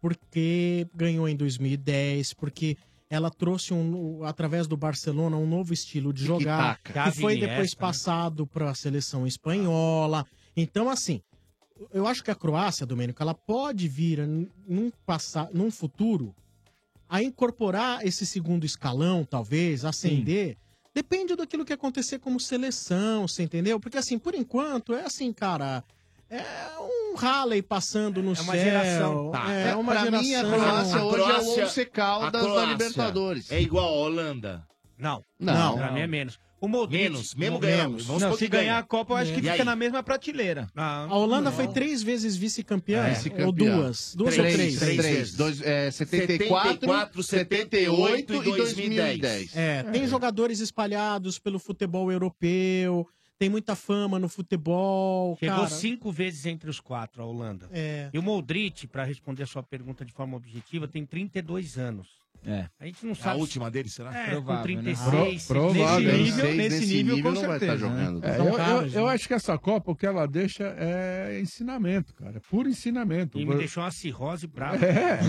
porque ganhou em 2010, porque ela trouxe um através do Barcelona um novo estilo de jogar
Tic-tac.
que foi
Gavi,
depois
Iniesta, né?
passado para a seleção espanhola. Então assim, eu acho que a Croácia, Domênico, ela pode vir a n- num passar, num futuro a incorporar esse segundo escalão, talvez, ascender. Depende daquilo que acontecer como seleção, você entendeu? Porque assim, por enquanto, é assim, cara, é um Halley passando no céu.
É uma geração, tá.
É uma
Pra mim, a
geração.
Croácia hoje é o Once
A
Caldas da
Croácia
Libertadores.
É igual a Holanda.
Não.
Não.
Pra mim é menos. O Modric,
Menos, mesmo
Não,
ganhamos. Vamos
Não,
supor
se
que
ganhar
ganha.
a Copa, eu acho que
E
fica
aí?
na mesma prateleira.
A Holanda foi três vezes
É,
vice-campeã.
Vice-campeão.
É, ou duas. Duas ou três.
Três. Dois, é, 74, 78 e 2010.
É, tem jogadores espalhados pelo futebol europeu, tem muita fama no futebol.
Chegou
cara.
cinco vezes entre os quatro, a Holanda.
É.
E o Modric, pra responder a sua pergunta de forma objetiva, tem 32 anos.
É.
A gente não
É
sabe.
a
se-
última dele, será?
É,
Provável,
com
né?
36.
Pro-
Nesse
provável.
nível,
Então Seis,
nesse
nesse
nível,
nível
com
não vai
certeza.
tá jogando.
né?
É, eu, eu, eu acho que essa Copa, o que ela deixa é ensinamento, cara. É puro ensinamento.
E
Vo-
me deixou uma cirrose brava.
É,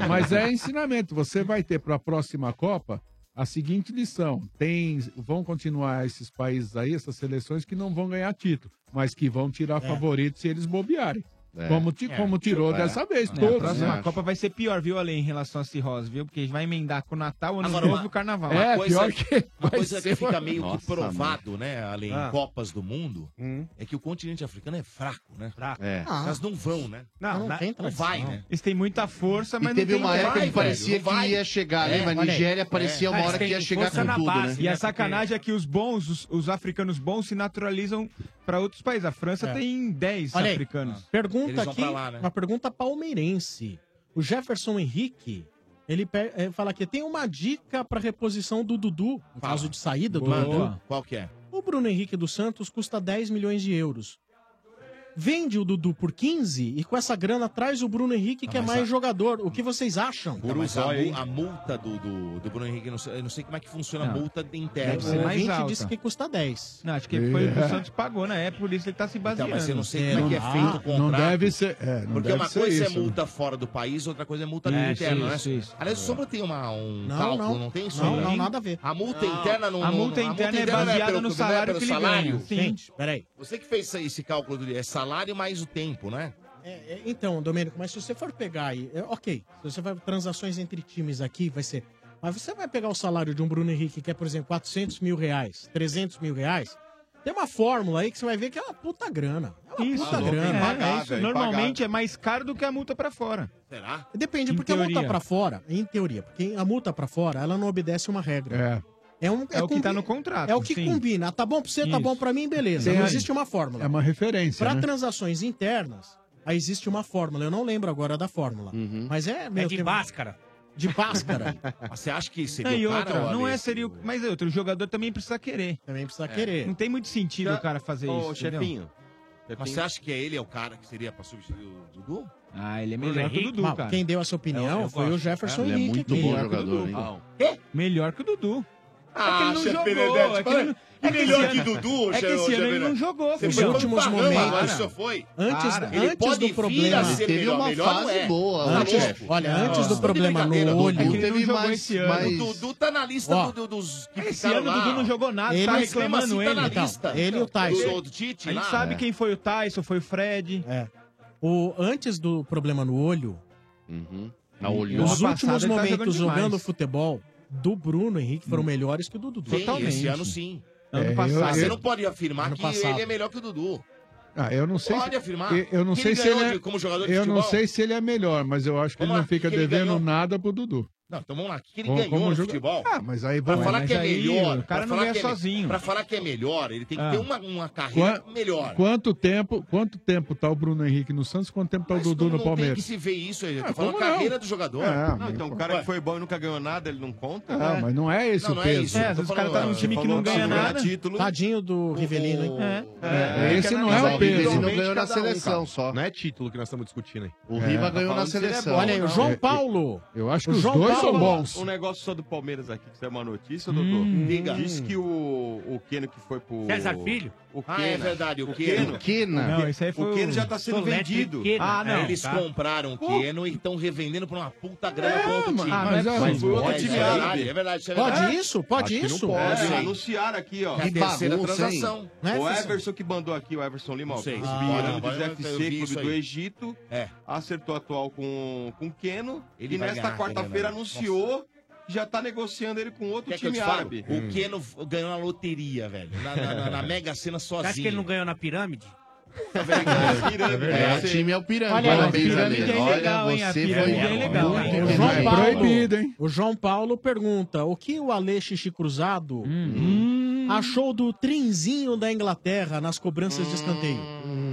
mas, mas é ensinamento. Você vai ter para a próxima Copa a seguinte lição: tem, vão continuar esses países aí, essas seleções que não vão ganhar título, mas que vão
É.
tirar favoritos se eles bobearem.
É.
Como, ti-
É.
como tirou
É.
dessa vez,
É, A
todos.
próxima
né?
Copa vai ser pior, viu, Ale, em relação a cirrose, viu? Porque vai emendar com o Natal, ano
Agora,
novo
uma-
e o Carnaval.
É,
uma coisa- uma coisa É, que fica meio que provado, né, além
Ah.
em Copas do Mundo, é que o continente africano é fraco, né? Fraco.
É. Ah.
Elas não vão, né?
Não, não
na-
tem
não
tradição.
vai, né?
Eles têm muita força,
E
mas
teve
não tem
uma época que parecia
não vai.
que ia chegar,
É,
lembra? A
olha aí.
Nigéria parecia uma
Mas
hora que
tem
ia chegar
É. força
com
na
tudo, né?
E a sacanagem é que os bons, os, os africanos bons, se naturalizam para outros países. A França
É.
tem 10
Olha aí,
africanos.
Pergunta aqui,
né?
uma pergunta palmeirense. O Jefferson Henrique, ele pe- eh, fala aqui, tem uma dica para reposição do Dudu, no caso de saída do
Manda.
Dudu.
Qual que é?
O Bruno Henrique dos Santos custa 10 milhões de euros. Vende o Dudu por 15 e com essa grana traz o Bruno Henrique, que é
mas
mais
a-
jogador. O que vocês acham?
Não, mas a, mu- a multa do, do, do Bruno Henrique, eu não sei, eu não sei como é que funciona a
Não.
multa de interna.
Deve ser mais alta. disse que custa 10.
Não, acho que foi o que o Santos pagou na época, por isso ele tá se baseando.
É. Então, mas eu não sei como é que é
Ah,
feito o contrato.
Não deve ser. É, não
Porque
deve
uma
ser
coisa
isso,
é
né?
multa fora do país, outra coisa é multa
Isso,
interna,
isso,
né?
isso.
Aliás, o Sombra tem uma, um
Não,
cálculo, não,
não.
tem,
Não,
Sombra?
não, nada
a ver.
A multa
Não.
interna não...
A
não-
multa interna é
não
baseada
pelo-
no
não é
salário
pelo
que ele ganha. Sim.
Gente, peraí.
Você que fez esse esse cálculo, do- é salário mais o tempo, né?
É, é, então, Domênico, mas se você for pegar aí, é, ok, se você vai transações entre times aqui, vai ser. Mas você vai pegar o salário de um Bruno Henrique, que é, por exemplo, 400 mil reais, 300 mil reais, tem uma fórmula aí que você vai ver que é uma puta grana. É uma
Isso,
puta
é,
grana.
é isso. Normalmente é mais caro do que a multa para fora.
Será?
Depende, porque a multa pra fora, em teoria, porque a multa pra fora, ela não obedece uma regra. É. um,
É o que
combi-
tá no contrato,
É o que
sim.
combina. Ah, Tá bom pra você, tá
Isso.
bom pra mim, beleza.
Tem
não
a-
existe uma fórmula.
É uma referência.
Para
né?
transações internas, aí existe uma fórmula. Eu não lembro agora da fórmula.
Uhum.
Mas é. Meu,
de
máscara. De máscara.
Você acha que
Não, e outra, não é seria o... Mas é outro, o jogador também precisa querer.
Também
É.
precisa
querer. Não tem muito sentido o cara fazer isso, entendeu?
Mas você acha que é ele é o cara que seria pra substituir o Dudu?
Ah, ele é
Bruno
melhor que o
Henrique?
Dudu,
Mal,
cara.
Quem deu
É
essa opinião
Eu- eu
foi
gosto.
o Jefferson
Ele é
Henrique.
muito
aqui.
bom jogador, hein?
Pau.
Melhor que o Dudu.
Ah,
é que ele não
chefe
jogou.
Benedetti,
é que ele não- é que
melhor
esse
que
ano-
Dudu,
É que
chefe
esse ano ele
Benedetti.
não jogou.
Você
filho.
foi um últimos
Parrama,
momentos.
cara.
Isso
foi.
Antes,
Para. Ele
antes
pode
do
vir a
problema.
ser Teve melhor, uma melhor fase não é. boa, né,
Antes-
chefe?
olha,
Ah,
antes
tá
do
de
problema
brincadeira,
no
Dudu.
olho.
É que ele não Teve jogou mais- esse ano. mas-
O Dudu tá na lista do-
Ó.
do- dos que
Esse
ficaram
ano o
lá.
Dudu não jogou nada,
Ele
tá
mas mesmo
reclamando
assim tá
ele.
na lista.
ele e o Tyson.
Do, do Tite
A gente
lá.
sabe
É.
quem foi o Tyson, foi o Fred.
É. O, antes do problema no olho,
Uhum. Tá
Na
os últimos momentos
tá jogando
jogando
demais.
futebol do Bruno Henrique foram melhores que o do Dudu.
Sim, Hum. Esse ano sim.
Ano
Mas
passado.
Você não pode afirmar
É, Ano
que
passado.
ele é melhor que o Dudu.
Ah, eu não sei.
Pode
se-
afirmar.
Eu, eu não
Que
sei
ele
se ele
ganhou
é,
de- como jogador de
Eu não
futebol?
sei se ele é melhor, mas eu acho que ele não fica
que ele
devendo
ganhou?
nada pro Dudu.
Não, então vamos lá. O que ele
Como-
ganhou
como
no
joga-
futebol?
Ah, mas aí
pra
vamos-
falar
mas
que é
aí
melhor.
o cara
pra
não
falar
ganha
que é me-
sozinho.
Pra falar que é melhor, ele tem que
Ah.
ter uma, uma carreira
Qua-
melhor.
Quanto tempo, quanto tempo tá o Bruno Henrique no Santos? Quanto tempo tá o Dudu
Não
no Palmeiras?
tem que se ver isso
tá
aí. Eu tô
Ah,
falando
como
carreira
não?
do jogador.
É,
Não,
mas-
então,
Então, o cara que foi bom e nunca ganhou nada, ele não conta? né?
Ah, mas não é esse
Não,
o
não é
peso.
isso. É, às vezes o cara tá num time que não ganha nada. título.
Tadinho do Rivelino, hein?
É, esse não é o peso.
Ele não ganhou
um,
na
um,
seleção
só. Não é título que nós estamos discutindo aí.
O
Riva
ganhou
Tá
na
é
seleção.
Olha aí, o
Não,
João
eu-
Paulo.
É, Eu acho
O
que os
João
dois são
Paulo-
bons.
Um negócio só do Palmeiras aqui, que isso é uma notícia, doutor.
Diga.
Diz que o, o Keno que foi pro.
César Filho?
O
Ah,
Keno.
é verdade, o Keno.
Keno.
Keno. Não, esse aí foi
O Keno
o-
já tá sendo
Soletra e
vendido.
Keno. Ah, não. Eles
Tá.
compraram o Keno e estão revendendo por uma puta grana pra outro time.
ah, mas é- mas o outro
é
time
verdade,
árabe.
É verdade, isso é
Pode
verdade.
isso? Pode Acho que não isso? pode.
É,
É, anunciaram aqui, ó.
É a terceira transação.
O Everson que mandou aqui, o Everson Lima, ó,
é Não sei.
os
Ah,
pirâmides
agora eu
FC,
vi isso
clube do
aí. É.
Egito, acertou atual com com o Keno,
Ele
e
vai
nesta
ganhar,
quarta-feira
ele vai ganhar.
anunciou que já tá negociando ele com outro
Quer que é eu
time
te falo?
árabe.
O Keno ganhou na loteria, velho. Na, na- na- na Mega Sena sozinho. Tá
Você acha que ele não ganhou na pirâmide?
É, o
né?
time é o Piranga.
Olha,
Parabéns,
a
Ale.
pirâmide é
Olha,
legal, hein? A
você
pirâmide
foi
é legal.
muito
hein? O
bem.
João Paulo,
proibido,
O João Paulo pergunta: o que o Ale Xixi Cruzado Hum. achou do trinzinho da Inglaterra nas cobranças de escanteio?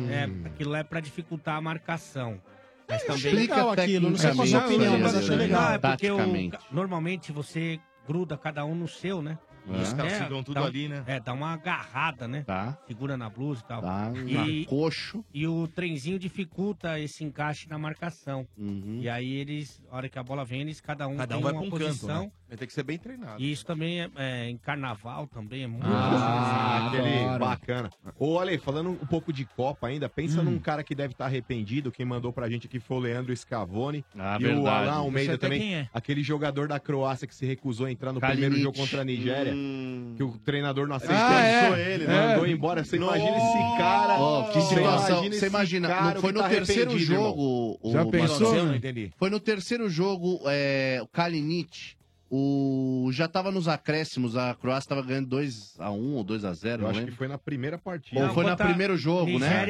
É, aquilo é pra dificultar a marcação. Mas
Eu achei legal aquilo, não sei qual a sua opinião, mas achei legal.
É porque o-
Taticamente.
normalmente você gruda cada um no seu, né?
É. Os caras seguram tudo
dá um-
ali, né?
É, dá uma agarrada, né?
Tá.
Segura na blusa e tal.
Tá,
e,
na coxo.
e o trenzinho dificulta esse encaixe na marcação. E aí eles, na hora que a bola vem, eles cada um
Cada um
tem
vai
uma
pra um canto,
posição.
né? Mas tem que ser bem treinado.
E isso também é, é, em carnaval também é muito
Ah, aquele
Adoro.
bacana. Ô, Ale, falando um pouco de Copa ainda, pensa num cara que deve estar arrependido. Quem mandou pra gente aqui foi o Leandro Scavone. e
verdade.
o Alain
Eu sei
Almeida
até
também.
quem é.
Aquele jogador da Croácia que se recusou a entrar no
Kalinic.
primeiro jogo contra a Nigéria.
Hum.
Que o treinador não aceitou.
Ah, é.
Só ele, mandou
É.
embora. Você imagina esse cara.
Ó, que
Você
situação.
esse
Você imagina,
cara
não, foi
que
no
tá
terceiro
arrependido, irmão.
jogo. O,
Já pensou?
Manoel?
Não entendi.
Foi no terceiro jogo, é, o Kalinic. O, já tava nos acréscimos, a Croácia tava ganhando 2x1 ou 2x0.
Eu acho que foi na primeira partida.
Ou foi no primeiro jogo, né?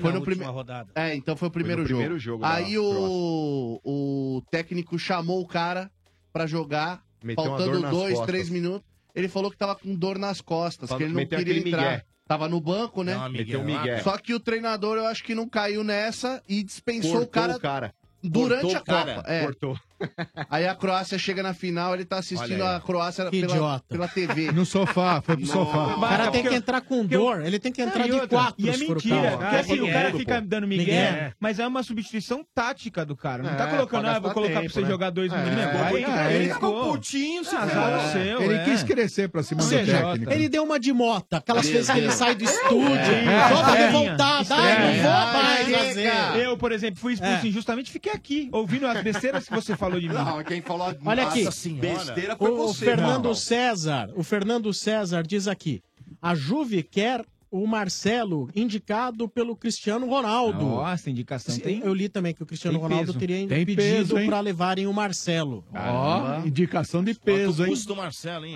Foi no prime-
rodada.
É, então foi o primeiro
Foi no
jogo.
primeiro jogo da
Aí o, o técnico chamou o cara pra jogar,
Meteu uma
faltando
dor nas
dois,
costas.
três minutos. Ele falou que tava com dor nas costas,
Falou-
que ele não
meteu
queria
aquele
entrar.
migué.
Tava no banco, né?
Não, Meteu migué. um migué.
Só que o treinador, eu acho que não caiu nessa e dispensou
Cortou
o cara,
o cara.
durante
Cortou
a
o cara.
Copa. É.
Cortou.
Aí a Croácia chega na final, ele tá assistindo
Olha aí.
a Croácia
Que
pela,
idiota.
pela TV.
No sofá, foi pro sofá.
O
é
cara tem que entrar com dor, ele tem que entrar de quatro.
E é
se for o
mentira.
caso.
Porque assim, o cara
é
fica dando migué,
Migué.
mas é uma substituição tática do cara. Não
É,
tá colocando,
pra
ah, vou
gastar
colocar pra
tempo,
você
né?
jogar dois
É,
minutos. então
ele- ele tava
putinho,
se
azar
for.
o Ah, seu.
Ele
é.
quis crescer pra cima do técnico.
Ele deu uma de mota, aquelas
Meu
vezes que ele
Deus.
sai do estúdio,
É,
só pra
é.
revoltar,
Isso
ai,
é.
não vou mais
Chega.
fazer.
Eu, por exemplo, fui expulso
É.
injustamente e fiquei aqui, ouvindo as besteiras que você falou de mim.
Não,
quem falou
Olha aqui, o, o Fernando César, o Fernando César diz aqui, a Juve quer o Marcelo indicado pelo Cristiano Ronaldo.
Nossa, indicação tem-
Eu li também que o Cristiano
tem
Ronaldo
peso.
teria
Tem
pedido
peso, hein?
para levarem o Marcelo.
Ó, indicação de peso,
O
hein?
custo do Marcelo, hein?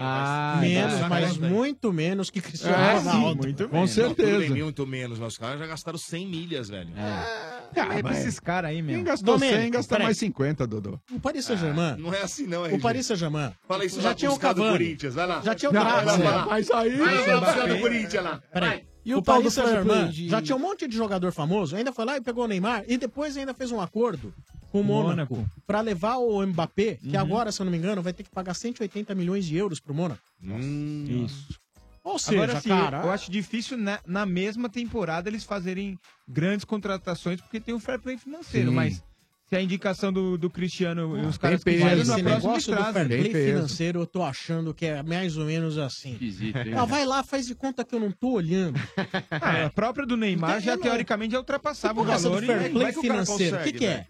então
Ah,
Vai-
menos,
Vai-
mas
Vai-
muito menos que Cristiano
Ah, sim,
Ronaldo.
muito menos. Não, tudo bem, muito menos, mas os caras já gastaram 100 milhas, velho.
É.
Ah,
mas-
é pra esses caras aí,
Quem
mesmo.
gastou
Domênico,
100, gasta
peraí.
mais 50, Dodô.
O Paris Saint-Germain.
não é assim, não,
o Paris Saint-Germain.
Fala isso
já
lá
tinha
pros
o
caras do
Cavani.
Corinthians, vai lá.
Já tinha o
Não, vai
Draxler.
lá, vai lá. Mas aí- Vai lá,
Não,
pros caras do
peraí.
Corinthians lá.
Peraí.
Vai.
E
O
o,
Paulo
Paris Saint-Germain
Saint-Germain de-
já tinha um monte de jogador famoso, ainda foi lá e pegou o Neymar e depois ainda fez um acordo com o Mônaco, pra levar o Mbappé, que agora, se eu não me engano, vai ter que pagar 180 milhões de euros pro Mônaco. Hum, ah.
Isso.
Ou seja,
Agora, assim,
cara,
eu acho difícil na, na mesma temporada eles fazerem grandes contratações, porque tem um fair play financeiro,
Sim.
mas se a indicação do, do Cristiano e os
Tem
caras que
peso.
saíram
Ah, esse
na próxima
negócio do fair play
estrada.
financeiro, eu tô achando que é mais ou menos assim.
hein?
Ah, vai lá, faz de conta que eu não tô olhando. É.
Ah, a própria do Neymar já
Entendeu?
teoricamente já ultrapassava né? o
Que porra
valor.
é essa do fair
e-
play
vai cara
financeiro?
consegue,
Que que é?
velho.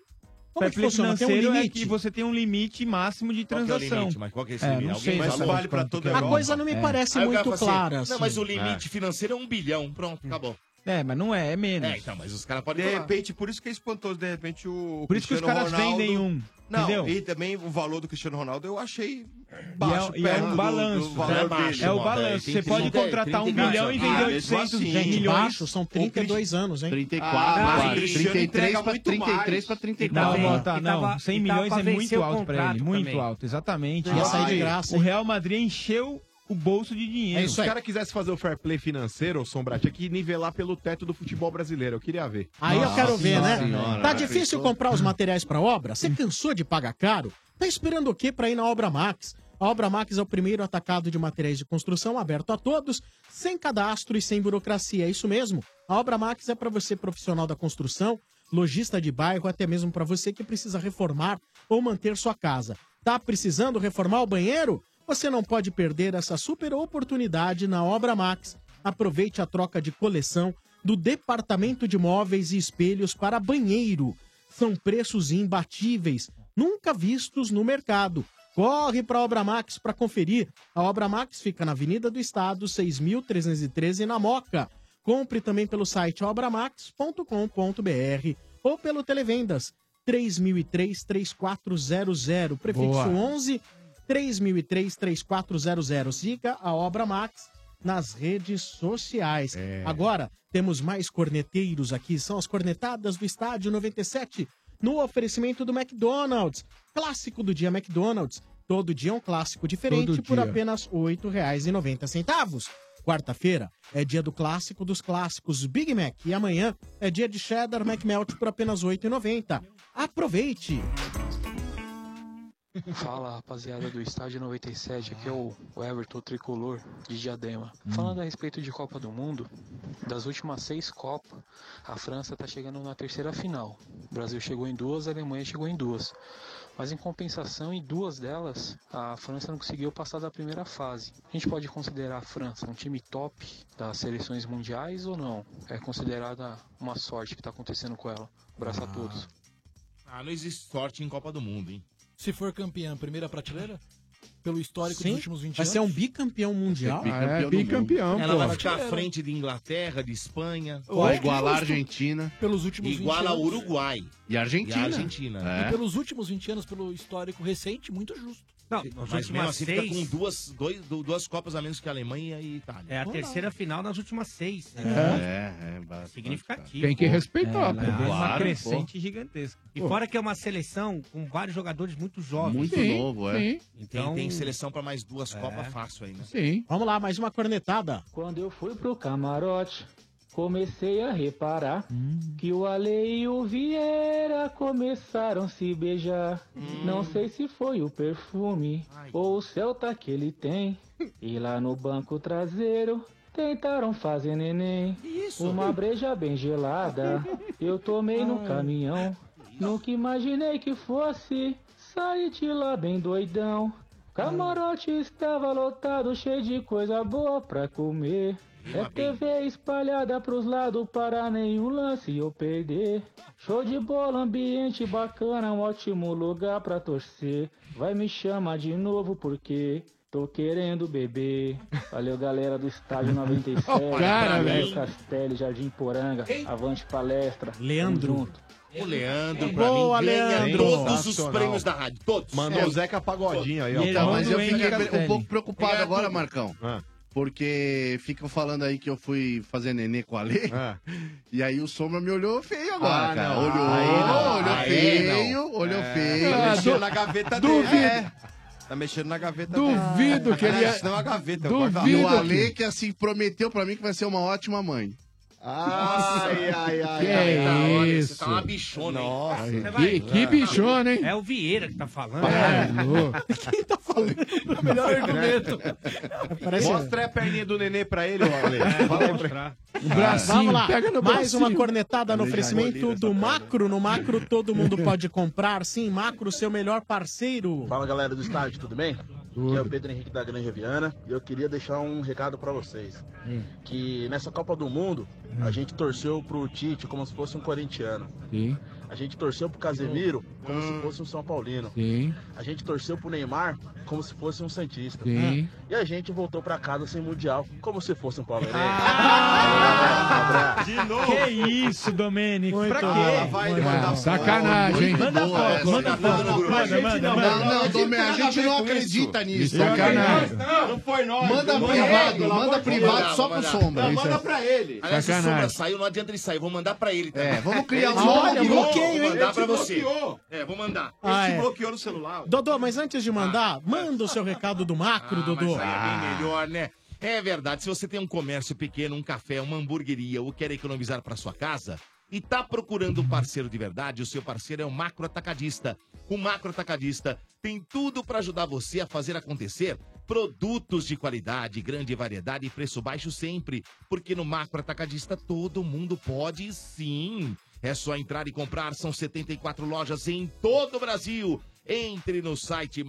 Como
fair
que
play
funciona? Tem um
financeiro é
limite?
que você tem um limite máximo de
Qual que é o
transação.
limite? Mas qual que é esse limite?
não
Alguém
sei
fala.
exatamente
Vale pra
quanto
toda
que é.
Europa.
A coisa não me
É.
parece
Aí o cara
muito
fala assim,
clara.
Não,
assim.
mas o limite financeiro é um bilhão. Pronto, acabou.
É, mas não é, é menos.
É, então, mas os caras
De
podem falar.
repente, por isso que é espantoso, de repente, o.
Por isso que os
Cristiano
caras vendem um,
Não,
entendeu?
e também o valor do Cristiano Ronaldo eu achei
E
baixo.
é, e é
perto do-
um
do
balanço.
valor
é,
dele,
é o
mano.
balanço.
É,
Você
tem
pode
que-
contratar um
tem que-
milhão e vender
Ah, mesmo
800
assim.
Gente,
milhões.
baixo, são 32 anos, hein?
34,
Ah,
quase.
Cristiano
33
entrega
pra
muito
33 pra
mais.
34.
Não,
Não,
tá,
e
não.
tava-
100
e tava
milhões
pra
é
vencer
muito
o
alto pra
contrato
ele, muito
também.
alto, exatamente.
Ia sair de
Ai,
graça,
O
hein?
Real Madrid encheu o bolso de
É
dinheiro.
Se o cara quisesse fazer o fair play financeiro, ô Sombra, tinha que nivelar pelo teto do futebol brasileiro. Eu queria ver.
Aí eu quero ver, né? tá difícil
comprar.
comprar os materiais pra obra? Você cansou de pagar caro? Tá esperando o quê pra ir na Obra Max? A Obra Max é o primeiro atacado de materiais de construção aberto a todos, sem cadastro e sem burocracia. É isso mesmo. A Obra Max é pra você profissional da construção, lojista de bairro, até mesmo pra você que precisa reformar ou manter sua casa. Tá precisando reformar o banheiro? Você não pode perder essa super oportunidade na Obra Max. Aproveite a troca de coleção do departamento de móveis e espelhos para banheiro. São preços imbatíveis, nunca vistos no mercado. Corre para a Obra Max para conferir. A Obra Max fica na Avenida do Estado, 6.313, na Moca. Compre também pelo site obramax.com.br ou pelo Televendas 3003-3400, prefixo
Boa.
11 3003-3400. Siga a Obra Max nas redes sociais.
É.
Agora, temos mais corneteiros aqui, são as cornetadas do Estádio 97, no oferecimento do McDonald's. Clássico do dia McDonald's. Todo dia é um clássico diferente
Todo
por
dia.
apenas R$ 8,90. Quarta-feira é dia do clássico dos clássicos Big Mac e amanhã é dia de cheddar McMelt por apenas R$ 8,90. Aproveite!
Fala rapaziada do Estádio 97, aqui é o o Everton Tricolor de Diadema. Falando a respeito de Copa do Mundo, das últimas seis Copas, a França está chegando na terceira final. O Brasil chegou em duas, a Alemanha chegou em duas. Mas em compensação, em duas delas, a França não conseguiu passar da primeira fase. A gente pode considerar a França um time top das seleções mundiais ou não? É considerada uma sorte que está acontecendo com ela. Abraço a todos.
Ah, não existe sorte em Copa do Mundo, hein?
Se for campeã, primeira prateleira? Pelo histórico
Sim,
dos últimos 20
vai
anos?
ser um bicampeão mundial? É,
É, Ela vai ficar à frente de Inglaterra, de Espanha.
Vai igualar a Argentina.
é Pelos últimos 20
Iguala
anos.
o Uruguai.
E a Argentina.
E a
É.
Argentina. né?
E pelos últimos 20 anos, pelo histórico recente, muito justo.
Não,
Mas mesmo assim fica com
seis-
duas, dois, du- duas Copas a menos que a Alemanha e Itália.
É a terceira final nas últimas seis. né?
É,
Significativo.
Tem que respeitar,
É,
pô.
ela teve uma
Claro,
crescente
pô.
gigantesca. E
Pô.
fora que é uma seleção com vários jogadores muito jovens.
Muito Sim, novo, é. sim.
Então,
Tem, tem seleção pra mais duas Copas fácil ainda.
Sim. Vamos lá, mais uma cornetada.
Quando eu fui pro camarote, comecei a reparar que o Ale e o Vieira começaram a se beijar.
Hum.
Não sei se foi o perfume ou o Celta que ele tem. E lá no banco traseiro tentaram fazer neném. Uma breja bem gelada eu tomei no caminhão. Nunca imaginei que fosse sair de lá bem doidão. Camarote estava lotado, cheio de coisa boa pra comer. É TV espalhada pros lados para nenhum lance eu perder. Show de bola, ambiente bacana, um ótimo lugar pra torcer. Vai me chamar de novo porque tô querendo beber. Valeu, galera do Estádio 97.
Ó,
Daniel
cara, velho.
Castelli, Jardim Poranga, avante palestra. Tamo
Leandro.
junto.
O Leandro, pra
Boa,
mim, ganha
Leandro.
todos os
Sensacional.
prêmios da rádio. Todos.
Mandou
É,
o Zeca
Pagodinho
aí,
ó.
Então, mas eu
Irmão do
fiquei
Henrique
um
Castelli.
pouco preocupado
Obrigado.
agora, Marcão. Porque ficam falando aí que eu fui fazer nenê com a Lê. E aí o Sombra me olhou feio agora,
Ah,
cara.
não.
Olhou,
Aí não.
olhou
Aí
feio,
não.
olhou
É.
feio.
Ah,
Mexeu
du-
na gaveta
duvido.
dele. É.
Tá mexendo na gaveta
Duvido
dele.
que ele
Ah,
ia-
Isso não é uma gaveta.
E o Ale que assim prometeu pra mim que vai ser uma ótima mãe.
Ai, ai, ai.
Que
ai, tá, olha,
isso.
Você tá uma bichona, hein?
Nossa.
Você
Que-
vai-
que bichona, hein?
É o Vieira que tá falando. É.
O melhor argumento.
Parece-
Mostra a perninha do nenê pra ele,
Ah, Vamos lá, mais uma cornetada no oferecimento do Macro. No Macro todo mundo pode comprar. Sim, Macro, seu melhor parceiro.
Fala galera do estádio, tudo bem? Aqui é o Pedro Henrique da Granja Viana e eu queria deixar um recado pra vocês. Que nessa Copa do Mundo
Hum.
a gente torceu pro Tite como se fosse um corintiano.
Sim,
A gente torceu pro Casemiro como
Hum.
se fosse um São Paulino.
sim.
A gente torceu pro Neymar como se fosse um Santista.
Sim.
E a gente voltou pra casa sem Mundial como se fosse um Ah! Palmeirense.
Ah!
De novo. Que isso, Domênico? pra quê?
sacanagem, hein?
Manda foto, é manda foto. Manda, manda, manda.
Não, não, Domé, a gente não
é
acredita nisso. Sacanagem.
Não foi nós.
Manda
Não foi
privado,
ele,
manda
pelo amor de
privado
Deus.
só pro
Não,
Sombra.
Não,
Isso
manda
é-
pra ele.
Aliás, se o
Sacanagem.
Sombra saiu, não adianta ele sair. Vou mandar pra ele. também.
É, vamos criar
Ele
um
te
novo
bloqueou,
bloqueio, hein?
Vou
Ele
mandar
te
pra você.
bloqueou.
É, vou mandar.
Ah,
ele te
é.
bloqueou no celular.
Dodô, mas antes de mandar, manda o seu recado do Macro,
Ah, mas
Dodô.
aí é bem melhor, né? É verdade. Se você tem um comércio pequeno, um café, uma hamburgueria ou quer economizar para sua casa e tá procurando um parceiro de verdade, o seu parceiro é o Macro Atacadista. O Macro Atacadista tem tudo para ajudar você a fazer acontecer. Produtos de qualidade, grande variedade e preço baixo sempre, porque no Macro Atacadista todo mundo pode sim. É só entrar e comprar, são 74 lojas em todo o Brasil. Entre no site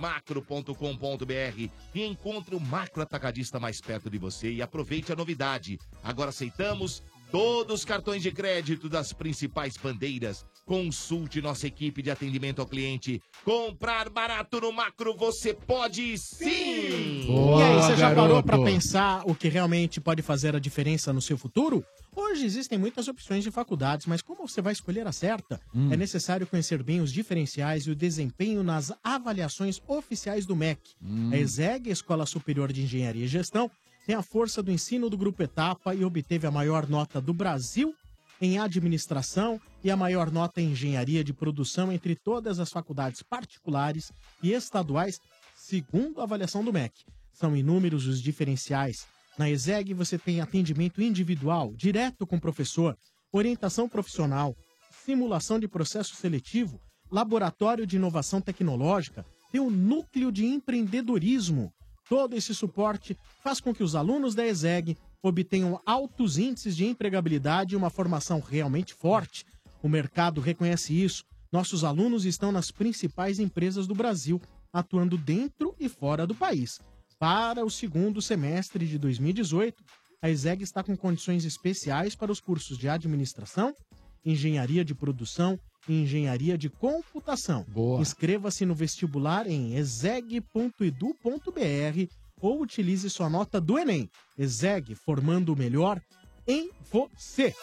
macro.com.br e encontre o macro atacadista mais perto de você e aproveite a novidade. Agora aceitamos todos os cartões de crédito das principais bandeiras. Consulte nossa equipe de atendimento ao cliente. Comprar barato no macro você pode sim!
e aí, você já parou pra pensar o que realmente pode fazer a diferença no seu futuro? Hoje existem muitas opções de faculdades, mas como você vai escolher a certa?
Hum.
É necessário conhecer bem os diferenciais e o desempenho nas avaliações oficiais do MEC. A ESEG, Escola Superior de Engenharia e Gestão, tem a força do ensino do Grupo Etapa e obteve a maior nota do Brasil em administração e a maior nota em engenharia de produção entre todas as faculdades particulares e estaduais, segundo a avaliação do MEC. São inúmeros os diferenciais. Na ESEG você tem atendimento individual, direto com o professor, orientação profissional, simulação de processo seletivo, laboratório de inovação tecnológica, tem o núcleo de empreendedorismo. Todo esse suporte faz com que os alunos da ESEG obtenham altos índices de empregabilidade e uma formação realmente forte. O mercado reconhece isso. Nossos alunos estão nas principais empresas do Brasil, atuando dentro e fora do país. Para o segundo semestre de 2018, a ESEG está com condições especiais para os cursos de administração, engenharia de produção e engenharia de computação. Inscreva-se no vestibular em exeg.edu.br ou utilize sua nota do Enem. Exeg, formando o melhor em você.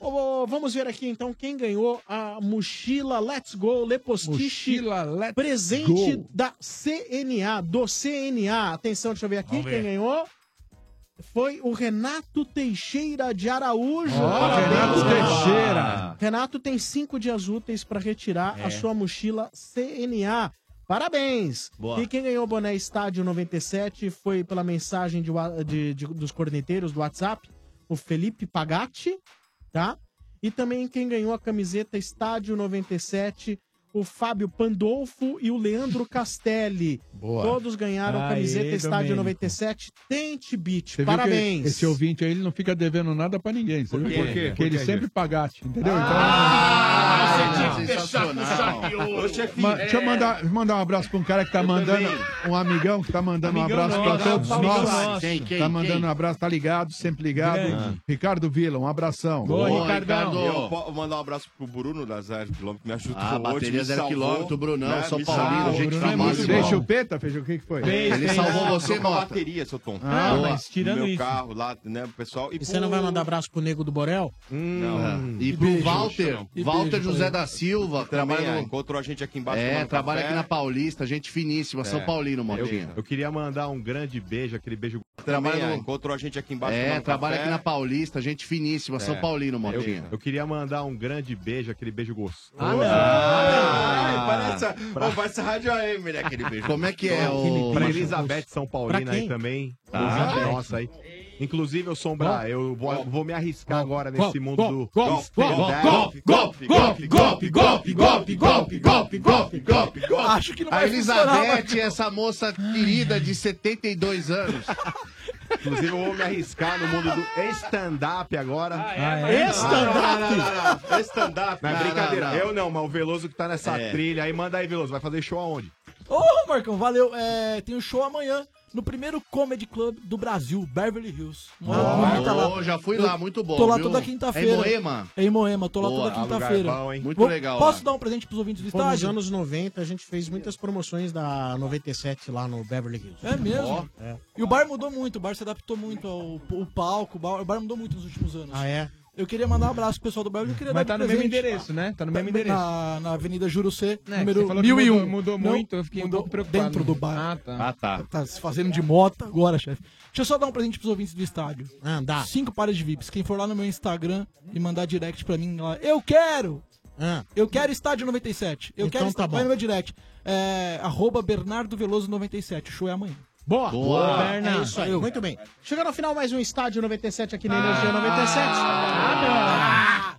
Ô, ô, vamos ver aqui então quem ganhou a mochila Let's Go Lepostiche.
Mochila Let's
presente
Go.
da CNA, do CNA. Atenção, deixa eu ver aqui
Vamos ver.
quem ganhou. Foi o Renato Teixeira de Araújo.
Ó,
Parabéns,
Renato Teixeira.
Renato tem cinco dias úteis para retirar
É.
a sua mochila CNA. Parabéns!
Boa.
E quem ganhou o boné Estádio 97 foi pela mensagem de wa- de- de- dos corneteiros do WhatsApp, o Felipe Pagatti, tá? E também quem ganhou a camiseta Estádio 97, o Fábio Pandolfo e o Leandro Castelli.
Boa.
Todos ganharam a
Aê,
camiseta Estádio
Domênico.
97 Tente Beat.
Você viu que
Parabéns!
Esse ouvinte aí ele não fica devendo nada pra ninguém. Você
Por
viu?
quê?
Porque,
Por
ele
quê, Ah,
sempre pagate, entendeu? Então-
Ah, Tá
Ma-
é.
Deixa
é.
eu mandar, mandar um abraço pra um cara que tá mandando. Um amigão que tá mandando
Amigão
um abraço
nosso,
pra todos
amigão
nós.
nosso. Quem, quem,
tá mandando
quem?
um abraço, tá ligado, sempre ligado.
Grande.
Ricardo Vila, um abração.
Eu vou mandar um abraço pro Bruno da Zero Quilômetro, que me ajudou
Ah,
hoje.
bateria
me
Zero
salvou, Né,
Quilômetro, Brunão, São
Me
Paulino,
salvou.
gente
Bruno é
famosa.
muito
Deixa
bom.
o Peta, fez o que que foi? Fez,
Ele
fez.
salvou
Ah,
você,
trocou a
Mota. bateria, seu Tom.
Ah,
Boa.
mas tirando
meu
isso.
carro lá, né, pro pessoal.
E você não vai mandar abraço pro Nego do Borel?
Não.
E
E
pro
beijo,
Walter?
não.
E Walter
beijo,
José
beijo.
da
Silva,
E também,
trabalha
ah,
no-
Encontrou a gente aqui embaixo.
É,
tomando
trabalha
café.
aqui na Paulista, gente finíssima, São
É.
Paulino, Motinha.
Eu-
Eu queria mandar um grande beijo, aquele beijo.
Também,
Trabalha
ah,
no-
Encontrou a gente aqui embaixo.
É,
tomando
trabalha
café.
aqui na Paulista, gente finíssima, São
É.
Paulino, Motinha.
Eu, eu queria mandar um grande beijo, aquele beijo gostoso.
Ah, não.
Ah, parece, Ô, parece a Rádio AM, né? Aquele beijo.
Como é que é,
o?
Pra Elizabeth São Paulina
Pra quem?
aí também.
Ah.
ouvinte Nossa aí. Inclusive, eu sombra, eu vou, vou me arriscar agora nesse mundo do.
golpe,
stand-up.
golpe, golpe, golpe, golpe, golpe, golpe, golpe, golpe, golpe, golpe, golpe.
Acho que
não
A
vai funcionar,
Elizabeth,
mas-
essa moça querida de 72 anos.
Inclusive, eu vou me arriscar no mundo do stand-up agora.
é? Stand-up?
Ah, Não, não, não, não, não. Stand-up. Não, é
Não,
brincadeira.
não, não.
Eu não, mas o Veloso que tá nessa
É.
trilha aí, manda aí, Veloso. Vai fazer show aonde?
Ô, Marcão, valeu. É, tem um show amanhã no primeiro Comedy Club do Brasil, Beverly Hills. Mó orgulho tá lá.
Ô, já fui lá, muito bom,
Tô lá
viu?
toda quinta-feira.
É em Moema?
É em Moema, tô lá
Boa,
toda
ah, lugar
quinta-feira.
bom, hein? Muito
Vou-
legal
Posso
lá.
dar um presente pros ouvintes do
Pô, nos
estádio?
anos 90, a gente fez muitas promoções da 97 lá no Beverly Hills.
É mesmo?
É.
E o bar mudou muito, o bar se adaptou muito ao o palco, o bar, o bar mudou muito nos últimos anos.
Ah, é?
Eu queria mandar um abraço pro pessoal do Beverly, eu queria
Mas
dar
tá no
um
mesmo
presente.
endereço, né? Tá no mesmo
Na-
endereço.
Na, na Avenida Jurucê,
É, você
número
falou que
1001.
mudou- mudou
Não,
muito, eu fiquei um pouco preocupado.
Dentro do bar.
Ah, tá.
Tá se fazendo de moto agora, chefe. Deixa eu só dar um presente pros ouvintes do estádio.
Andar.
Cinco pares de VIPs. Quem for lá no meu Instagram e mandar direct pra mim lá, eu quero! Eu quero estádio 97. Eu
Ah. Então
quero
tá
estádio.
bom.
Vai no meu direct. É, arroba Bernardo Veloso 97. O show é amanhã.
Boa!
Boa.
Berna. É isso aí,
Valeu.
muito bem. Chegando ao final, mais um Estádio 97 aqui na Energia 97.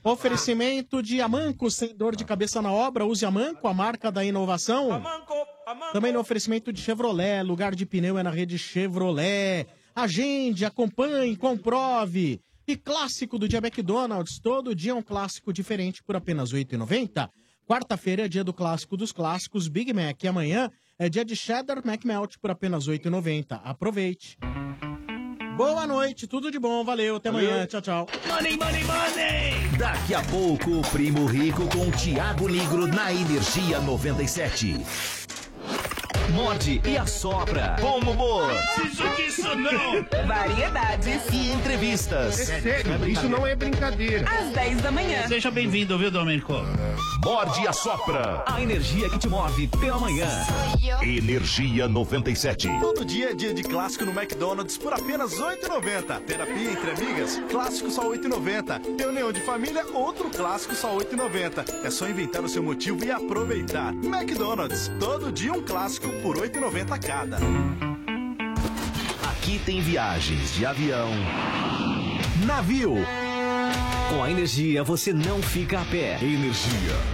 Oferecimento de Amanco, sem dor de cabeça na obra. Use Amanco, a marca da inovação. Também no oferecimento de Chevrolet, lugar de pneu é na rede Chevrolet. Agende, acompanhe, comprove. E clássico do dia McDonald's, todo dia é um clássico diferente por apenas R$ 8,90. Quarta-feira é dia do clássico dos clássicos Big Mac. E amanhã é dia de Cheddar McMelt por apenas R$ 8,90. Aproveite. Boa noite, tudo de bom, valeu, até amanhã, tchau, tchau.
Money, money, money! Daqui a pouco, o Primo Rico com Tiago Negro na Energia 97. Morde e assopra. Bom humor.
Preciso disso não!
Variedades. E entrevistas.
É sério, isso
não
é
brincadeira.
Às 10 da manhã. Seja bem-vindo, viu, Domênico?
Morde e assopra. A energia que te move pela manhã.
Yo.
Energia 97.
Todo dia é dia de clássico no McDonald's por apenas R$ 8,90. Terapia entre amigas, clássico só R$ 8,90. Reunião de família, outro clássico só R$ 8,90. É só inventar o seu motivo e aproveitar. McDonald's, todo dia um clássico por R$ 8,90 cada.
Aqui tem viagens de avião. Navio.
Com a energia você não fica a pé.
Energia.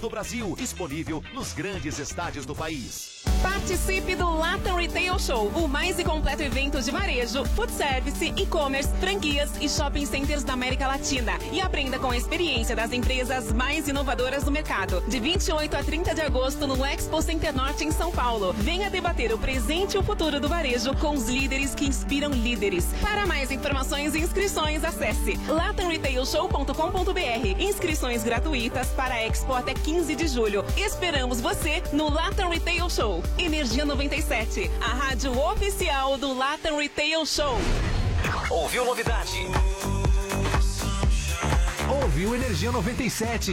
do Brasil, disponível nos grandes estádios do país.
Participe do Latam Retail Show, o mais e completo evento de varejo, food service, e-commerce, franquias e shopping centers da América Latina. E aprenda com a experiência das empresas mais inovadoras do mercado. De 28 a 30 de agosto no Expo Center Norte em São Paulo. Venha debater o presente e o futuro do varejo com os líderes que inspiram líderes. Para mais informações e inscrições, acesse latamretailshow.com.br. Inscrições gratuitas para a Expo até 15 de julho. Esperamos você no Latam Retail Show. Energia 97, a rádio oficial do Latam Retail Show.
Ouviu novidade?
Ouviu Energia 97.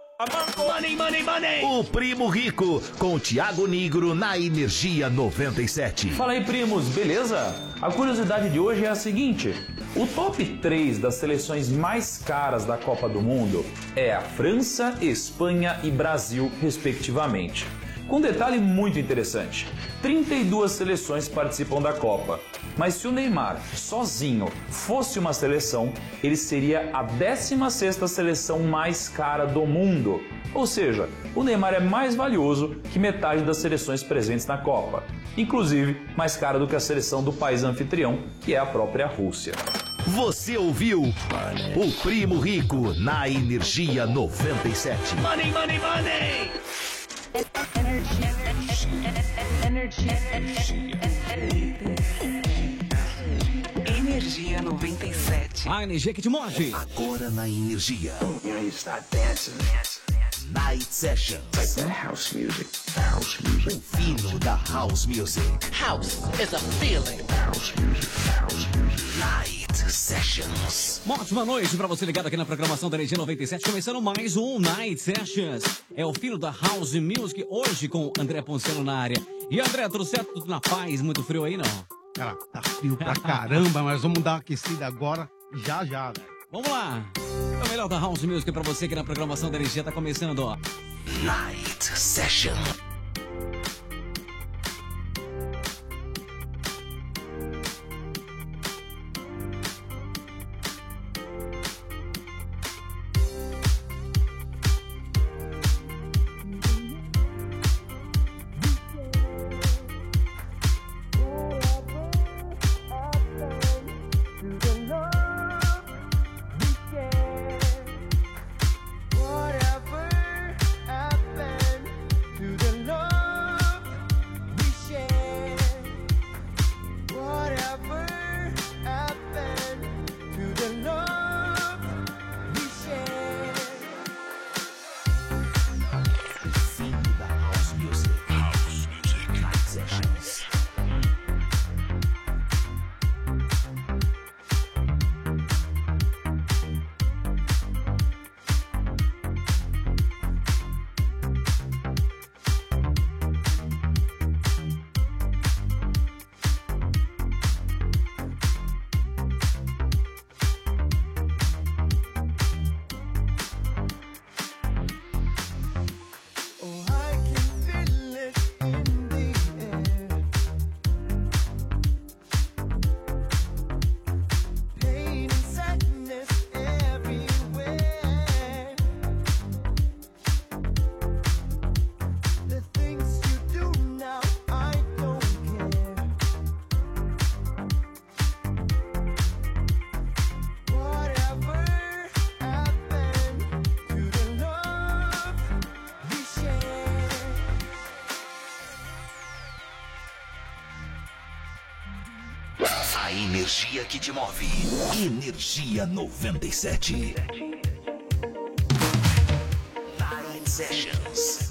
A Manco! Money, money, money!
O Primo Rico, com Tiago Negro na Energia 97.
Fala aí, primos, beleza? A curiosidade de hoje é a seguinte: o top 3 das seleções mais caras da Copa do Mundo é a França, Espanha e Brasil, respectivamente. Com um detalhe muito interessante: 32 seleções participam da Copa. Mas se o Neymar sozinho fosse uma seleção, ele seria a 16ª seleção mais cara do mundo. Ou seja, o Neymar é mais valioso que metade das seleções presentes na Copa, inclusive mais cara do que a seleção do país anfitrião, que é a própria Rússia.
Você ouviu o Primo Rico na Energia 97.
Money, money, money!
Energia 97. A energia que te move.
Agora na Energia.
You know, you start dancing,
Night Sessions.
house music. House music.
O fino da House Music.
House is a feeling.
House music. House music.
Night Sessions.
Uma ótima noite pra você ligado aqui na programação da Energia 97, começando mais um Night Sessions. É o fino da House Music, hoje com o André Ponciano na área. E André, tudo certo? Tudo na paz? Muito frio aí, não?
Cara, tá frio pra caramba, mas vamos dar uma aquecida agora, já já, velho.
Vamos lá! É o melhor da House Music pra você que na programação da energia tá começando, ó.
Night Session.
Whatever happened to the
energia que te move. Energia 97. Nine Sessions.